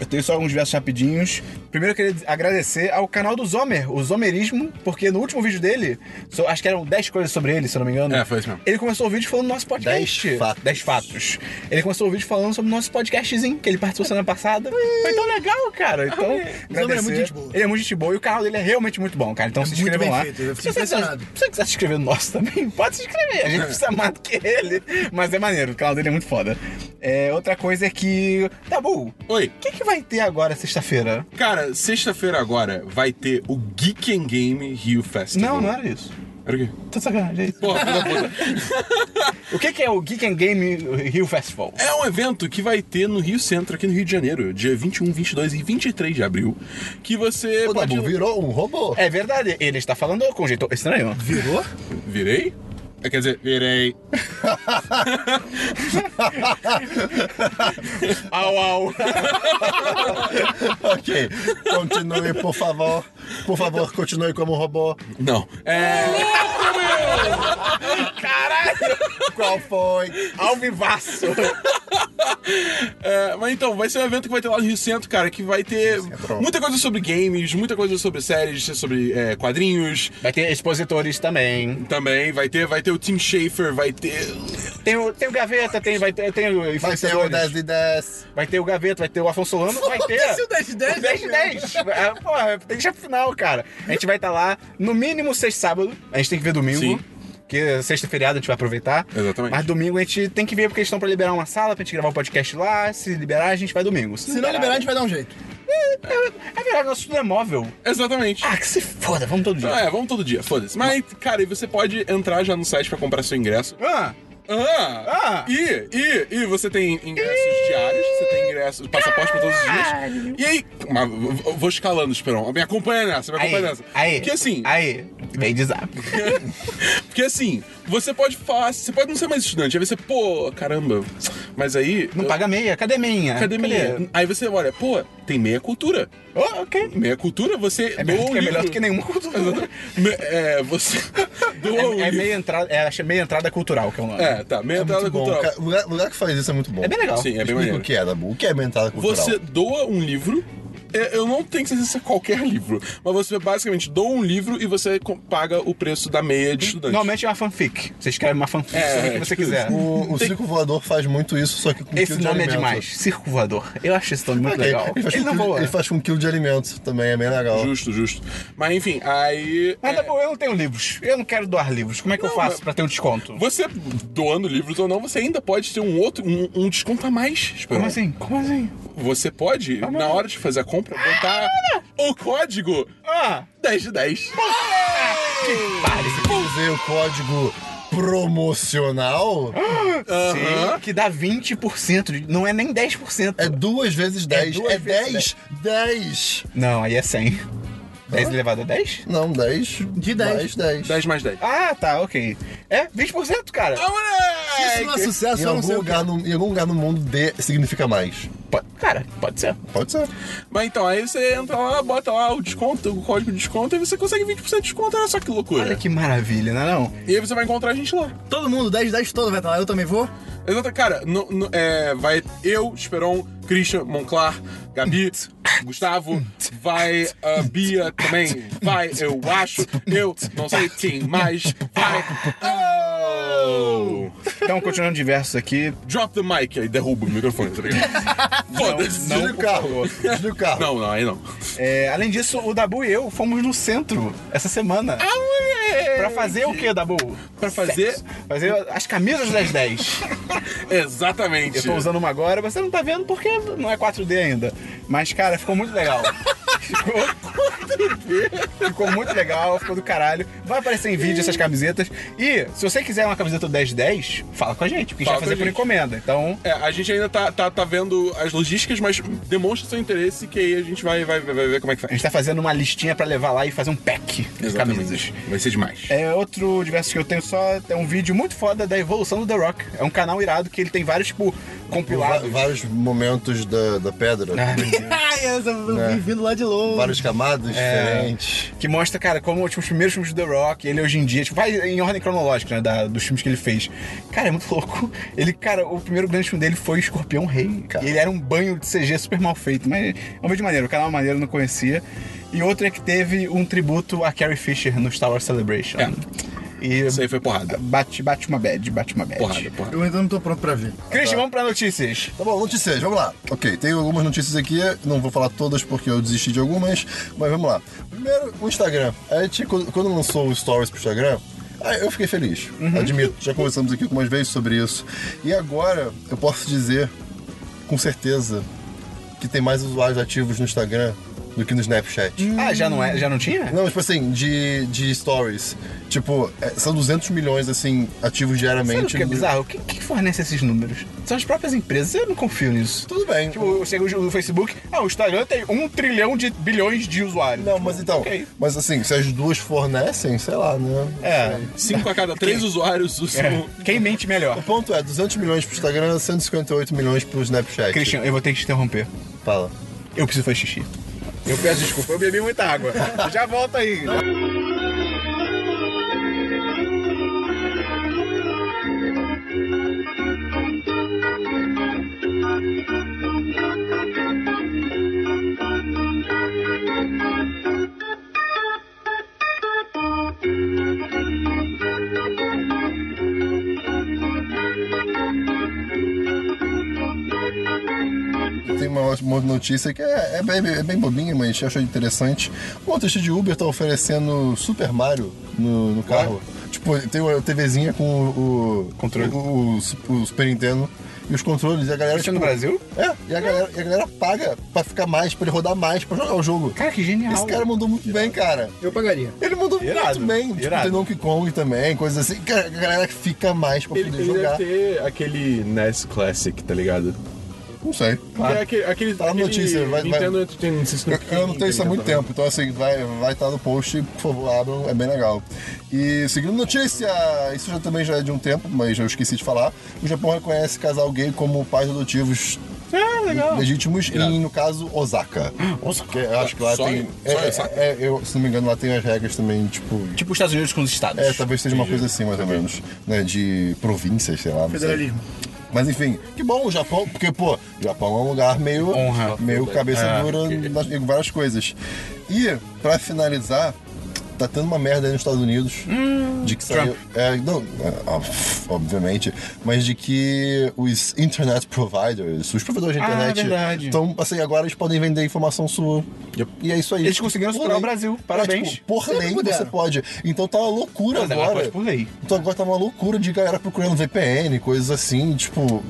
A: Eu tenho só alguns versos rapidinhos. Primeiro eu queria agradecer ao canal do Zomer, o Zomerismo, porque no último vídeo dele, so- acho que eram 10 coisas sobre ele, se eu não me engano.
B: É, foi isso mesmo.
A: Ele começou o vídeo falando do nosso podcast.
D: 10 fatos.
A: 10 fatos. Ele começou o vídeo falando sobre o nosso podcastzinho, que ele participou semana passada. Foi tão legal, cara. Então, agradecer.
C: é muito gente boa.
A: Ele é muito gente boa e o canal dele é realmente muito bom, cara. Então se
C: muito
A: inscrevam
C: bem
A: lá.
C: feito, eu
A: se,
C: fiquei
A: você quiser,
C: impressionado. É.
A: se você quiser se inscrever no nosso também, pode se inscrever. A gente precisa mais do que ele. Mas é maneiro, o canal dele é muito foda. É, outra coisa é que. Tabu,
B: Oi.
A: o que, que vai ter agora sexta-feira?
B: Cara, sexta-feira agora vai ter o Geek and Game Rio Festival.
A: Não,
D: é?
A: não era isso.
B: Era o quê?
A: Tô de sacanagem, é isso.
B: Porra, filha da puta.
A: O que, que é o Geek and Game Rio Festival?
B: É um evento que vai ter no Rio Centro, aqui no Rio de Janeiro, dia 21, 22 e 23 de abril, que você
D: Ô,
B: pode...
D: Dabu, virou um robô.
A: É verdade, ele está falando com um jeito estranho.
C: Virou?
B: Virei? É, Quer dizer, virei.
A: Au, au.
D: Ok, continue, por favor. Por favor, continue como robô.
B: Não. É...
A: Caralho!
D: Qual foi?
A: Alvivaço!
B: É, mas então, vai ser um evento que vai ter lá no Rio Centro, cara, que vai ter
D: Centro.
B: muita coisa sobre games, muita coisa sobre séries, sobre é, quadrinhos.
A: Vai ter expositores também.
B: Também vai ter, vai ter o Tim Schafer, vai ter.
A: Tem o, tem o Gaveta, tem, vai ter, tem o
D: Vai ser o 10
A: influenciadores.
D: de 10.
A: Vai ter o Gaveta, vai ter o Afonso Solano, vai ter...
C: Foda-se o 10 de 10,
A: O 10 de
C: né,
A: 10. É, Porra, deixa pro final, cara. A gente vai estar lá, no mínimo sexta e sábado. A gente tem que ver domingo.
B: Sim.
A: Porque sexta e feriado a gente vai aproveitar.
B: Exatamente.
A: Mas domingo a gente tem que ver porque eles estão pra liberar uma sala pra gente gravar o podcast lá. Se liberar, a gente vai domingo.
C: Se não liberar, a gente vai dar um jeito.
A: É verdade, nosso tudo é móvel.
B: Exatamente.
A: Ah, que se foda, vamos todo
B: Então,
A: dia.
B: é, vamos todo dia, foda-se. Mas, cara, e você pode entrar já no site pra comprar seu ingresso.
A: Ah,
B: Ah!
A: Ah.
B: E, e, e você tem ingressos diários, você tem ingressos, passaporte pra todos os dias. E aí. Mas, eu- eu vou escalando, Esperão. Me acompanha nessa, me
A: aí,
B: acompanha nessa.
A: aí.
B: Porque assim,
A: Aí, vem de zap.
B: Porque assim, você pode falar, você pode não ser mais estudante, aí você, pô, caramba, mas aí.
A: Não
B: eu-
A: paga meia? Cadê minha?
B: Cadê meia? Aí você olha, pô, tem meia cultura.
A: Oh, ok.
B: Meia cultura, você.
A: É, melhor-
B: doa um
A: é melhor
B: livro.
A: do que nenhuma cultura.
B: Me- É, você. doa um
A: É, é
B: livro.
A: meia entrada, é acho que é meia entrada cultural que é o nome.
B: É, tá, meia entrada
D: Bom,
B: cultural.
D: cara, lugar, lugar que faz isso é muito bom.
A: É bem legal.
B: Sim, é bem
D: Explica
B: maneiro.
D: o que é, Dabu. O que é mentada cultural?
B: Você doa um livro eu, eu não tenho certeza se é qualquer livro, mas você basicamente doa um livro e você com- paga o preço da meia de estudante.
A: Normalmente é uma fanfic. Você escreve uma fanfic
B: É,
A: sobre o que você
B: tipo
A: quiser.
D: O, o Circo Voador faz muito isso, só que com
A: Esse
D: quilo de
A: nome é
D: alimento.
A: demais. Circo voador. Eu acho esse nome muito
D: Ok,
A: legal.
D: Ele faz,
A: Ele
D: com
A: não é.
D: quilo,
A: voa.
D: ele faz com um quilo de alimento também, é bem legal.
B: Justo, justo. Mas enfim, aí.
A: Mas tá
B: é,
A: bom, eu não tenho livros. Eu não quero doar livros. Como é que eu
B: Não,
A: faço
B: mas-
A: pra ter um desconto?
B: Você doando livros ou não, você ainda pode ter um outro, um, um desconto a mais. Esperon.
A: Como assim? Tá Como assim?
B: Você pode, na hora de fazer a compra, botar o código
A: Ah!
B: 10 de 10.
D: Vou Usei o código promocional,
A: Sim, que dá 20%. De... Não é nem 10%.
D: é duas vezes 10.
A: duas
D: É
A: vezes
D: 10? 10!
A: Não, aí é 100. 10 elevado a 10?
D: Não, 10. De
C: 10.
D: Mais 10.
B: 10 mais 10.
A: Ah, tá, ok. É 20%, cara.
B: Ah,
C: Isso não é
B: moleque!
C: sucesso,
D: Em,
C: eu não
D: algum
C: sei o que.
D: lugar Ah, no, em algum lugar no mundo, D significa mais.
A: Po- Cara, pode ser.
D: Pode ser.
B: Mas então, aí você entra lá, bota lá o desconto, o código de desconto, e você consegue 20% de desconto. Olha só que loucura.
A: Olha que maravilha, não é não?
B: E aí você vai encontrar a gente lá.
C: Todo mundo, 10, 10 todo vai estar lá, eu também vou.
B: Exato, cara, no- no- é, vai eu, Esperon, Christian, Monclar, Gabi, Gustavo, vai a Bia também, vai, eu acho, eu não sei quem mais, vai. Oh!
A: Então, continuando diversos aqui.
B: Drop the mic, aí derruba o microfone, tá ligado? Foda-se.
A: Não,
D: Desliga o carro.
A: por
D: Desliga o carro.
B: Não, não, aí não.
A: É, além disso, o Dabu e eu fomos no centro essa semana.
B: Ah, moleque!
A: Pra fazer o que, Dabu?
B: Pra fazer.
A: Fazer as camisas das 10.
B: Exatamente.
A: Eu tô usando uma agora, você não tá vendo porque não é 4D ainda. Mas, cara, ficou muito legal. Ficou 4D. Ficou muito legal, ficou do caralho. Vai aparecer em vídeo essas camisetas. E se você quiser uma camiseta do 1010, fala com a gente, porque a gente
B: Fala
A: vai fazer
B: com a
A: por
B: gente.
A: encomenda. Então,
B: É, a gente ainda tá, tá, tá vendo as logísticas, mas demonstra seu interesse que aí a gente vai, vai, vai vai ver como é que
A: a
B: faz.
A: gente tá fazendo uma listinha pra levar lá e fazer um pack de camisas.
B: Vai ser demais.
A: É, outro diverso que eu tenho só é um vídeo muito foda da evolução do The Rock. É um canal irado que ele tem vários, tipo,
D: Va-
A: compilados.
D: Vários momentos da, da pedra.
C: Ai, eu vim vindo lá de longe.
D: Várias camadas diferentes.
A: Que mostra, cara, como tipo, os primeiros filmes do The Rock, ele hoje em dia, tipo, vai em ordem cronológica, né, da- dos filmes que ele fez. Cara, é muito louco. Ele, cara, o primeiro grande filme dele foi Escorpião Rei, cara. E ele era um banho de CG super mal feito, mas é um vídeo maneiro, o canal é maneiro, eu não conhecia. E outro é que teve um tributo a Carrie Fisher no Star Wars Celebration.
B: É.
A: E
B: Isso aí foi porrada.
A: bate, bate uma bad, bate uma bad.
B: Porrada, porrada.
C: Eu ainda não tô pronto pra ver.
A: Christian, vamos pra notícias.
D: Tá bom, notícias, vamos lá. Ok, tem algumas notícias aqui, não vou falar todas porque eu desisti de algumas, mas vamos lá. Primeiro, o Instagram. A gente, quando quando lançou o Stories pro Instagram, ah, eu fiquei feliz,
A: Uhum.
D: admito. Já conversamos aqui algumas vezes sobre isso. E agora, eu posso dizer, com certeza, que tem mais usuários ativos no Instagram do que no Snapchat.
A: Ah, já não, é, já não tinha?
D: Não, tipo assim, de, de stories. Tipo, é, são 200 milhões, assim,
A: Sabe
D: ativos
A: o
D: diariamente.
A: que é
D: no-
A: bizarro? Quem que fornece esses números? São as próprias empresas, eu não confio nisso.
D: Tudo bem.
A: Tipo, chega o o Facebook, ah, o Instagram tem um trilhão de bilhões de usuários.
D: Não, mas então.
A: Ok.
D: Mas assim, se as duas fornecem, sei lá, né?
A: É.
B: Cinco a cada três usuários usam.
D: tipo,
A: É. Quem mente
D: O
A: melhor?
D: ponto é, 200 milhões pro Instagram, 158 milhões pro Snapchat.
A: Christian, eu vou ter que te interromper.
D: Fala.
A: Eu preciso fazer xixi. Eu peço desculpa, eu bebi muita água. Já volto aí.
D: Tem uma ótima notícia que é, é bem, é bem bobinha, mas eu achei interessante. O motorista de Uber tá oferecendo Super Mario no, no carro. Tipo, tem uma TVzinha com o. o-
A: Controle.
D: O, o- o Super Nintendo. E os controles, e a galera.
A: Isso
D: Tipo,
A: é no Brasil?
D: É, e a galera, e a galera paga pra ficar mais, pra ele rodar mais, pra jogar o jogo.
A: Cara, que genial.
D: Esse cara mandou muito bem, cara.
C: Eu pagaria.
D: Ele mandou
A: Irado,
D: muito bem. Tipo,
A: irado.
D: tem Donkey Kong também, coisas assim. Cara, a galera fica mais pra
B: Ele,
D: poder
B: ele
D: jogar.
B: deve ter aquele NES Classic, tá ligado?
D: Não sei.
B: Que é aquele, aquele,
D: Tá na
B: aquele
D: notícia, vai- vai-
B: Nintendo Entertainment System.
D: Eu, eu não tenho isso há muito tempo, então assim, vai estar vai tá no post, por favor, abram, é bem legal. E seguindo notícia, isso já também já é de um tempo, mas eu esqueci de falar. O Japão reconhece casal gay como pais adotivos
A: Ah, legal.
D: legítimos e, no caso, Osaka.
A: Osaka.
D: Que eu acho que lá
B: Só
D: tem.
B: em-
D: é,
B: só em Osaka?
D: é, é, eu, se não me engano, lá tem as regras também, tipo.
A: Tipo os Estados Unidos com os Estados.
D: É, talvez seja uma coisa assim, mais ou menos. Né, de províncias, sei lá. não sei.
C: Federalismo.
D: Mas enfim, que bom o Japão, porque, pô, o Japão é um lugar meio.
A: Honra.
D: Meio cabeça
A: É.
D: dura nas- em várias coisas. E, pra finalizar, tá tendo uma merda aí nos Estados Unidos
A: Hum,
D: de que saiu. É, não, é, ó, obviamente, mas de que os internet providers, os provedores de
A: Ah,
D: internet,
A: verdade.
D: estão. assim, agora eles podem vender informação sua.
B: Yep.
D: E é isso aí.
A: Eles conseguiram
D: Por
A: superar o
D: lei.
A: Brasil.
D: É,
A: Parabéns.
D: tipo, por
C: Sempre
D: lei você
C: puderam.
D: pode. Então tá uma loucura
A: Mas agora
D: agora.
A: pode por lei.
D: Então agora tá uma loucura de galera procurando VPN, coisas assim, tipo.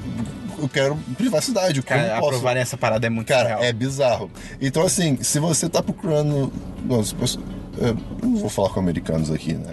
D: Eu quero privacidade, eu
A: Cara,
D: não posso.
A: aprovar essa parada é muito
D: Cara,
A: surreal.
D: é bizarro. Então, assim, se você tá procurando. Não, se você- é, eu não vou falar com americanos aqui, né?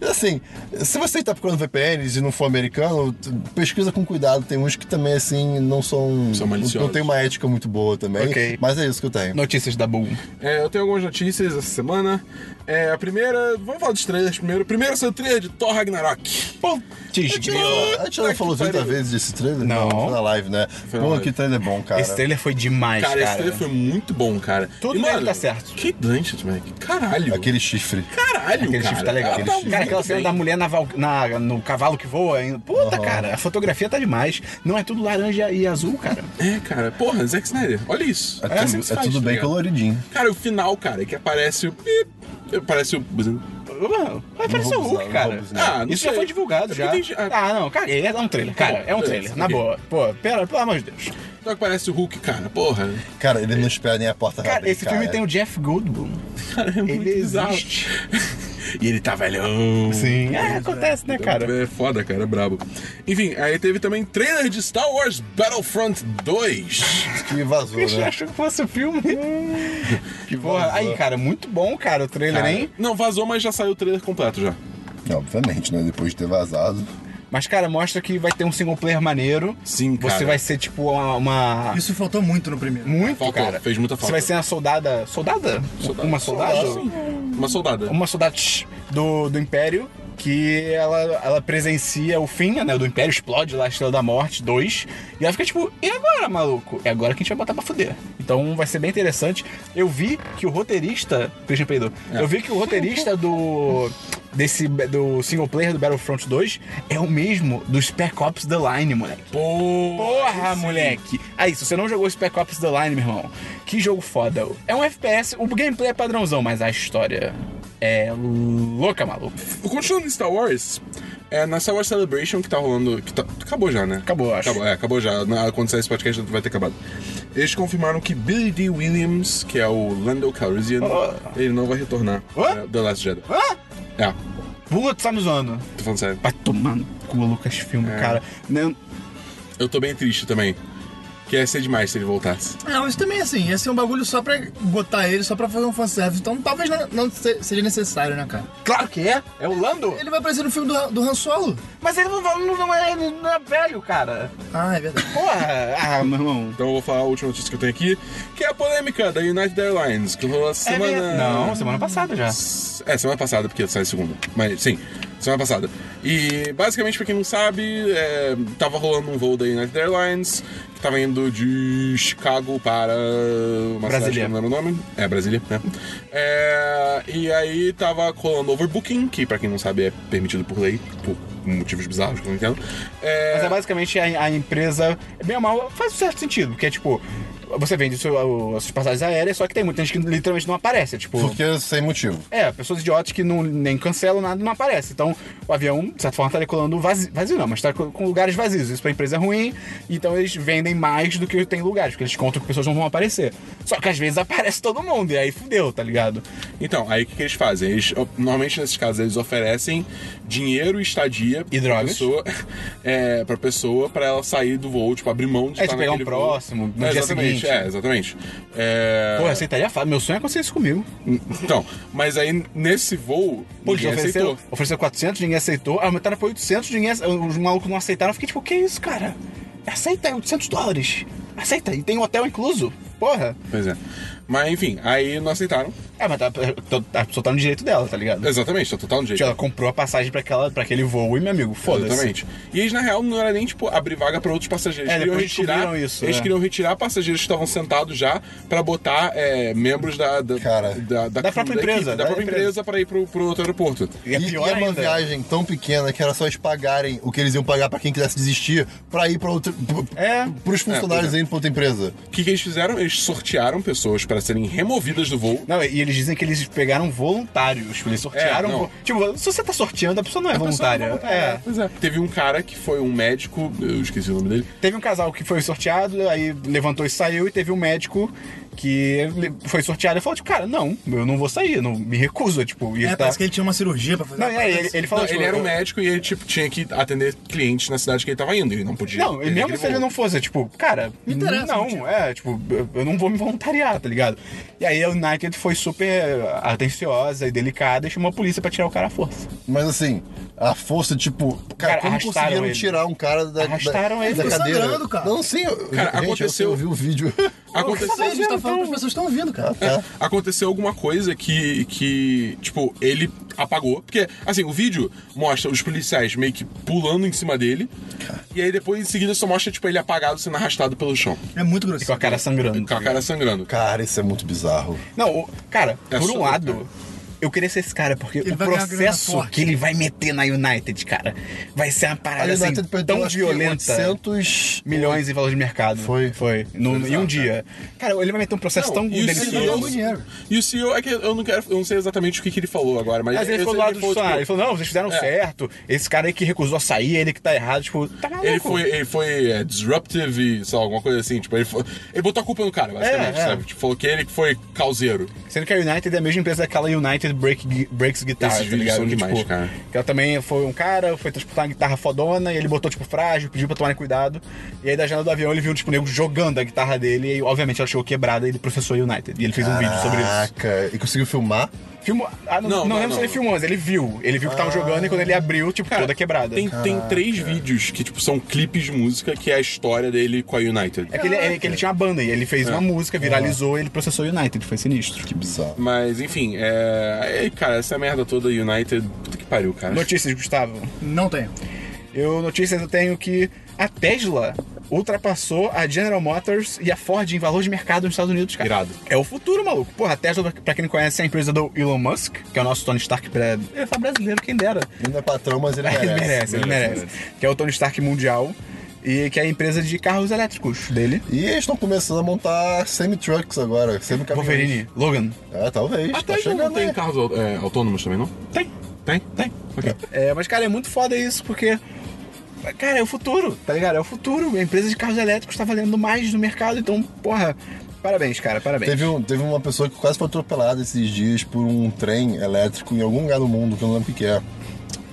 D: É. Assim, se você tá procurando VPNs e não for americano, t- pesquisa com cuidado. Tem uns que também, assim, não são.
B: São
D: não,
B: maliciosos.
D: não tem uma ética muito boa também.
A: Ok.
D: Mas é isso que eu tenho.
A: Notícias da Bull.
B: É, eu tenho algumas notícias essa semana. É, a primeira. Vamos falar dos trailers primeiro. Primeiro saiu o trailer de Thor Ragnarok. Pô,
A: Tis,
D: A gente já
B: Puta
D: não
B: que
D: falou 30
B: pariu.
D: vezes desse trailer?
A: Não.
D: Foi na live, né?
B: Foi na
D: Pô,
B: live.
D: que trailer bom, cara.
A: Esse trailer foi demais,
B: cara,
A: cara.
B: esse trailer foi muito bom, cara.
A: Tudo
B: E,
A: nele
B: mano,
A: tá certo.
B: Que Blanchett, moleque.
A: é
B: Caralho.
D: Aquele chifre.
B: Caralho,
A: Aquele
B: cara.
A: chifre tá legal.
B: Ela
A: Aquele chifre. cara,
B: muito
A: aquela cena
B: bem.
A: da mulher na val- na- no cavalo que voa. hein? Puta, cara, a fotografia tá demais. Não é tudo laranja e azul, cara.
B: É, cara. Porra, Zack Snyder. Olha isso.
D: É,
B: assim
D: tudo,
B: que se
D: é
B: faz,
D: tudo
B: tá
D: bem
B: ligado?
D: coloridinho.
B: Cara, o final, cara, é que aparece o. pip, Aparece o.
A: Mano, vai aparecer o
D: vou
A: Hulk,
D: abusar, não
A: cara.
D: vou abusar.
A: Ah,
B: não
A: Isso já
B: sei.
A: foi divulgado,
B: Eu
A: já.
B: entendi- ah,
A: Ah, não, caguei. É um trailer, cara. É um trailer, na boa. Pô, pera, pelo amor de Deus.
B: Então aparece o Hulk, cara. Porra.
D: Cara, ele não espera nem a porta
A: É. Cara,
D: abrir,
A: esse filme
D: cara.
A: tem o Jeff Goldblum.
B: Cara, é muito
A: Ele
B: bizarro.
A: existe.
B: e ele tá velhão.
A: Sim. É, acontece, né, cara?
B: É foda, cara, é brabo. Enfim, aí teve também trailer de Star Wars Battlefront 2.
D: que
A: Você
D: vazou, né?
A: achou que fosse o filme? que porra. Aí, cara, muito bom, Hum. cara, o trailer, hein?
B: Não, vazou, mas já saiu o trailer completo já.
D: Não, obviamente, né? Depois de ter vazado.
A: Mas, cara, mostra que vai ter um single player maneiro.
B: Sim,
A: Você
B: cara.
A: vai ser, tipo, uma... uma-
C: Isso faltou muito no primeiro.
A: Muito,
B: Faltou,
A: cara.
B: fez muita
A: Você
B: falta.
A: vai ser uma soldada... Soldada? Uma soldada?
B: Sim, Uma soldada.
A: Uma soldada tch, do, do Império. Que ela, ela presencia o fim, né? Do Império explode lá, a Estrela da Morte 2. E ela fica tipo, e agora, maluco? É agora que a gente vai botar pra fuder. Então vai ser bem interessante. Eu vi que o roteirista. Christian Peidou.
B: É.
A: Eu vi que o roteirista do. Desse. Do single player do Battlefront 2 é o mesmo do Spec Ops The Line, moleque.
B: Porra,
A: Porra,
B: sim.
A: moleque! Aí, se você não jogou Spec Ops The Line, meu irmão, que jogo foda. É um FPS, o gameplay é padrãozão, mas a história é louca, maluco.
B: Continuando em Star Wars, é, na Star Wars Celebration que tá rolando. Que tá- acabou já, né?
A: Acabou, eu acho.
B: Acabou, é, acabou já. Na- quando sair esse podcast vai ter acabado. Eles confirmaram que Billy D. Williams, que é o Lando Calrissian,
A: Oh.
B: ele não vai retornar.
A: Hã?
B: É, The Last Jedi.
A: Hã?
B: É,
A: Putz, tá me zoando. É.
B: tô falando sério.
A: Vai tomar no cu, Lucasfilm, cara. Não,
B: Eu tô bem triste também. Que ia ser demais se ele voltasse.
C: Não, isso também é assim, ia ser um bagulho só pra botar ele, só pra fazer um fanservice. Então talvez não, não se- seja necessário, né, cara?
A: claro que é, é o Lando.
C: Ele vai aparecer no filme do, do Han Solo.
A: Mas ele não, não, não, é, ele não é velho, cara.
C: Ah, é verdade.
A: Porra, ah, meu irmão.
B: Então eu vou falar a última notícia que eu tenho aqui, que é a polêmica da United Airlines, que rolou essa
A: É
B: semana.
A: verdade. Não, semana passada já.
B: É, semana passada, porque sai segunda. Mas sim, semana passada. E basicamente, pra quem não sabe, é, tava rolando um voo da United Airlines, que tava indo de Chicago para. Uma cidade que
A: Brasília.
B: eu não lembro o nome. É, Brasília, né? É, e aí tava rolando overbooking, que pra quem não sabe é permitido por lei, por motivos bizarros que eu não entendo. É,
A: Mas é basicamente a, a empresa, bem ou mal, faz um certo sentido, porque é tipo, você vende o seu, o- as suas passagens aéreas, só que tem muita gente que literalmente não aparece, é tipo...
D: Porque sem motivo.
A: É, pessoas idiotas que não, nem cancelam nada, não aparece. Então, o avião, de certa forma, tá decolando vazio, vazio não, mas tá co- com lugares vazios. Isso pra empresa é ruim, então eles vendem mais do que tem lugares, porque eles contam que pessoas não vão aparecer. Só que às vezes aparece todo mundo, e aí fudeu, tá ligado?
B: Então, aí o que, que eles fazem? Eles, ó, normalmente, nesses casos, eles oferecem dinheiro e estadia
A: E drogas.
B: Pessoa, é, pra pessoa pra ela sair do voo, tipo, abrir mão de
A: É,
B: estar
A: de pegar um
B: naquele
A: próximo,
B: voo.
A: no
B: é,
A: dia
B: exatamente,
A: seguinte.
B: É, exatamente. É,
A: Pô, aceitaria fácil. Meu sonho é acontecer isso comigo.
B: Então, mas aí nesse voo,
A: Pô,
B: ninguém
A: eles ofereceram-
B: aceitou.
A: Ofereceu 400, ninguém aceitou. Ah, Aumentaram pra 800, ninguém ace- ah, Os malucos não aceitaram. Eu fiquei tipo, que isso, cara? Aceita, é 800 dólares. Aceita, e tem hotel um incluso. Porra.
B: Pois é. Mas enfim, aí não aceitaram.
A: É, mas tá- tá- a pessoa tá no direito dela, tá ligado?
B: Exatamente, tá total no jeito.
A: Tipo, Ela comprou a passagem pra, aquela, pra aquele voo e, meu amigo, foda-se.
B: Exatamente. E eles, na real, não era nem, tipo, abrir vaga pra outros passageiros.
A: É,
B: Eles queriam
A: depois
B: retirar,
A: descobriram isso,
B: eles
A: é.
B: queriam retirar passageiros que estavam sentados já pra botar é, membros da, da,
D: Cara,
B: da,
A: da própria empresa,
B: equipe, da,
A: da
B: própria
A: empresa.
B: empresa pra ir pro, pro outro aeroporto.
A: E é
D: e,
A: pior
D: e era uma
A: ainda.
D: viagem tão pequena que era só eles pagarem o que eles iam pagar pra quem quisesse desistir pra ir pra outra. pro-
A: É.
D: Pros funcionários
B: É,
D: indo pra outra empresa.
B: O que, que eles fizeram? Eles sortearam pessoas pra serem removidas do voo.
A: Não, e eles dizem que eles pegaram voluntários, tipo, eles sortearam.
B: É, não.
A: vo- tipo, se você tá sorteando, a pessoa não é voluntária. É.
B: Pois é. Teve um cara que foi um médico, eu esqueci o nome dele.
A: Teve um casal que foi sorteado, aí levantou e saiu, e teve um médico que le- foi sorteado e falou, tipo, cara, não, eu não vou sair, não me recuso, tipo, ia
C: É,
A: estar-
C: parece que ele tinha uma cirurgia pra fazer.
A: Não, e aí, ele, ele falou,
B: Não,
A: tipo,
B: ele era um
A: eu-
B: médico e ele tipo, tinha que atender clientes na cidade que ele tava indo. E não podia.
A: Não, e mesmo
B: aquele
A: se ele
B: voo.
A: não fosse, é tipo, cara,
C: Não interessa,
A: não,
C: não tinha.
A: é, tipo, eu- eu não vou me voluntariar, tá ligado? E aí a United foi super atenciosa e delicada e chamou a polícia pra tirar o cara à força.
D: Mas assim, a força, tipo, cara,
A: Cara,
D: como
A: arrastaram
D: conseguiram
A: ele.
D: tirar um cara da,
A: Arrastaram
D: da,
A: ele.
D: da
A: Ficou
D: cadeira?
C: sangrando, cara.
D: Não, sim, eu,
B: Cara,
D: gente,
B: aconteceu.
D: Eu, eu vi o vídeo.
B: Aconteceu.
C: Vocês estão tá falando as pessoas estão ouvindo, cara.
D: Tá?
B: aconteceu alguma coisa que, que, tipo, ele apagou. Porque, assim, o vídeo mostra os policiais meio que pulando em cima dele. E aí depois, em seguida, só mostra, tipo, ele apagado sendo arrastado pelo chão.
C: É muito
A: Com a
C: grosseiro.
A: cara sangrando.
B: Com a cara sangrando.
D: Cara, isso é muito bizarro.
A: Não, o- cara,
B: É
A: por um
B: super,
A: lado,
B: cara.
A: eu queria ser esse cara, porque
C: Ele
A: o
C: vai ganhar uma grana
A: processo
C: forte.
A: que ele vai meter na United, cara, vai ser uma
D: A
A: parada assim,
D: United perdeu
A: tão
D: acho que
A: violenta.
D: 800
A: Milhões em valor de mercado.
D: Foi.
A: Foi. No- em um
B: bizarro,
A: dia. Cara, ele vai meter um processo tão
B: e o CEO
A: delicioso.
B: E o CEO é que eu não quero, eu não sei exatamente o que, que ele falou agora, mas,
A: Mas ele
B: eu
A: ficou do
B: sei
A: lado
B: que
A: do
B: ele
A: funcionário.
B: falou,
A: Ele
B: tipo,
A: falou, não, vocês fizeram
B: É.
A: certo. Esse cara aí que recusou a sair, ele que tá errado. Tipo, tá maluco.
B: Ele foi, ele foi é, disruptive, sei lá, alguma coisa assim. Tipo, ele, foi- ele botou a culpa no cara, basicamente,
A: É, é.
B: sabe? Tipo, falou que ele que foi causeiro.
A: Sendo que a United é a mesma empresa daquela United Break, Gui- Breaks Guitar,
B: Esses
A: tá
B: vídeos
A: ligado?
B: são
A: Que,
B: demais,
A: tipo,
B: cara.
A: Que ela também foi um cara, foi transportar uma guitarra fodona, e ele botou, tipo, frágil, pediu pra tomarem cuidado. E aí, da janela do avião, ele viu, tipo, o nego jogando a guitarra dele, e obviamente ela chegou quebrada, e ele processou a United. E ele fez um vídeo sobre isso.
D: Caraca, e conseguiu filmar?
A: Filmou... Ah, não,
B: Não,
A: não,
B: não,
A: lembro
B: não. Ah.
A: se ele filmou, mas ele viu. Ele viu que tava jogando, e quando ele abriu, tipo,
B: Cara,
A: toda quebrada.
B: Tem, tem três vídeos que, tipo, são clipes de música, que é a história dele com a United.
A: É que ele, é que ele tinha uma banda, e ele fez
B: É.
A: uma música, viralizou, e ele processou a United, foi sinistro.
D: Que bizarro.
B: Mas, enfim, é... é, Cara, essa merda toda United... Puta que pariu, cara.
A: Notícias, Gustavo.
C: Não tem.
A: Eu notícias eu tenho que a Tesla ultrapassou a General Motors e a Ford em valor de mercado nos Estados Unidos, cara.
B: Irado.
A: É o futuro, maluco. Porra, a Tesla, pra quem não conhece, é a empresa do Elon Musk, que é o nosso Tony Stark pra... Ele fala brasileiro, quem dera.
D: Ele não é patrão, mas ele merece. né?
A: ele merece, ele merece, Que é o Tony Stark mundial e que é a empresa de carros elétricos dele.
D: E eles estão começando a montar semi-trucks agora, semi-caminhões.
A: Wolverine, Logan.
D: É, talvez.
B: Até
D: tá
B: ainda não
D: chegando
B: tem
D: aí.
B: carros au- é, autônomos também, não?
A: Tem,
B: Tem?
A: tem.
B: Ok.
A: É, mas, cara, é muito foda isso, porque. Cara, é o futuro, tá ligado? É o futuro. A empresa de carros elétricos tá valendo mais no mercado, então, porra. Parabéns, cara, parabéns.
D: Teve, um- teve uma pessoa que quase foi atropelada esses dias por um trem elétrico em algum lugar do mundo, que eu não lembro o que, que é.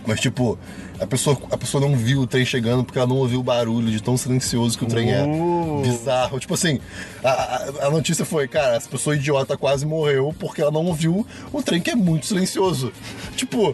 D: Mas, tipo, a pessoa, a pessoa não viu o trem chegando porque ela não ouviu o barulho de tão silencioso que o trem
A: Uh.
D: é. Bizarro. Tipo assim, a, a- a notícia foi, cara, essa pessoa idiota quase morreu porque ela não ouviu o trem que é muito silencioso. Tipo,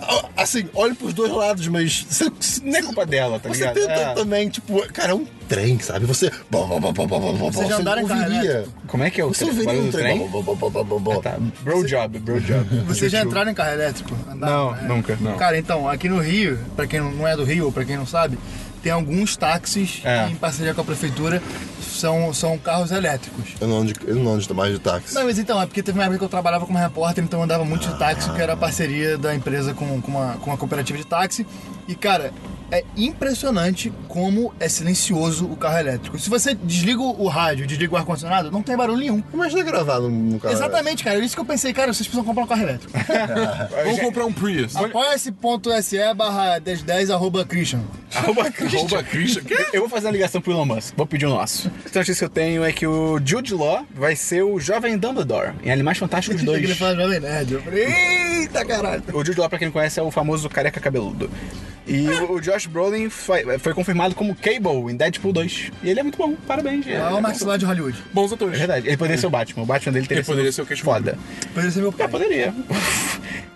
D: a- assim, olhe pros dois lados, mas... cê- cê-
A: Não é culpa dela, tá
D: você
A: ligado?
D: tenta
A: É.
D: também, tipo, cara, é um trem, sabe? Você. Bom, bom, bom, bom, bom, bom, bom,
C: Vocês já andaram em carro elétrico?
A: Como é que é o
D: Você
A: tre-
D: ouviria
A: barulho
D: um
A: do
D: trem? Ah,
A: trem?
D: Bom, bom, bom, bom, bom, bom.
A: Tá, bro job, bro job.
C: Vocês já entraram em carro elétrico? né?
A: Não, nunca. Não.
C: Cara, então, aqui no Rio, pra quem não é do Rio ou pra quem não sabe, tem alguns táxis
A: É.
C: que, em parceria com a prefeitura, são, são carros elétricos.
D: Eu não ando, de- eu não ando de- mais de táxi.
C: Não, mas então, é porque teve uma época que eu trabalhava como repórter, então eu andava muito de táxi, que era a parceria da empresa com, com, uma, com uma cooperativa de táxi. E, cara, é impressionante como é silencioso o carro elétrico. Se você desliga o rádio, desliga o ar-condicionado, não tem barulho nenhum.
D: Imagina gravar é no, no carro.
C: Exatamente, cara. É isso que eu pensei, cara, vocês precisam comprar um carro elétrico.
D: É,
B: Vamos comprar um Prius.
D: Ah,
C: Apoia.se barra 1010 arroba Christian.
A: Arroba Christian.
B: Rouba Christian. Quê?
A: Eu vou fazer a ligação pro Elon Musk, vou pedir o nosso. Outra notícia que eu tenho é que o Jude Law vai ser o jovem Dumbledore em Animais Fantásticos 2.
C: Ele fala jovem nerd. Eu falei, eita caralho.
A: O Jude Law, pra quem não conhece, é o famoso careca cabeludo. E o o Josh Brolin foi, foi confirmado como Cable em Deadpool 2. E ele é muito bom, parabéns. É,
C: É o Max
A: é
C: lá de Hollywood.
B: Bons
D: É
B: atores.
A: verdade, ele poderia ser o Batman. O Batman dele teria
B: Ele poderia ser o
A: que
B: Cat
A: foda.
C: Poderia ser meu
A: É,
C: pai.
A: poderia.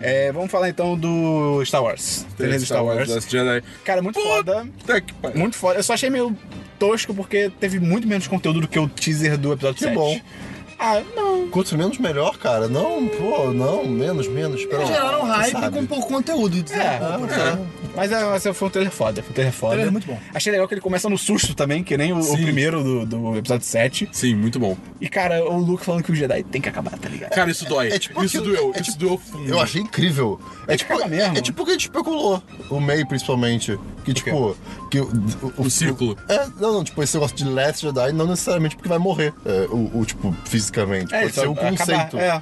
A: É, vamos falar então do Star Wars. Trailer do Star Wars.
B: Last Jedi.
A: Cara, muito foda.
B: Puta que pariu.
A: Muito foda. Eu só achei meio tosco porque teve muito menos conteúdo do que o teaser do episódio
D: Que
A: 7.
D: bom.
A: Ah, não,
D: Quanto menos, melhor, cara. Não, pô, não, menos, menos. Pera
C: Eles
D: lá.
C: geraram um
D: Você
C: hype
D: sabe.
C: com pouco conteúdo. dizendo,
A: É,
D: Ah,
C: pô,
A: é.
D: tá.
C: cara,
A: Mas é, mas foi um trailer foda, foi um trailer foda.
D: é
C: Trailer muito bom.
A: Achei legal que ele começa no susto também, que nem o, o
B: Sim.
A: primeiro do, do episódio 7.
B: Sim, muito bom.
A: E, cara, o Luke falando que o Jedi tem que acabar, tá ligado?
B: Cara, isso dói.
D: É tipo
B: isso
D: aquilo-
B: doeu,
D: é
B: isso
D: tipo-
B: doeu fundo.
D: Eu achei incrível. É, tipo
A: cara mesmo.
D: É tipo o que a gente especulou. O May, principalmente. Que, tipo. Que, o,
B: O círculo.
D: É, não, não, tipo, esse negócio de Last Jedi não necessariamente porque vai morrer. é, o, o, tipo, fisicamente. Pode
A: É, isso
D: ser o conceito.
A: Acabar, é.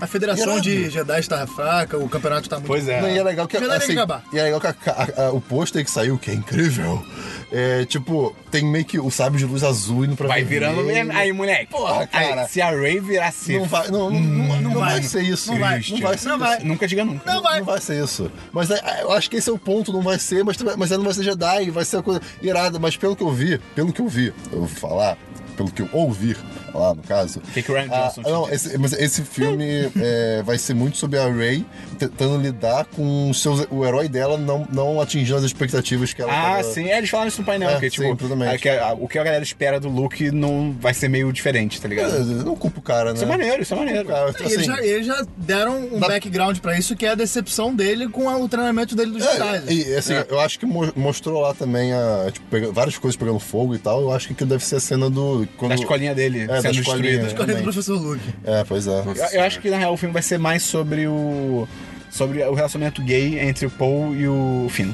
C: A federação
D: Irado.
C: de Jedi está fraca, o campeonato tá muito.
A: Pois é.
D: Não, e é legal que,
C: Jedi tem
D: assim,
C: que acabar.
D: e é legal que a ca- a- a- o pôster que saiu, que é incrível, é tipo, tem meio que o sábio de luz azul indo pra
A: Vai
D: vermelho.
A: virando mesmo. Aí, moleque.
D: Porra, cara.
A: Aí, se a Ray virar Hum, assim.
D: Não vai, não, não, não, não vai,
C: vai.
D: ser isso.
C: Não vai.
D: não vai ser
C: Não
D: isso.
C: vai.
A: Nunca diga nunca.
C: Não vai.
D: Não vai ser isso. Mas é, eu acho que esse é o ponto, não vai ser, mas, também- mas não vai ser Jedi, vai ser uma coisa irada. Mas pelo que eu vi, pelo que eu vi, eu vou falar, pelo que eu ouvir falar, no caso. ah,
A: que que o Ryan Johnson te
D: não, esse, mas esse filme é, vai ser muito sobre a Rey tentando lidar com os seus, o herói dela não, não atingindo as expectativas que ela
A: Ah,
D: tava-
A: sim. É, eles falaram isso no painel,
D: É,
A: que
D: sim,
A: tipo,
D: exatamente.
A: a- que a- o que a galera espera do Luke não vai ser meio diferente, tá ligado?
D: Eu não culpo o cara, né?
A: Isso é maneiro, isso é maneiro.
D: Cara,
C: E Eles
D: assim,
C: já, eles já deram um
D: Dá-
C: background pra isso, que é a decepção dele com a- o treinamento dele dos
A: tá, né?
D: É,
C: Jedi.
D: e, assim, eu acho que mo- mostrou lá também a, tipo, pega- várias coisas pegando fogo e tal. Eu acho que aquilo deve ser a cena do. Quando...
A: Da escolinha dele
D: da
A: sendo
D: escolinha.
A: destruída.
C: Escolhendo
D: realmente.
C: o professor Luke.
D: É, pois é.
A: Eu, eu acho que na real o filme vai ser mais sobre o. sobre o relacionamento gay entre o Paul e o Finn.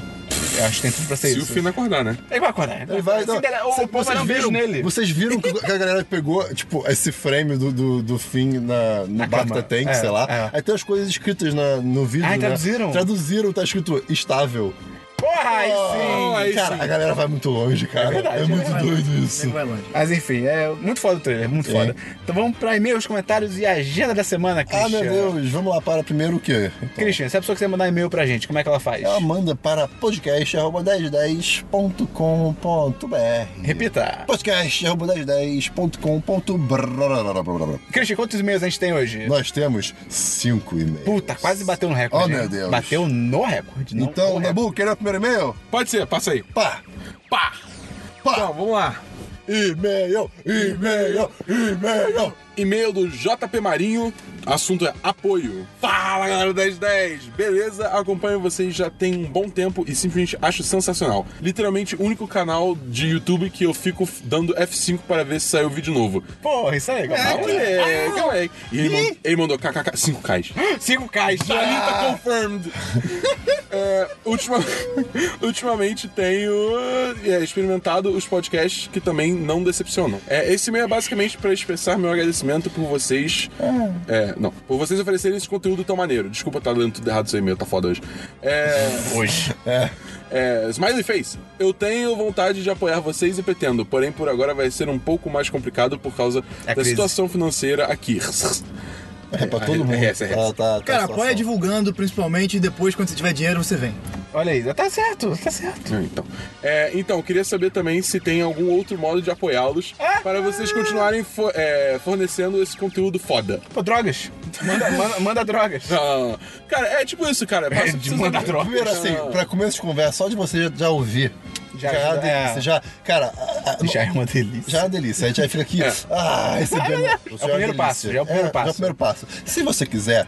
A: Eu acho que tem tudo pra ser
B: Se o
A: isso.
B: Finn acordar, né?
A: Ele vai acordar.
D: Ele vai.
A: Se
D: Não,
A: der-
D: cê-
A: o Paul vai dar um beijo nele.
D: vocês viram que que a galera pegou, tipo, esse frame do, do, do fim na, no
A: Na
D: Bacta
A: cama.
D: Tank,
A: É,
D: sei lá.
A: é.
D: Aí tem as coisas escritas na- no vídeo.
A: Ah,
D: né?
A: traduziram?
D: Traduziram, tá escrito estável.
A: Porra, aí
D: Ah,
A: sim!
D: cara, a galera vai muito longe, cara. É,
A: verdade, é
D: muito
A: verdade.
D: doido isso.
C: Não vai longe.
A: Mas enfim, é muito foda o trailer, muito foda. Então vamos pra e-mails, comentários e agenda da semana, Christian.
D: Ah, meu Deus, vamos lá para primeiro o quê? Então,
A: Christian, se a pessoa quiser mandar e-mail pra gente, como é que ela faz?
D: Ela manda para podcast.1010.com.br
A: Repita.
D: podcast.1010.com.br
A: Christian, quantos e-mails a gente tem hoje?
D: Nós temos cinco e-mails.
A: Puta, quase bateu no recorde.
D: Oh,
A: hein?
D: meu Deus.
A: Bateu no recorde. Não
D: Então,
A: no recorde.
D: Nabu, quer ler o primeiro e-mail?
B: Pode ser, passa aí.
D: Pá!
B: Pá!
D: Pá!
B: Então, vamos lá.
D: E-mail, e-mail, e-mail!
B: E-mail do JP Marinho, assunto é apoio. Fala galera do 1010, beleza? Acompanho vocês já tem um bom tempo e simplesmente acho sensacional. Literalmente o único canal de YouTube que eu fico f- dando F5 para ver se saiu vídeo novo.
A: Porra, isso é legal.
B: Ah, moleque, moleque. E ele, mandou, ele mandou kkk 5k.
D: É,
A: 5K.
B: Anitta confirmed. É, ultima- ultimamente tenho é, experimentado os podcasts que também não decepcionam. É, esse e-mail é basicamente para expressar meu agradecimento por vocês. É, não, por vocês oferecerem esse conteúdo tão maneiro. Desculpa, tá lendo tudo errado seu e-mail, tá foda hoje. É,
A: Hoje.
B: é, Smiley Face, eu tenho vontade de apoiar vocês e pretendo, porém por agora vai ser um pouco mais complicado por causa
A: É a
B: da
A: crise.
B: situação financeira aqui.
D: É pra todo mundo.
B: RS, RS.
D: Tá, tá, tá,
C: Cara,
D: tá,
A: é
C: apoia
D: tá.
C: divulgando, principalmente, e depois, quando você tiver dinheiro, você vem.
A: Olha aí, tá certo, tá certo.
B: Ah, Então, É, então, queria saber também se tem algum outro modo de apoiá-los para vocês continuarem fo- é, fornecendo esse conteúdo foda.
A: Pô, drogas. Manda, manda, manda drogas.
B: Ah, cara, é tipo isso, cara. Ah. Passa-
A: de
B: precisa-
A: mandar droga.
D: Primeiro, assim, pra começo de conversa, só de você já, já ouvir.
A: Já
D: é uma
A: ajuda, é.
D: delícia, já- Cara, a- a-
A: Já é uma delícia.
D: Já é uma delícia. A gente já fica aqui.
B: É.
D: Ah, esse é, é,
A: o primeiro passo, já é o primeiro
D: Já é
A: passo.
D: o primeiro passo. Se você quiser,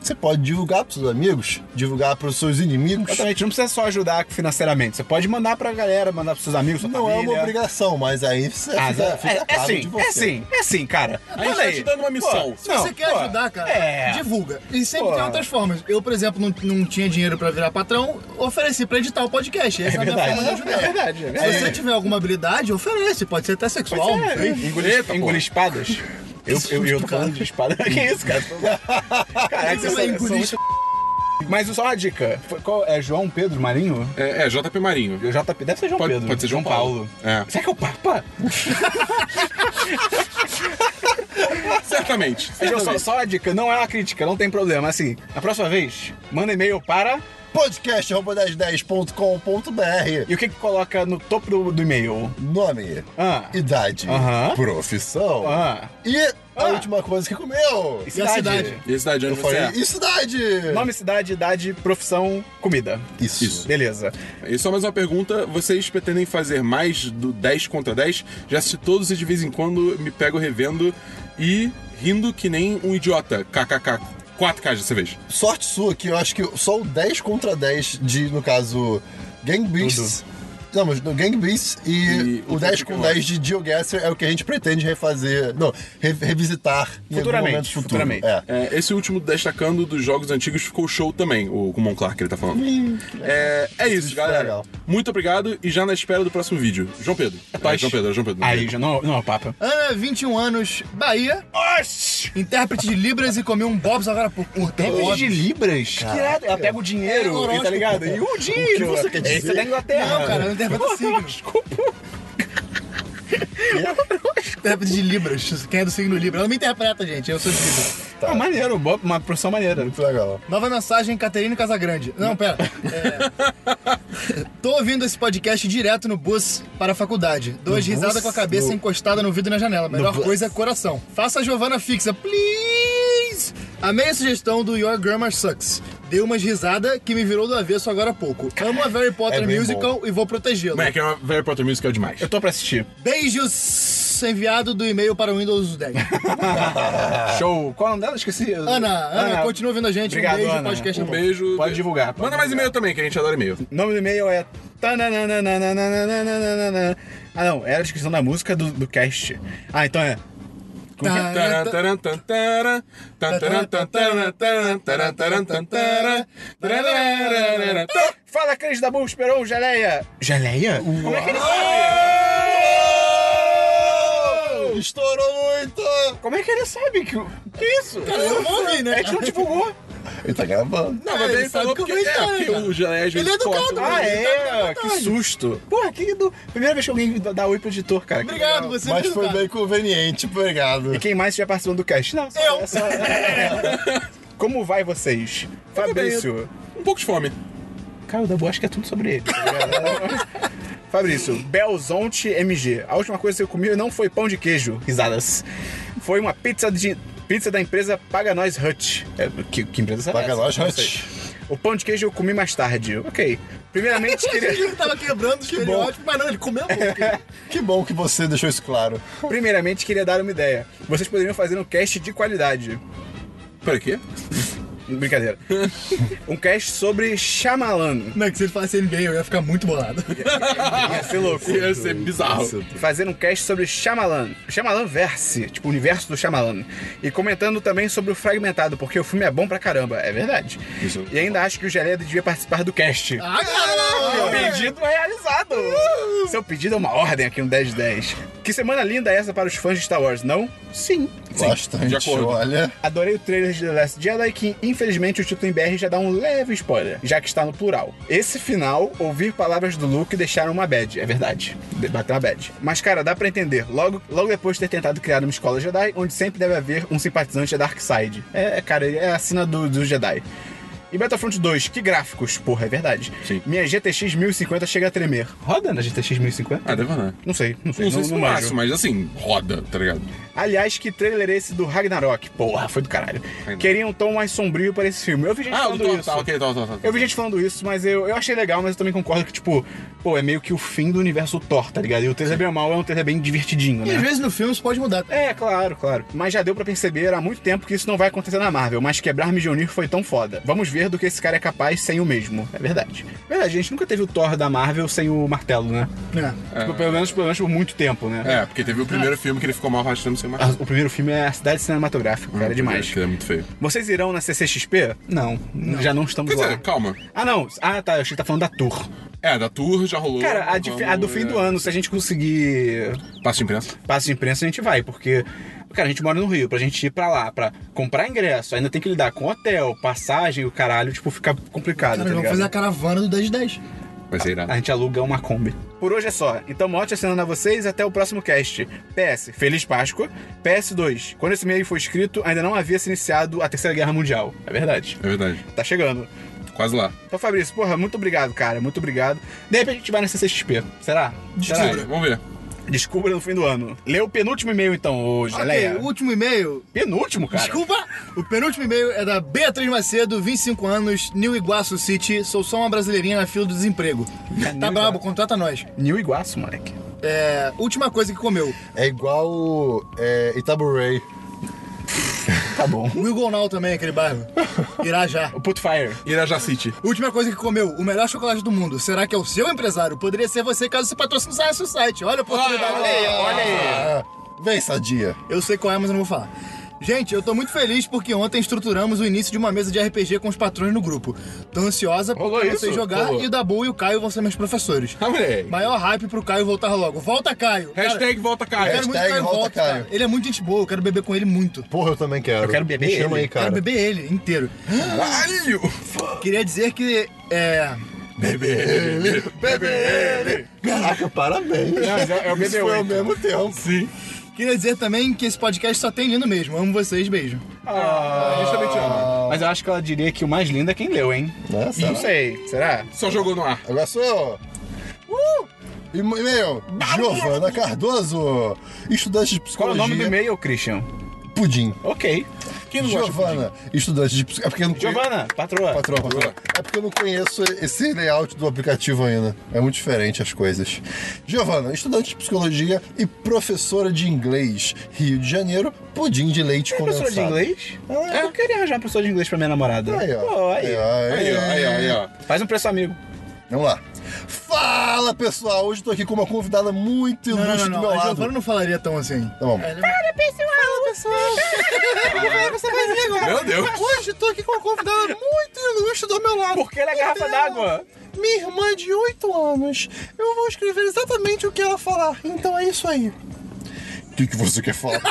D: você pode divulgar pros seus amigos, divulgar pros seus inimigos.
A: Exatamente, não precisa só ajudar financeiramente. Você pode mandar pra galera, mandar pros seus amigos, sua
D: Não é
A: família.
D: uma obrigação, mas aí você
A: Ah,
D: fica, fica a
A: é, é
D: cargo de
A: sim,
D: você.
A: é sim, é sim, cara.
B: A gente
A: Manda
B: tá
A: aí.
B: te dando uma missão.
C: Se você quer
A: pô,
C: ajudar, cara,
A: é.
C: divulga. E sempre
A: Pô.
C: tem outras formas. Eu, por exemplo, não, não tinha dinheiro pra virar patrão, ofereci pra editar o podcast. Essa é, a minha
A: verdade.
C: forma de ajudar.
A: É verdade, é
C: Se você um
A: verdade.
C: tiver alguma habilidade, oferece. Pode ser até sexual.
A: Pode
C: não
A: ser.
C: sei.
B: Engolir, tá,
A: Engolir
B: porra.
A: espadas. Eu, eu, eu tô falando de espada. que isso, cara? Caraca, vocês
C: Você vai
A: são- são
C: engolir
A: muito- Mas só uma dica. Foi- qual- é João Pedro Marinho?
B: É, é, JP Marinho.
A: Eu JP. Deve ser João
B: Pode-
A: Pedro.
B: pode ser João Paulo. É.
A: Será que é o Papa?
B: Certamente.
A: Veja só,
B: certamente.
A: só uma dica, não é uma crítica, não tem problema. Assim, na próxima vez, manda e-mail para.
D: podcast.1010.com.br
A: E o que que coloca no topo do, do e-mail?
D: Nome,
A: Ah.
D: idade,
A: Aham.
D: profissão
A: Ah.
D: e a
A: Ah.
D: última coisa que comeu.
A: E
C: E a
A: cidade?
C: cidade?
B: E esse daí de
D: Eu
B: onde você
D: falei,
B: é?
D: e cidade?
A: Nome, cidade, idade, profissão, comida.
D: Isso.
A: Beleza.
B: E só mais uma pergunta: vocês pretendem fazer mais do 10 contra 10? Já se todos e de vez em quando me pego revendo e rindo que nem um idiota. KKK. Quatro caixas de cerveja.
D: Sorte sua que eu acho que só o 10 contra 10 de, no caso, Gang Beasts. Não, mas no Gang Beasts e,
B: E
D: o
B: o
D: 10 com
B: Tokyo Lodge.
D: 10 de Geogasser é o que a gente pretende refazer. Não, re- revisitar em algum
A: Futuramente,
D: momento futuro.
A: futuramente.
D: É.
B: É, esse último destacando dos jogos antigos ficou show também, o com o Clark que ele tá falando.
C: Hum,
B: É, é isso,
D: Isso foi
B: galera.
D: legal.
B: Muito obrigado e já na espera do próximo vídeo. João Pedro. Tá, João Pedro, é João Pedro. não
A: Aí
B: sei.
A: já não, não é papa.
C: Ana, 21 anos, Bahia,
A: Oxi!
C: intérprete de Libras e comeu um Bob's agora por curta.
A: Tempos de libras? Que irado. Ela pega o
C: É,
A: dinheiro,
C: horóscopo,
A: tá ligado?
C: pô.
A: E o dinheiro.
D: O que você quer dizer?
A: Esse é da Inglaterra.
C: Não, cara, não interpreta signos.
A: Horóscopo.
C: Intérprete de Libras. Quem é do signo Libra? Ela me interpreta, gente. Eu sou de Libra.
A: Ah, maneiro, bo- uma profissão maneira.
D: Muito legal.
C: Nova mensagem, Caterine Casagrande. Não, pera. É... Tô ouvindo esse podcast direto no bus para a faculdade. Dois
D: No
C: risadas
D: bus?
C: com a cabeça
D: No-
C: encostada no vidro e na janela. Melhor
D: bus?
C: coisa é coração. Faça a Giovana fixa, please! Amei a sugestão do Your Grammar Sucks. Dei umas risadas que me virou do avesso agora há pouco. Amo a Harry Potter
D: É bem
C: Musical e vou protegê-lo.
B: Mas é que é uma Harry Potter Musical demais.
C: Tá
A: Eu tô pra assistir.
C: Beijos enviado do e-mail para o Windows 10.
A: Show. Qual é o nome dela? Esqueci.
C: Ana, Ana, continua ouvindo a gente.
A: Obrigado,
C: um beijo,
A: Ana.
C: podcast é
B: Um
C: bom.
B: beijo.
A: Pode divulgar, pode
B: Manda mais
A: divulgar.
B: e-mail também, que a gente adora e-mail.
A: O nome do e-mail é. tanananananananana. Ah, não, era a descrição da música do, do cast. Ah, então é. Como que é?
C: Tá,
B: Taran, taran, tan, taran, tan, taran, tan, taran, taran, taran, taran, tan, taran, tararararara.
A: Fala, Cris da Bull, esperou, Geleia! Geleia? Como é que ele sabe?
D: Estourou muito!
A: Como é que ele sabe que. o- Que isso?
C: Eu não ouvi, né?
A: A gente não divulgou.
D: Ele tá gravando.
B: Não, mas
C: Ele
B: ele falou
C: sabe
B: porque
C: como ele
B: é,
C: tá,
B: porque
C: cara.
B: o Geleia às
C: Ele é
B: vezes corta.
C: educado,
A: Ah,
C: mano.
A: é? Que susto. Porra, que do... primeira vez que alguém dá- dá oi pro editor, cara. Que
C: Obrigado,
A: legal.
C: você
D: Mas
C: mesmo,
D: foi
C: cara.
D: bem conveniente, obrigado.
A: E quem mais estiver participando do cast? Não, só,
C: Eu.
A: é só- Como vai vocês?
C: Tá
A: Fabrício.
B: Um pouco de fome.
A: Cara, o Dabu acho que é tudo sobre ele. tá ligado? Fabrício, Belzonte MG. A última coisa que eu comi não foi pão de queijo, risadas. Foi uma pizza de. Pizza da empresa Paga Nós Hut. É, que, que empresa será
D: Paga
A: essa?
D: nós,
A: Não
D: Hut.
A: sei. O pão de queijo eu comi mais tarde. Ok. Primeiramente, queria.
C: Ele tava quebrando o estereótipo, mas não, ele comeu porque
D: Que bom que você deixou isso claro.
A: Primeiramente, queria dar uma ideia. Vocês poderiam fazer um cast de qualidade.
B: Pera aqui.
A: Brincadeira. um cast sobre Shyamalan.
C: Não, é que se ele falasse NBA, eu ia ficar muito bolado.
D: Ah,
A: Ia ser louco.
B: Ia ser bizarro.
A: Fazer um cast sobre Shyamalan. Shyamalan Verse, tipo, o universo do Shyamalan. E comentando também sobre o Fragmentado, porque o filme é bom pra caramba. É verdade.
B: Isso.
A: E ainda acho que o Geleia devia participar do cast.
C: Ah,
A: Seu
C: caralho!
A: pedido é realizado! Seu pedido é uma ordem aqui no 10 de 10. Que semana linda é essa para os fãs de Star Wars, não? Sim.
B: de
D: Bastante,
B: acordo.
D: olha.
A: Adorei o trailer de The Last Jedi, que infelizmente o título em BR já dá um leve spoiler, já que está no plural. Esse final, ouvir palavras do Luke deixaram uma bad, é verdade. De- Bateu uma bad. Mas, cara, dá pra entender. Logo, logo depois de ter tentado criar uma escola Jedi, onde sempre deve haver um simpatizante da Dark Side. É, cara, é a sina do, do Jedi. E Battlefront 2, que gráficos, porra, é verdade.
B: Sim.
A: Minha GTX 1050 chega a tremer. Roda na GTX 1050?
B: Ah, deve andar.
A: Não sei, não sei, não,
B: Não sei se
A: não
B: no
A: manjo.
B: máximo, mas assim, roda, tá ligado?
A: Aliás, que trailer é esse do Ragnarok? Porra, foi do caralho.
B: Ragnarok.
A: Queria um tom mais sombrio para esse filme. Eu vi gente
B: Ah, o
A: falando
B: Thor,
A: isso.
B: tá, ok, tá, tá, tá.
A: Eu vi gente falando isso, mas eu, eu achei legal, mas eu também concordo que, tipo, pô, é meio que o fim do universo Thor, tá ligado? E o trailer bem mal é um trailer bem divertidinho,
C: E às
A: né?
C: vezes no filme isso pode mudar.
A: É, claro, claro. Mas já deu pra perceber há muito tempo que isso não vai acontecer na Marvel, mas quebrar Mjolnir foi tão foda. Vamos ver do que esse cara é capaz sem o mesmo. É verdade. Verdade, a gente nunca teve o Thor da Marvel sem o martelo, né?
C: É.
A: Tipo, pelo menos, pelo menos por muito tempo, né?
B: É, porque teve o primeiro filme que ele ficou mal arrastando sem
A: Ah,
B: mais.
A: O primeiro filme é a cidade cinematográfica, cara, é demais.
B: Aquilo é muito feio.
A: Vocês irão na CCXP? Não, já não estamos
B: Quer
A: lá.
B: dizer, calma.
A: Ah, não. Ah, tá. Eu achei que tá falando da tour.
B: É, da tour já rolou.
A: Cara, a, de-
B: Vamos,
A: a do fim
B: é.
A: do ano, se a gente conseguir
B: Passa de imprensa.
A: passo de imprensa, a gente vai, porque. Cara, a gente mora no Rio, pra gente ir pra lá, pra comprar ingresso, ainda tem que lidar com hotel, passagem, o caralho, tipo, fica complicado,
C: Cara,
A: tá
C: vamos
A: ligado?
C: fazer a caravana do 10 de 10.
B: Vai ser irado.
A: A gente aluga uma Kombi. Por hoje é só. Então, uma ótima semana a vocês. Até o próximo cast. PS, Feliz Páscoa. PS2, quando esse e-mail foi escrito, ainda não havia se iniciado a Terceira Guerra Mundial. É verdade.
B: É verdade.
A: Tá chegando.
B: Quase lá.
A: Então, Fabrício, porra, muito obrigado, cara. Muito obrigado. De repente a gente vai na CCXP. Será?
C: Descubra.
A: Será?
B: Vamos ver.
A: Descubra no fim do ano. Lê o penúltimo e-mail, então, ô Geleia.
C: Ok, o último e-mail.
A: Penúltimo, cara?
C: Desculpa! O penúltimo e-mail é da Beatriz Macedo, 25 anos, New Iguaçu City. Sou só uma brasileirinha na fila do desemprego. Tá
A: New
C: brabo,
A: Iguaçu.
C: contrata nós.
A: New Iguaçu, moleque.
C: É, última coisa que comeu.
D: É igual é, Itaburay.
A: Tá bom.
C: O Will Go Now também, aquele bairro. Irajá.
A: O Putfire.
B: Irajá City.
C: Última coisa que comeu, o melhor chocolate do mundo. Será que é o seu empresário? Poderia ser você caso se patrocinasse o site. Olha a oportunidade.
A: Olha aí, olha aí.
D: Ah, vem, sadia.
C: Eu sei qual é, mas eu não vou falar. Gente, eu tô muito feliz porque ontem estruturamos o início de uma mesa de RPG com os patrões no grupo. Tô ansiosa
B: Rolou
C: pra
B: isso?
C: vocês jogar
B: Rolou.
C: e o Dabu e o Caio vão ser meus professores.
B: Ah, moleque.
C: Maior hype pro Caio voltar logo. Volta, Caio! Cara,
B: Hashtag volta
C: eu
A: é.
B: Caio.
C: quero muito que o
D: Hashtag
C: Caio
D: volta,
C: volte,
D: Caio.
C: cara. Ele é muito gente boa, eu quero beber com ele muito.
D: Porra, eu também quero.
A: Eu quero beber
D: Me chama
A: ele.
D: aí, cara.
C: Quero beber ele inteiro.
B: Caralho!
C: Queria dizer que. É.
B: Bebê.
D: Caraca, parabéns.
A: mas é- é o
D: Isso foi
A: BB8.
D: ao mesmo tempo.
B: Sim.
C: Queria dizer também que esse podcast só tem lindo mesmo. Amo vocês, beijo.
A: Ah,
B: A gente também te ama.
A: tá Mas eu acho que ela diria que o mais lindo é quem leu, hein?
D: Né, será?
A: Não sei. Será?
B: Só jogou no ar.
D: Agora sou.
A: Uh!
D: E- E-mail, Giovana Cardoso, estudante de
A: Qual é
D: psicologia.
A: o nome do e-mail, Christian?
D: Pudim.
A: Ok.
B: Quem não gosta de pudim?
D: Giovana, estudante de psicologia. É porque eu não conhe-
A: Giovana, patroa.
D: Patroa, patroa. É porque eu não conheço esse layout do aplicativo ainda. É muito diferente as coisas. Giovana, estudante de psicologia e professora de inglês, Rio de Janeiro, pudim de leite condensado.
A: Professora de inglês?
D: Ah,
A: É, eu queria arranjar uma professora de inglês pra minha namorada.
D: Aí,
A: Pô,
D: ó.
A: aí.
B: Aí, ó, aí, ó, aí, ó.
A: Faz um preço amigo.
D: Vamos lá. Fala pessoal, hoje eu tô aqui com uma convidada muito
C: Não, não,
D: ilustre
C: não,
D: do meu
C: não. A
D: lado.
C: Giovana não falaria tão assim.
D: Tá bom.
B: Meu Deus.
D: Hoje tô aqui com uma convidada muito ilustre do meu lado. Então,
A: Porque ela é garrafa d'água.
D: Minha irmã de 8 anos. Eu vou escrever exatamente o que ela falar. Então é isso aí. O que, que você quer falar?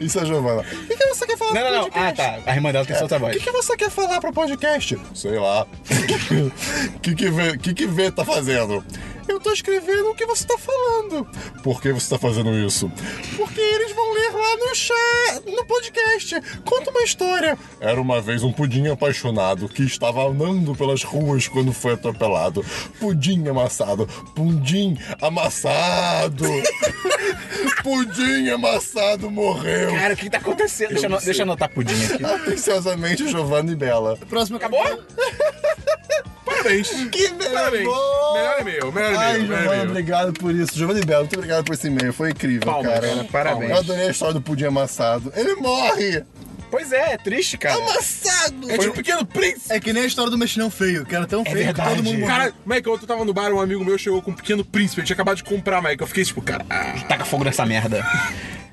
D: isso é a Giovana. O que, que você quer falar
A: Não, não, não.
D: podcast?
A: Ah, tá. A irmã dela tem solta a voz.
D: O que, que você quer falar pro podcast? Sei lá. O que que vê, que que vê tá fazendo? Eu tô escrevendo o que você tá falando. Por que você tá fazendo isso? Porque eles vão ler lá no chat, no podcast. Conta uma história. Era uma vez um pudim apaixonado que estava andando pelas ruas quando foi atropelado. Pudim amassado. Pudim amassado. pudim amassado morreu.
A: Cara, o que que tá acontecendo? Deixa eu, ano- deixa eu anotar pudim aqui.
D: Atenciosamente, Giovanni Bela.
C: Próximo
A: Acabou?
B: Parabéns.
D: Que melhor
B: Parabéns.
D: gol!
B: Melhor e-mail, melhor
D: Ai,
B: e-mail, melhor
D: Giovanni,
B: e-mail.
D: obrigado por isso. Giovanni Belo, muito obrigado por esse e-mail. Foi incrível,
A: Palmas,
D: cara.
A: cara, parabéns.
D: Eu adorei a história do pudim amassado. Ele morre!
A: Pois é, é triste, cara.
D: Amassado!
B: É tipo pequeno príncipe.
C: É que nem a história do mexilhão feio, que era tão feio que
A: É verdade.
C: todo mundo morreu.
B: Cara, Mike, ontem eu tava no bar, um amigo meu chegou com um pequeno príncipe. A gente acabou de comprar, Mike. Eu fiquei tipo, cara. ah.
A: Taca fogo nessa merda.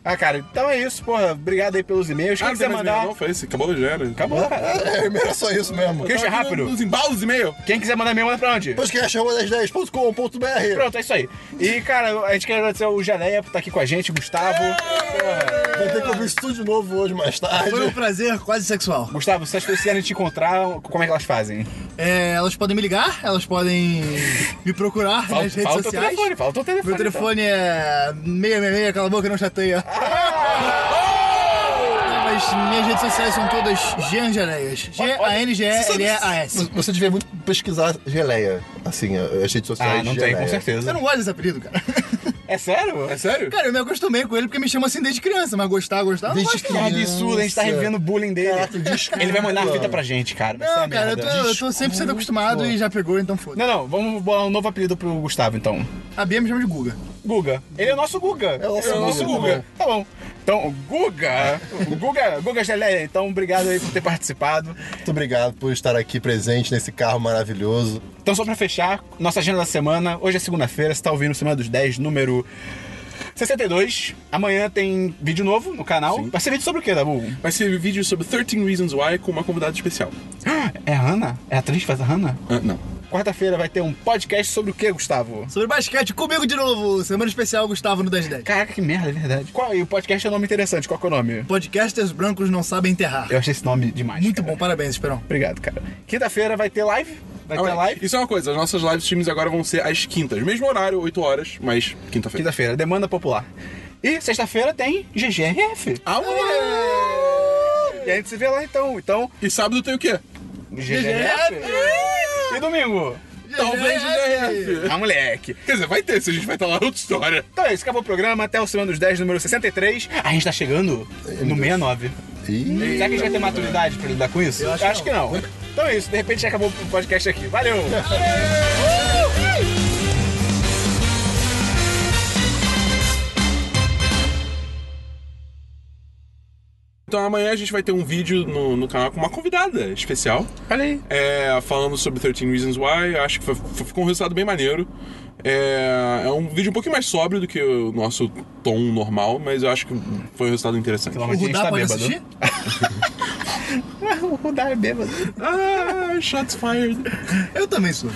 A: Ah, cara, então é isso, porra. Obrigado aí pelos e-mails. Quem
B: não tem
A: quiser
B: mais
A: mandar.
B: e-mail Não, foi esse. Acabou já, né?
A: Ah, Acabou, cara.
D: É, era só isso mesmo.
A: Deixa
B: Tava aqui
A: rápido.
B: Nos embalos e mail
A: Quem quiser mandar e-mail, manda pra onde?
D: é Podcast.com.br
A: Pronto, é isso aí. E, cara, a gente quer agradecer o Jaleia por estar aqui com a gente, Gustavo. Porra.
D: Vai ter que ouvir isso tudo de novo hoje mais
C: Foi um
D: tarde.
C: prazer quase sexual.
A: Gustavo, se as pessoas quiserem te encontrar, como é que elas fazem?
C: É, elas podem me ligar, elas podem me procurar
A: Fal-
C: nas redes
A: falta o
C: sociais.
A: telefone, falta o telefone.
C: Meu
A: então.
C: telefone é 666, cala a boca, não chateia. Mas minhas redes sociais são todas Jean Janeias. é, G-A-N-G-E-L-E-A-S.
D: Você devia muito pesquisar geleia, assim, as redes sociais.
A: Ah, não tem,
D: geleia.
A: com
C: Eu
A: certeza.
C: não gosto desse apelido, cara.
A: É sério?
B: É sério?
C: Cara, eu me acostumei com ele porque me chama assim desde criança, mas gostar, gostar, eu não
D: Desde
C: gosto.
A: Que absurdo, a gente tá revivendo o bullying dele.
D: Caraca, desculpa.
A: Ele vai mandar é a fita pra gente, cara. Vai ser uma
C: Não, cara, eu
A: merda.
C: tô, eu tô 100% acostumado e já pegou, então foda.
A: Não, não, vamos bolar um novo apelido pro Gustavo, então.
C: A Bia me chama de Guga.
A: Guga. Ele é o nosso Guga.
D: É o nosso
A: Ele
D: Guga, tá
A: Tá bom. Então, Guga. Guga, Guga Geleia, então obrigado aí por ter participado.
D: Muito obrigado por estar aqui presente nesse carro maravilhoso.
A: Então, só pra fechar, nossa agenda da semana. Hoje é segunda-feira, você tá ouvindo Semana dos 10, número 62. Amanhã tem vídeo novo no canal. Vai ser vídeo sobre o quê, Dabu?
B: Vai ser vídeo sobre 13 Reasons Why com uma convidada especial.
A: É a Hannah? É a atriz que faz a Hannah?
B: Ah, não.
A: Quarta-feira vai ter um podcast sobre o quê, Gustavo?
C: Sobre basquete, comigo de novo. Semana especial, Gustavo no 1010.
A: Caraca, que merda, é verdade. Qual, e o podcast é um nome interessante, qual que é o nome?
C: Podcasters brancos não sabem enterrar.
A: Eu achei esse nome demais.
C: Muito
A: cara.
C: bom, parabéns, Esperão.
A: Obrigado, cara. Quinta-feira vai ter live. Vai ter
B: Alright.
A: live.
B: Isso é uma coisa, as nossas live streams agora vão ser às quintas. Mesmo horário, 8 horas, mas quinta-feira.
A: Quinta-feira, demanda popular. E sexta-feira tem GGRF.
B: Ah,
A: E a gente se vê lá então. Então,
B: E sábado tem o quê?
A: GGRF. E domingo?
B: Talvez GGRF.
A: Ah, moleque.
B: Quer dizer, vai ter, se a gente vai estar lá, outra história.
A: Então é isso, acabou o programa. Até o Semana dos 10, número 63. A gente tá chegando no 69.
D: E...
A: Será que a gente vai ter maturidade pra lidar com isso?
C: Eu acho que
A: que não. Então é isso, de repente acabou o podcast aqui. Valeu!
B: Então amanhã a gente vai ter um vídeo no, no canal com uma convidada especial.
A: Olha aí.
B: É, falando sobre 13 Reasons Why. Eu Acho que foi- foi- ficou um resultado bem maneiro. É, é um vídeo um pouquinho mais sóbrio do que o nosso tom normal, mas eu acho que foi um resultado interessante.
A: Pelo amor
C: O
A: de Deus,
C: Rudá
A: tá
C: pode
A: bêbado.
C: assistir?
A: O Rudá é bêbado.
B: Ah, shots fired.
C: Eu também sou.